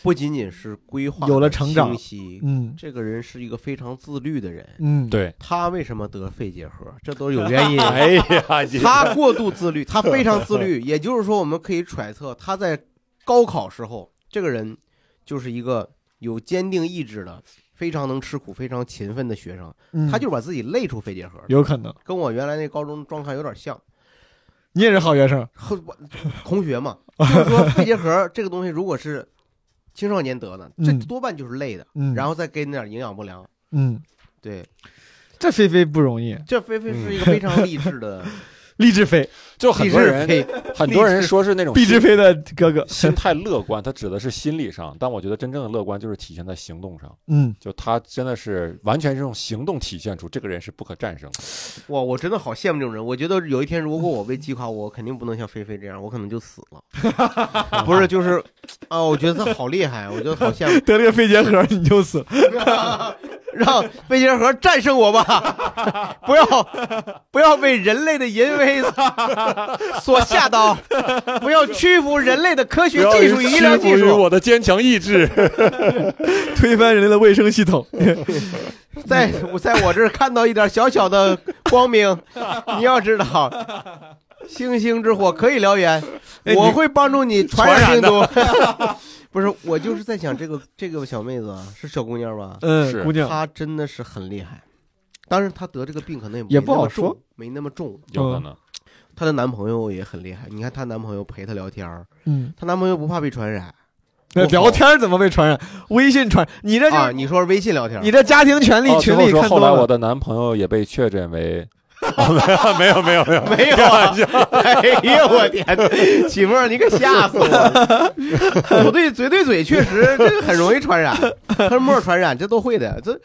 Speaker 2: 不仅仅是规划
Speaker 4: 有了成长
Speaker 2: 清晰，
Speaker 4: 嗯
Speaker 2: 这个人是一个非常自律的人，
Speaker 4: 嗯
Speaker 3: 对，
Speaker 2: 他为什么得肺结核？这都是有原因的。
Speaker 3: 哎呀你
Speaker 2: 他过度自律，他非常自 律，也就是说，我们可以揣测他在高考时候，这个人就是一个有坚定意志的。非常能吃苦、非常勤奋的学生，
Speaker 4: 嗯
Speaker 2: 他就是把自己累出肺结核了，
Speaker 4: 有可能
Speaker 2: 跟我原来那高中状态有点像。
Speaker 4: 你也是好学生，
Speaker 2: 后我同学嘛，就是说肺结核这个东西，如果是青少年得的，这
Speaker 4: 嗯
Speaker 2: 多半就是累的，
Speaker 4: 嗯
Speaker 2: 然后再给你点营养不良。
Speaker 4: 嗯，
Speaker 2: 对，
Speaker 4: 这菲菲不容易，嗯
Speaker 2: 这菲菲是一个非常励志的，
Speaker 4: 励志飞，
Speaker 3: 就很多人
Speaker 2: 励志
Speaker 4: 飞，
Speaker 3: 很多人说是 那种
Speaker 4: 励志飞的哥哥，
Speaker 3: 心态乐观，他指的是心理上，但我觉得真正的乐观就是体现在行动上。
Speaker 4: 嗯，
Speaker 3: 就他真的是完全是用行动体现出这个人是不可战胜的。
Speaker 2: 哇，我真的好羡慕这种人。我觉得有一天如果我被击垮，我肯定不能像菲菲这样，我可能就死了。不是，就是啊，我觉得他好厉害，我觉得好羡慕。
Speaker 4: 得了个肺结核你就死，
Speaker 2: 让肺结核战胜我吧，不要不要被人类的淫威 所吓倒，不要屈服人类的科学技术与医疗 技
Speaker 3: 不要屈服于
Speaker 2: 术。
Speaker 3: 我的坚强意志，
Speaker 4: 推翻人类的卫生系 统，
Speaker 2: 在我在我这儿看到一点小小的光明，你要知道，星星之火可以燎原，
Speaker 4: 哎你
Speaker 2: 我会帮助你传染病毒
Speaker 4: 传染。
Speaker 2: 不是，我就是在想这个这个小妹子啊是小姑娘吧？
Speaker 4: 嗯是姑娘
Speaker 2: 她真的是很厉害。当然，她得这个病可能也
Speaker 4: 也
Speaker 2: 没
Speaker 4: 不
Speaker 2: 那么
Speaker 4: 好说
Speaker 2: 重，没那么重，嗯
Speaker 4: 有可能。
Speaker 2: 她的男朋友也很厉害，你看她男朋友陪她聊天儿，
Speaker 4: 嗯，
Speaker 2: 她男朋友不怕被传染，
Speaker 4: 那聊天怎么被传染？微信传，你这就、
Speaker 2: 啊，你说是微信聊天，
Speaker 4: 你这家庭权利
Speaker 3: 哦
Speaker 4: 群
Speaker 3: 最
Speaker 4: 里
Speaker 3: 后说
Speaker 4: 看多
Speaker 3: 后
Speaker 4: 了。
Speaker 3: 来 我的男朋友也被确诊为， 哦没有没 有没有
Speaker 2: 没有
Speaker 3: 开
Speaker 2: 啊
Speaker 3: 玩笑，
Speaker 2: 哎呀，我天哪，启梦，你可吓死我 了！嘴对嘴对嘴，确实这个很容易传染，喷沫传染这都会的，这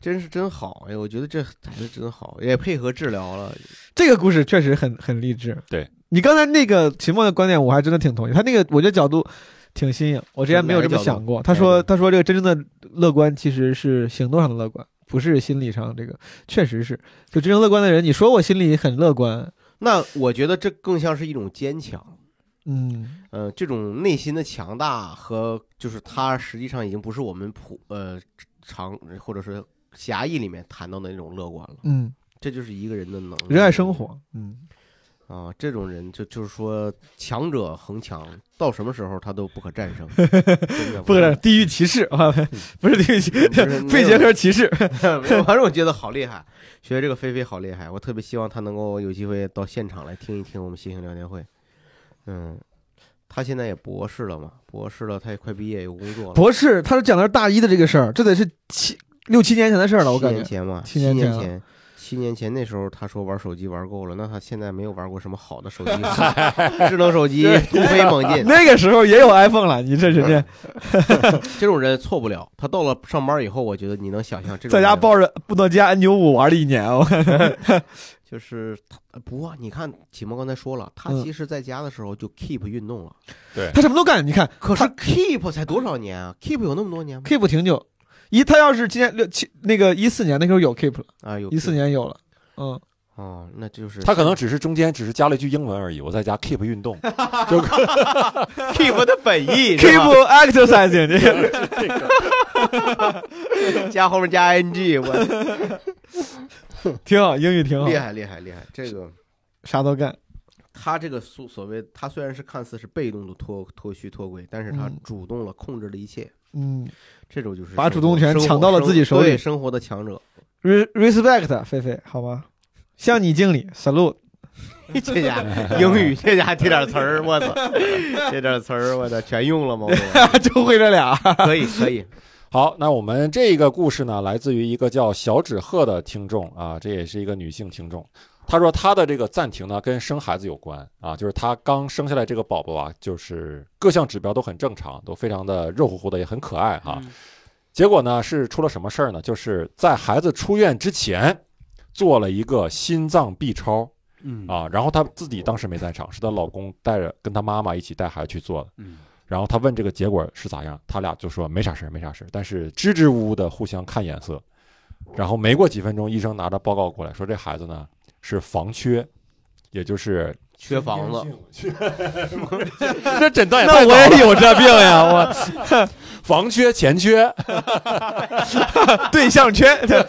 Speaker 2: 真是真好。哎呀，我觉得这孩子真好，也配合治疗了。
Speaker 4: 这个故事确实很很励志。
Speaker 3: 对
Speaker 4: 你刚才那个秦梦的观点，我还真的挺同意。他那个我觉得角度挺新颖，我之前没有这么想过。
Speaker 2: 哪个
Speaker 4: 他
Speaker 2: 角度
Speaker 4: 说他说这个真正的乐观其实是行动上的乐观，不是心理上这个。确实是，就真正乐观的人，你说我心里很乐观，
Speaker 2: 那我觉得这更像是一种坚强，
Speaker 4: 嗯，
Speaker 2: 呃，这种内心的强大和就是它实际上已经不是我们普呃常或者是狭义里面谈到的那种乐观了。
Speaker 4: 嗯，
Speaker 2: 这就是一个人的能力。
Speaker 4: 热爱生活，嗯。
Speaker 2: 啊，这种人就就是说，强者恒强，到什么时候他都不可战 胜，
Speaker 4: 不
Speaker 2: 可
Speaker 4: 是地域歧视
Speaker 2: 嗯
Speaker 4: 啊，不是地域歧视， 肺结核歧视
Speaker 2: 没有反正我觉得好厉害，觉得这个菲菲好厉害，我特别希望她能够有机会到现场来听一听我们新型聊天会。嗯，她现在也博士了嘛，博士了，她也快毕业有工作了。
Speaker 4: 博士，他是讲的是大一的这个事儿，这得是七六七年前的事儿了，我
Speaker 2: 七
Speaker 4: 感觉。
Speaker 2: 年前嘛，
Speaker 4: 七
Speaker 2: 年
Speaker 4: 年前了，
Speaker 2: 前，七年前那时候他说玩手机玩够了，那他现在没有玩过什么好的手机 智能手机突飞猛进。 嗯
Speaker 4: 那个时候也有 iPhone 了，你这人家
Speaker 2: 这种人错不了，他到了上班以后，我觉得你能想象这种
Speaker 4: 在
Speaker 2: 人
Speaker 4: 家抱着布诺加 N 九五玩了一年，我
Speaker 2: 就是他不过你看启蒙刚才说了，他
Speaker 4: 嗯
Speaker 2: 其实在家的时候就 keep 运动了，
Speaker 3: 对
Speaker 4: 他什么都干。你看，
Speaker 2: 可是 keep 才多少年啊？keep 有那么多年吗？
Speaker 4: Keep 挺久，一他要是今年六七那个一四年那时候有 Keep 了
Speaker 2: 啊，有
Speaker 4: 一四年 有了，嗯，
Speaker 2: 哦，那就是
Speaker 3: 他可能只是中间只是加了一句英文而已，我在家 keep 运 动，就
Speaker 2: keep 的本 意
Speaker 4: Keep exercising，这
Speaker 2: 个加后面加 ing，我
Speaker 4: 挺好，英语挺好，
Speaker 2: 厉害厉害厉害，这个。
Speaker 4: 啥都干。
Speaker 2: 他这个所所谓，他虽然是看似是被动的脱脱虚脱轨，但是他
Speaker 4: 嗯
Speaker 2: 主动了，控制了一切。
Speaker 4: 嗯，
Speaker 2: 这种就是
Speaker 4: 把
Speaker 2: 生活
Speaker 4: 主动权
Speaker 2: 生活
Speaker 4: 抢到了自己
Speaker 2: 生
Speaker 4: 手里
Speaker 2: 对生活的强者，
Speaker 4: Re- respect 菲菲，好吧，向你敬礼，salute。
Speaker 2: 这 家伙英语这家伙这点词儿，我操，这点词儿我操全用了吗？
Speaker 4: 就会这俩，
Speaker 2: 可以 可以。
Speaker 3: 好，那我们这个故事呢，来自于一个叫小纸鹤的听众啊，这也是一个女性听众。她说她的这个暂停呢，跟生孩子有关啊，就是她刚生下来这个宝宝啊，就是各项指标都很正常，都非常的肉乎乎的，也很可爱哈、结果呢，是出了什么事儿呢？就是在孩子出院之前，做了一个心脏 B 超，
Speaker 14: 嗯
Speaker 3: 啊，然后她自己当时没在场，是她老公带着跟她妈妈一起带孩子去做的，
Speaker 14: 嗯，
Speaker 3: 然后她问这个结果是咋样，他俩就说没啥事儿，没啥事儿，但是支支吾吾的互相看眼色，然后没过几分钟，医生拿着报告过来说这孩子呢是房缺，也就是
Speaker 2: 缺房子，
Speaker 3: 这诊断也
Speaker 10: 那
Speaker 3: 太
Speaker 10: 我也
Speaker 3: 早了
Speaker 10: 有这病呀
Speaker 4: 我
Speaker 3: 房缺钱缺，
Speaker 4: 对象缺，
Speaker 2: 别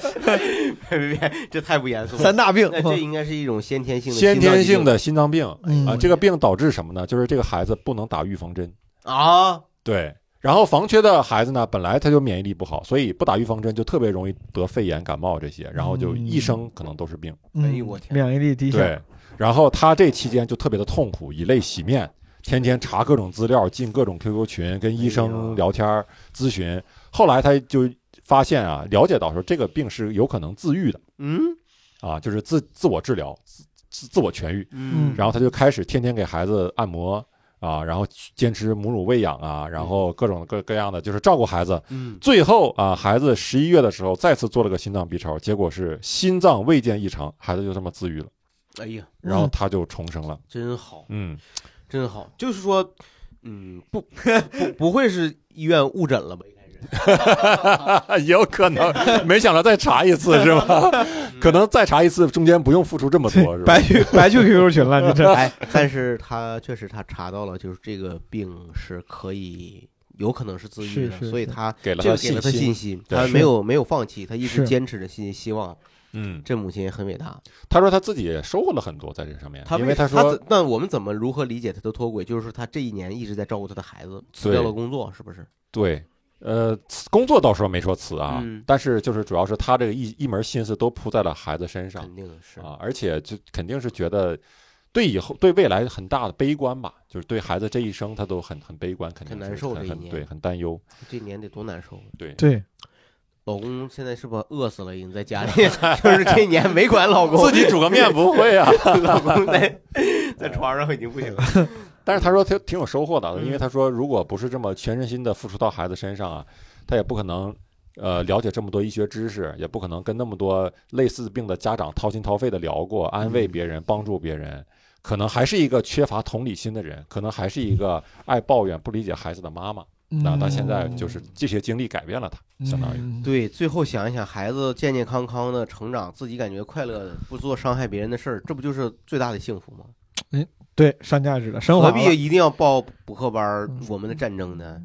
Speaker 2: 别，这太不严肃了。
Speaker 4: 三大病
Speaker 2: 那这应该是一种先天性的
Speaker 3: 先天性
Speaker 2: 性
Speaker 3: 的心脏病啊、
Speaker 2: 嗯
Speaker 3: 这个病导致什么呢？就是这个孩子不能打预防针，
Speaker 2: 啊，
Speaker 3: 对。然后房缺的孩子呢，本来他就免疫力不好，所以不打预防针就特别容易得肺炎、感冒这些，然后就一生可能都是病。
Speaker 4: 哎呦我天，嗯免疫力低下，
Speaker 3: 对，然后他这期间就特别的痛苦，以泪洗面，天天查各种资料，进各种 QQ 群，跟医
Speaker 4: 哎
Speaker 3: 生聊天儿咨询。后来他就发现啊，了解到说这个病是有可能自愈的，
Speaker 2: 嗯，
Speaker 3: 啊，就是自自我治疗，自自自我痊愈。
Speaker 2: 嗯
Speaker 3: 然后他就开始天天给孩子按摩。啊，然后坚持母乳喂养啊，然后各种各各样的，就是照顾孩子。
Speaker 2: 嗯
Speaker 3: 最后啊，孩子十一月的时候再次做了个心脏 B 超，结果是心脏未见异常，孩子就这么自愈了。
Speaker 2: 哎呀，
Speaker 3: 然
Speaker 4: 嗯
Speaker 3: 后他就重生了。
Speaker 2: 真好，
Speaker 3: 嗯，
Speaker 2: 真好，就是说，嗯， 不不不会是医院误诊了吧？
Speaker 3: 也 有可能，没想到再查一次是 吧？
Speaker 2: 嗯
Speaker 3: 可能再查一次，中间不用付出这么多，是吧？
Speaker 4: 白去白去 QQ 群
Speaker 2: 哎
Speaker 4: 了，你这
Speaker 2: 哎，但是他确实他查到了，就是这个病是可以有可能是自愈
Speaker 1: 是
Speaker 2: 的，
Speaker 1: 是
Speaker 2: 所以
Speaker 1: 是
Speaker 2: 他
Speaker 1: 给了
Speaker 2: 这
Speaker 1: 他
Speaker 2: 个给了他
Speaker 1: 信心
Speaker 2: 信心，
Speaker 1: 对
Speaker 2: 他
Speaker 1: 是
Speaker 2: 没有没有放弃，他一直
Speaker 1: 是
Speaker 2: 坚持着信心，希望。
Speaker 3: 嗯，
Speaker 2: 这母亲也很伟大。
Speaker 3: 他说他自己也收获了很多在这上面，
Speaker 2: 啊他
Speaker 3: 因为
Speaker 2: 他
Speaker 3: 说
Speaker 2: 怎，那我们怎么如何理解他的脱轨？就是说他这一年一直在照顾他的孩子，辞
Speaker 3: 对
Speaker 2: 掉了工作，是不是？
Speaker 3: 对，呃，辞工作倒说没说辞啊，
Speaker 2: 嗯
Speaker 3: 但是就是主要是他这个一一门心思都扑在了孩子身上，
Speaker 2: 肯定是
Speaker 3: 啊，而且就肯定是觉得对以后对未来很大的悲观吧，就是对孩子这一生他都很很悲观，肯定
Speaker 2: 很
Speaker 3: 是
Speaker 2: 难受
Speaker 3: 很
Speaker 2: 这一
Speaker 3: 很
Speaker 2: 年
Speaker 3: 对，很担忧。
Speaker 2: 这一年得多难受啊。
Speaker 3: 对
Speaker 4: 对，
Speaker 2: 老公现在是不是饿死了？已经在家里， 就是这一年没管老公，
Speaker 3: 自己煮个面不会啊
Speaker 2: 老 公在在床上已经不行了。
Speaker 3: 但是他说他挺有收获的，
Speaker 2: 嗯
Speaker 3: 因为他说如果不是这么全身心的付出到孩子身上啊，他也不可能呃了解这么多医学知识，也不可能跟那么多类似病的家长掏心掏肺的聊过，安慰别人，帮助别人。可能还是一个缺乏同理心的人，可能还是一个爱抱怨、不理解孩子的妈妈。那他现在就是
Speaker 4: 嗯
Speaker 3: 这些经历改变了他，相当于。
Speaker 2: 对，最后想一想，孩子健健康康的成长，自己感觉快乐，不做伤害别人的事儿，这不就是最大的幸福吗？
Speaker 4: 嗯，对，上价值了，升华
Speaker 2: 何
Speaker 4: 了嗯
Speaker 2: 必一定要报补课班儿？我们的战争呢？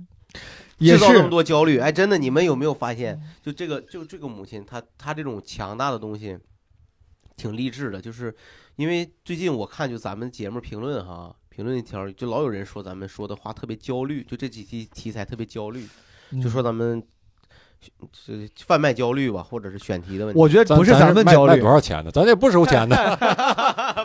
Speaker 4: 也
Speaker 2: 制造那
Speaker 4: 是
Speaker 2: 么多焦虑，哎，真的，你们有没有发现，就这个，就这个母亲，她她这种强大的东西，挺励志的。就是因为最近我看，就咱们节目评论哈，评论一条，就老有人说咱们说的话特别焦虑，就这几期题材特别焦虑，
Speaker 4: 嗯
Speaker 2: 就说咱们这贩卖焦虑吧，或者是选题的问题。
Speaker 4: 我觉得不是咱们
Speaker 3: 卖
Speaker 4: 焦虑
Speaker 3: 卖多少钱的，咱这不收钱的，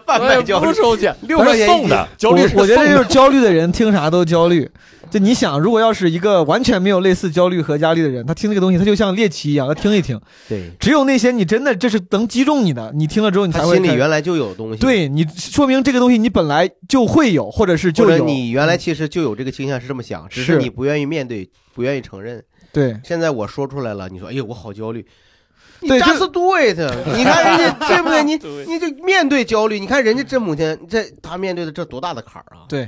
Speaker 2: 贩卖焦虑
Speaker 3: 不收钱，
Speaker 2: 六块钱一
Speaker 3: 送的
Speaker 2: 集，
Speaker 3: 焦虑
Speaker 4: 我
Speaker 3: 是
Speaker 4: 我觉得
Speaker 3: 送
Speaker 4: 这
Speaker 3: 的
Speaker 4: 就是焦虑的人，听啥都焦虑。 就你想，如果要是一个完全没有类似焦虑和压力的人，他听这个东西，他就像猎奇一样，他听一听。
Speaker 2: 对，
Speaker 4: 只有那些你真的这是能击中你的，你听了之后你才
Speaker 2: 他
Speaker 4: 会
Speaker 2: 心里
Speaker 4: 看
Speaker 2: 原来就有东西，
Speaker 4: 对你说明这个东西你本来就会有，或者是
Speaker 2: 或
Speaker 4: 就
Speaker 2: 者
Speaker 4: 有嗯
Speaker 2: 你原来其实就有这个倾向，是这么想，只是
Speaker 4: 是
Speaker 2: 你不愿意面对，不愿意承认。
Speaker 4: 对，
Speaker 2: 现在我说出来了，你说，哎呦，我好焦虑。你
Speaker 4: 对
Speaker 2: just
Speaker 4: 就
Speaker 2: do it，你看人家对不对？你你就面对焦虑，你看人家这母亲，这她面对的这多大的坎儿啊！
Speaker 4: 对，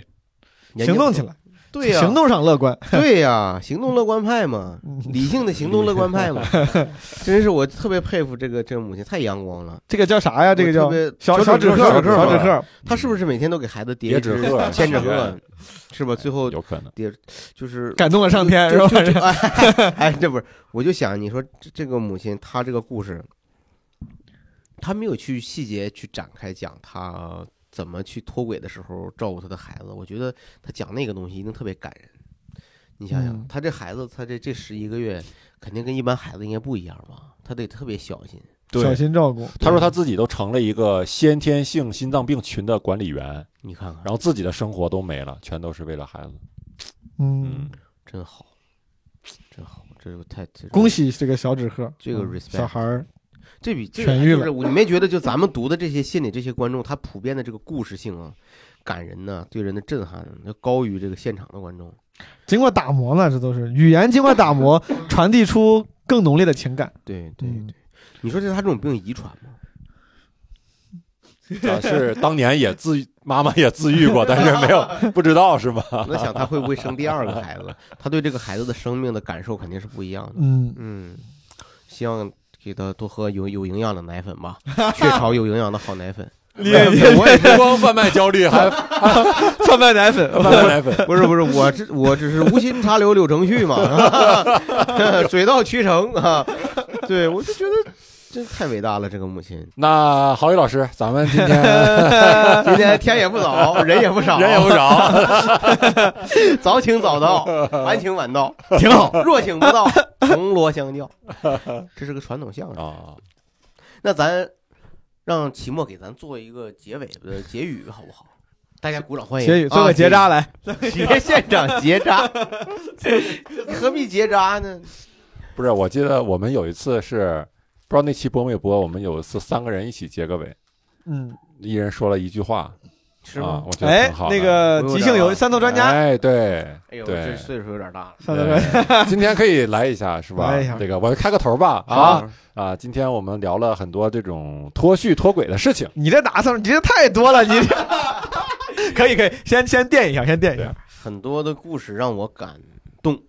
Speaker 2: 人家
Speaker 4: 行动
Speaker 2: 不
Speaker 4: 起来，
Speaker 2: 对呀
Speaker 4: 行动上乐观，
Speaker 2: 对呀、行动乐观派嘛，
Speaker 4: 嗯
Speaker 2: 理性的行动乐观 派嘛，真是我特别佩服这个这个母亲，太阳光了。
Speaker 4: 这个叫啥呀？这个
Speaker 2: 我
Speaker 4: 叫
Speaker 2: 特别
Speaker 4: 小
Speaker 2: 小
Speaker 4: 纸
Speaker 2: 纸
Speaker 4: 鹤，
Speaker 2: 鹤，
Speaker 4: 小
Speaker 2: 纸
Speaker 4: 纸鹤，，
Speaker 2: 他是不是每天都给孩子叠
Speaker 4: 叠
Speaker 2: 一只
Speaker 4: 纸鹤哎
Speaker 2: 千纸
Speaker 4: 许
Speaker 2: 鹤
Speaker 4: 愿，
Speaker 2: 是吧？最后
Speaker 3: 有可能
Speaker 2: 叠，就是
Speaker 4: 感动了上天
Speaker 2: 就是
Speaker 4: 吧
Speaker 2: 就就哎， 哎这不是，我就想你说这这个母亲，她这个故事，她没有去细节去展开讲她怎么去脱轨的时候照顾她的孩子，我觉得她讲那个东西一定特别感人。你想想
Speaker 4: 嗯，
Speaker 2: 她这孩子，她这这十一个月，肯定跟一般孩子应该不一样吧？她得特别小心。
Speaker 3: 对
Speaker 4: 小心照顾。
Speaker 3: 他说他自己都成了一个先天性心脏病群的管理员，
Speaker 2: 你看看，
Speaker 3: 然后自己的生活都没了，全都是为了孩子。
Speaker 4: 嗯，
Speaker 2: 真好，真好，这个太这个
Speaker 4: 恭喜这个小纸鹤，
Speaker 2: 这个
Speaker 4: 嗯
Speaker 2: respect
Speaker 4: 小孩儿，
Speaker 2: 这比这
Speaker 4: 痊
Speaker 2: 个
Speaker 4: 愈
Speaker 2: 就是
Speaker 4: 了
Speaker 2: 我你没觉得就咱们读的这些信里这些观众，他普遍的这个故事性啊、感人呐、对人的震撼，要高于这个现场的观众。
Speaker 4: 经过打磨了，这都是语言经过打 磨，传递出更浓烈的情感。
Speaker 2: 对对
Speaker 4: 对，
Speaker 2: 你说这他这种病遗传吗？
Speaker 3: 啊，是当年也自妈妈 也自 愈过，但是没有不知道是吗？
Speaker 2: 我在想他会不会生第二个孩子？他对这个孩子的生命的感受肯定是不一样的。
Speaker 4: 嗯
Speaker 2: 嗯，希望给他多喝有有营养的奶粉 吧，雀巢有营养的好奶粉。
Speaker 3: 你
Speaker 2: 我也
Speaker 3: 你
Speaker 2: 是
Speaker 3: 不光贩卖焦虑， 还
Speaker 4: 贩卖奶粉，
Speaker 3: 贩卖奶粉。
Speaker 2: 不是不是，我只我只是无心插柳柳成 絮嘛，水到渠成啊。对，我就觉得真太伟大了，这个母亲。
Speaker 3: 那郝宇老师，咱们今天
Speaker 2: 今天天也不早，人也不少，
Speaker 3: 人也不
Speaker 2: 少， 早请早到，晚请晚到，
Speaker 4: 挺好
Speaker 2: 若请不到，铜锣相叫，这是个传统相声
Speaker 3: 啊。
Speaker 2: 那咱让齐墨给咱做一个结尾的结语，好不好？大家鼓掌欢迎。
Speaker 4: 结语做个
Speaker 2: 啊
Speaker 4: 结扎来
Speaker 2: 结现场结扎，何必结扎呢？
Speaker 3: 不是，我记得我们有一次是不知道那期播没播，我们有一次三个人一起结个尾，
Speaker 4: 嗯，
Speaker 3: 一人说了一句话，
Speaker 2: 是
Speaker 3: 啊
Speaker 2: 吗，
Speaker 3: 我觉得
Speaker 4: 哎
Speaker 3: 挺好，的。
Speaker 4: 那个即兴游三头专家，
Speaker 3: 哎，对，
Speaker 2: 哎呦，
Speaker 3: 对
Speaker 2: 这。岁数有点大了。
Speaker 4: 三头专家，
Speaker 3: 对今天可以来一下是吧
Speaker 4: 来一下？
Speaker 3: 这个我开个头吧
Speaker 4: 好
Speaker 3: 啊啊！今天我们聊了很多这种脱序脱轨的事情，
Speaker 4: 你这打算你这太多了，你这可以可以，先先垫一下，先垫一下。
Speaker 2: 很多的故事让我感动，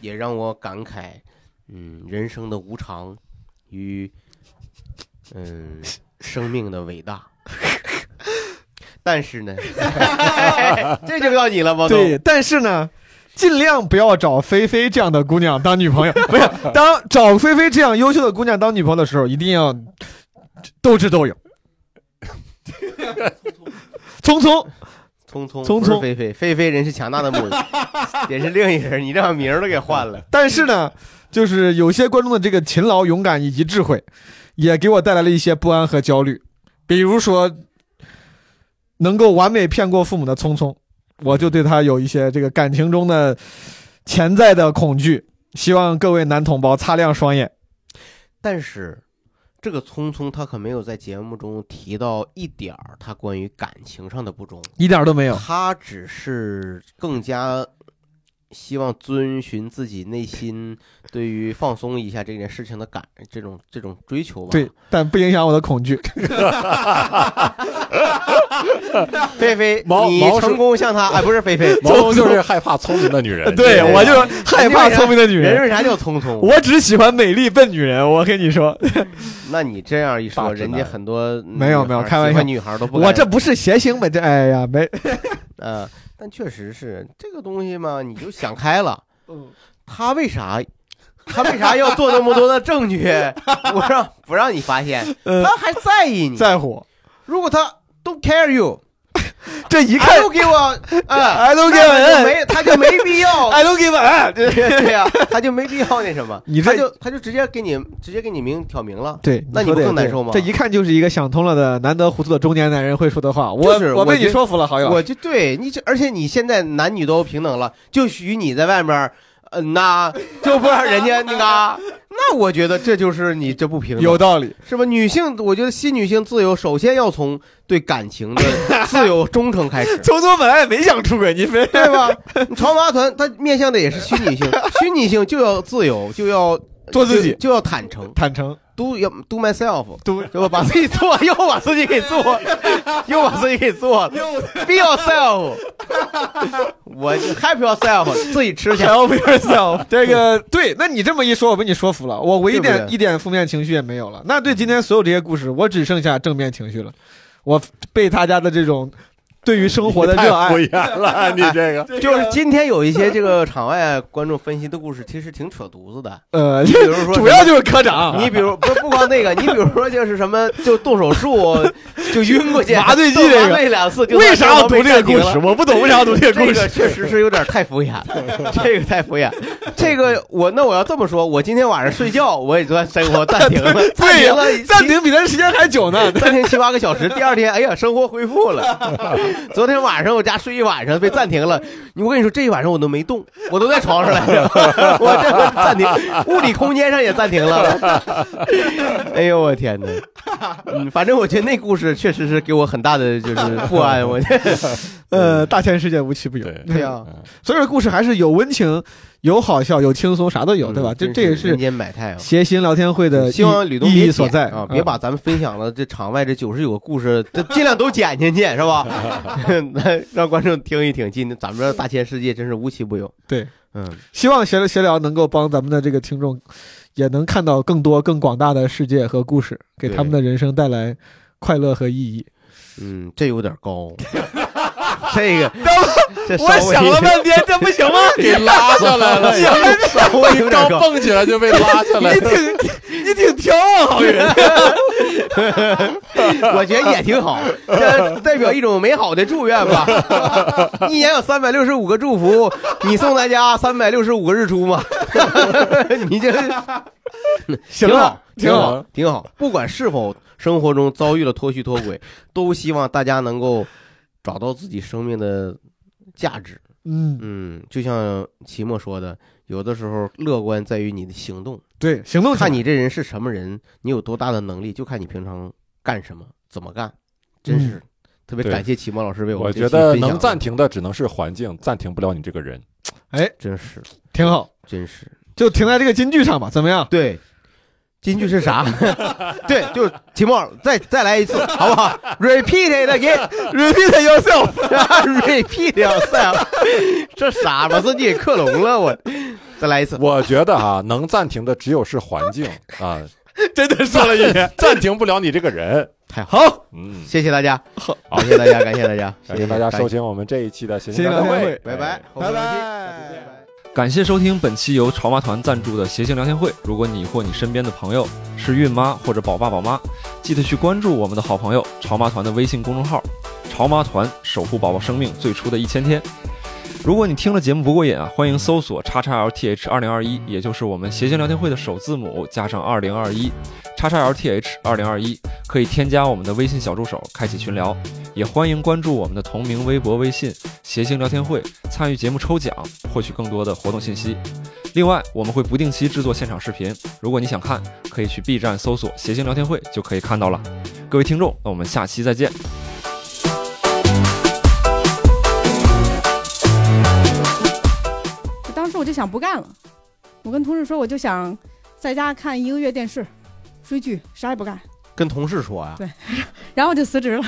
Speaker 2: 也让我感慨，嗯，人生的无常与嗯生命的伟大。 但是呢，这就要你了，毛东。
Speaker 4: 对，但是呢，尽量不要找菲菲这样的姑娘当女朋友。不是，当找菲菲这样优秀的姑娘当女朋友的时候，一定要斗智斗勇。匆匆，
Speaker 2: 匆
Speaker 4: 匆
Speaker 2: 匆，
Speaker 4: 匆
Speaker 2: 不是菲菲，菲菲人是强大的母亲， 也是另一人，你这把名儿都给换了。
Speaker 4: 但是呢，就是有些观众的这个勤劳、勇敢以及智慧，也给我带来了一些不安和焦虑。比如说，能够完美骗过父母的聪聪，我就对他有一些这个感情中的潜在的恐惧。希望各位男同胞擦亮双眼。
Speaker 2: 但是这个聪聪他可没有在节目中提到一点儿他关于感情上的不忠，
Speaker 4: 一点儿都没有
Speaker 2: 他只是更加希望遵循自己内心对于放松一下这件事情的感这种这种追求吧。
Speaker 4: 对，但不影响我的恐 惧。
Speaker 2: 菲菲，
Speaker 4: 毛
Speaker 2: 你
Speaker 4: 毛是
Speaker 2: 成功向他哎，不是 菲菲，
Speaker 4: 毛
Speaker 3: 东就是害怕聪明的女人
Speaker 4: 对我就害怕聪明的女人。
Speaker 2: 人为啥叫聪聪？
Speaker 4: 我只喜欢美丽笨女人。我跟你说，
Speaker 2: 那你这样一说，人家很多
Speaker 4: 啊没有没有，
Speaker 2: 嗯女孩
Speaker 4: 开玩
Speaker 2: 喜
Speaker 4: 笑，
Speaker 2: 欢女孩都不敢。
Speaker 4: 我这不是谐星呗？这哎呀，没
Speaker 2: 呃，但确实是这个东西嘛，你就想开了。他为啥？他为啥要做那么多的证据， 不让不让你发现？他还在意你，
Speaker 4: 呃在乎。
Speaker 2: 如果他 don't care you，
Speaker 4: 这一
Speaker 2: 看都给我， 啊
Speaker 4: I don't
Speaker 2: 那就
Speaker 4: give a-
Speaker 2: 没他就没必要
Speaker 4: I don't give a-
Speaker 2: 对对呀，他就没必要那什么，
Speaker 4: 你
Speaker 2: 他
Speaker 4: 这
Speaker 2: 就他就直接给你直接给你明挑明了，
Speaker 4: 对，
Speaker 2: 那你
Speaker 4: 说
Speaker 2: 不
Speaker 4: 得也
Speaker 2: 更难
Speaker 4: 对
Speaker 2: 受吗？
Speaker 4: 这一看就是一个想通了的难得糊涂的中年男人会说的话。我、
Speaker 2: 就是
Speaker 4: 我被
Speaker 2: 觉
Speaker 4: 你说服了，好友。
Speaker 2: 我就对你这，而且你现在男女都平等了，就许你在外面儿，嗯呐，就不让人 家那个。那我觉得这就是你这不平等，
Speaker 4: 有道理，
Speaker 2: 是吧？女性，我觉得新女性自由，首先要从对感情 的自由忠诚开始。
Speaker 4: 从从本来没想出轨，你非
Speaker 2: 对吧？你潮妈团它面向的也是虚 拟性，虚拟性就要自由，就要
Speaker 4: 做自己
Speaker 2: 就，就要坦诚，
Speaker 4: 坦诚。
Speaker 2: do 要 do myself，do 对吧？把自己做，又把自己给做，又把自己给做了，be yourself，我就 happy yourself，自己吃去
Speaker 4: Help yourself，这 个对，那你这么一说，我被你说服了，我我一点
Speaker 2: 对不对
Speaker 4: 一点负面情绪也没有了。那对今天所有这些故事，我只剩下正面情绪了。我被大家的这种对于生活的热爱，
Speaker 2: 就是今天有一些这个场外观众分析的故事，其实挺扯犊子的。
Speaker 4: 呃，
Speaker 2: 你比如说，
Speaker 4: 主要就是科长
Speaker 2: 你比如不不光那个，你比如说就是什么，就动手术， 就晕过去，
Speaker 4: 麻醉剂
Speaker 2: 动
Speaker 4: 这
Speaker 2: 麻
Speaker 4: 个
Speaker 2: 醉两次就
Speaker 4: 为
Speaker 2: 算
Speaker 4: 啥要
Speaker 2: 生活被
Speaker 4: 读这个
Speaker 2: 暂停
Speaker 4: 故事
Speaker 2: 了
Speaker 4: 我不懂为啥要读这个故事
Speaker 2: 这个确实是有点太敷衍了，这个太敷衍。这个我那我要这么说，我今天晚上睡觉我也算生活暂停了，暂
Speaker 4: 对
Speaker 2: 停
Speaker 4: 呀
Speaker 2: 了，
Speaker 4: 暂停比咱时间还久呢，
Speaker 2: 暂停七八个小时。第二天，哎呀，生活恢复 了。昨天晚上我家睡一晚上被暂停了，我跟你说这一晚上我都没动，我都在床上来着， 我这个暂停，物理空间上也暂停了。哎呦我天哪！嗯，反正我觉得那故事确实是给我很大的就是不安，我觉得
Speaker 4: 呃，大千世界无奇不有，对
Speaker 2: 对
Speaker 4: 呀、
Speaker 2: 啊
Speaker 4: 所以说故事还是有温情，有好笑，有轻松，啥都有，对吧？这
Speaker 2: 真
Speaker 4: 这也
Speaker 2: 是人间百态啊
Speaker 4: 谐星聊天会的
Speaker 2: 希望
Speaker 4: 意
Speaker 2: 吕东
Speaker 4: 意
Speaker 2: 别
Speaker 4: 义所
Speaker 2: 剪
Speaker 4: 在嗯
Speaker 2: 啊，别把咱们分享了这场外这九十九个故事，这尽量都剪进去，是吧？ 让观众听一听，今咱们这大千世界真是无奇不有。
Speaker 4: 对，
Speaker 2: 嗯，
Speaker 4: 希望闲聊闲聊能够帮咱们的这个听众，也能看到更多更广大的世界和故事，给他们的人生带来快乐和意义。
Speaker 2: 嗯，这有点高。这个，这稍
Speaker 10: 我
Speaker 2: 微
Speaker 10: 想了半 天，这不行吗？
Speaker 2: 给拉下来了稍微有点
Speaker 10: 刚
Speaker 2: 高
Speaker 10: 蹦起来就被拉下来了。
Speaker 2: 你挺
Speaker 4: 你挺挑啊，好人。
Speaker 2: 我觉得也挺 好，这代表一种美好的祝愿吧。 一年有三百六十五个祝福，你送大家三百六十五个日出嘛。 你 这
Speaker 4: 行
Speaker 2: 挺
Speaker 4: 了
Speaker 2: 好，挺
Speaker 4: 行
Speaker 2: 好
Speaker 4: 了，
Speaker 2: 挺好。 不管是否生活中遭遇了脱序脱轨，都希望大家能够找到自己生命的价值。
Speaker 4: 嗯
Speaker 2: 嗯，就像齐墨说的，有的时候乐观在于你的行动。
Speaker 4: 对，行动起来
Speaker 2: 看你这人是什么人，你有多大的能力，就看你平常干什么， 怎么干。真是、
Speaker 3: 嗯
Speaker 2: 特别感谢齐墨老师为
Speaker 3: 我
Speaker 2: 们
Speaker 3: 觉
Speaker 2: 这期
Speaker 3: 得
Speaker 2: 分
Speaker 3: 能
Speaker 2: 享。
Speaker 3: 暂停的只能是环境，暂停不了你这个人。
Speaker 4: 哎，
Speaker 2: 真是
Speaker 4: 挺好，
Speaker 2: 真 是
Speaker 4: 就停在这个金句上吧，怎么样？
Speaker 2: 对，金句是啥？对，就秦墨，再再来一次，好不好？Repeat it again，repeat yourself，repeat yourself，这傻把自己给克隆了，我再来一次。
Speaker 3: 我觉得啊， 能暂停的只有是环境啊，
Speaker 10: 真的
Speaker 3: 说了一遍，暂停不了你这个人。
Speaker 2: 太好，
Speaker 3: 嗯，
Speaker 2: 谢谢大家，
Speaker 3: 好
Speaker 2: 感谢大家，感谢大家，
Speaker 3: 感谢大家收听我们这一期的谐
Speaker 2: 谢
Speaker 3: 星
Speaker 2: 谢
Speaker 3: 大
Speaker 2: 大家
Speaker 3: 会，
Speaker 2: 拜拜，拜拜。
Speaker 14: 感谢收听本期由潮妈团赞助的谐星聊天会。如果你或你身边的朋友是孕妈或者宝爸宝妈，记得去关注我们的好朋友潮妈团的微信公众号“潮妈团”，守护宝宝生命最初的一千天。如果你听了节目不过瘾啊，欢迎搜索叉叉 LTH 二零二一，也就是我们谐星聊天会的首字母加上二零二一，叉叉 LTH 二零二一，可以添加我们的微信小助手，开启群聊，也欢迎关注我们的同名微博、微信谐星聊天会，参与节目抽奖，获取更多的活动信息。另外，我们会不定期制作现场视频，如果你想看，可以去 B 站搜索“谐星聊天会”就可以看到了。各位听众，那我们下期再见。
Speaker 15: 当时我就想不干了，我跟同事说，我就想在家看一个月电视，追剧，啥也不干，
Speaker 2: 跟同事说啊，
Speaker 15: 对，然后就辞职了。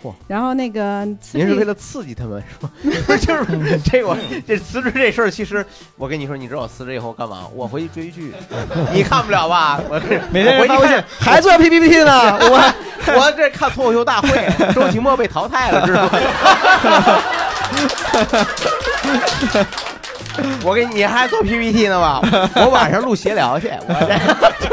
Speaker 2: 嚯，
Speaker 15: 然后那个辞职
Speaker 2: 您是为
Speaker 15: 以
Speaker 2: 了刺激他们是吧？ 不是，就是这我
Speaker 4: 嗯
Speaker 2: 这辞职这事儿，其实我跟你说，你知道我辞职以后干嘛？我回去追剧， 你看不了吧？我
Speaker 4: 每天
Speaker 2: 我回
Speaker 4: 发
Speaker 2: 去
Speaker 4: 微信
Speaker 2: 看
Speaker 4: 还做 PPT 呢我
Speaker 2: 我这看脱口秀大会， 周奇墨被淘汰了，知道吗？我给你还做 PPT 呢吧？我晚上录闲聊去，我这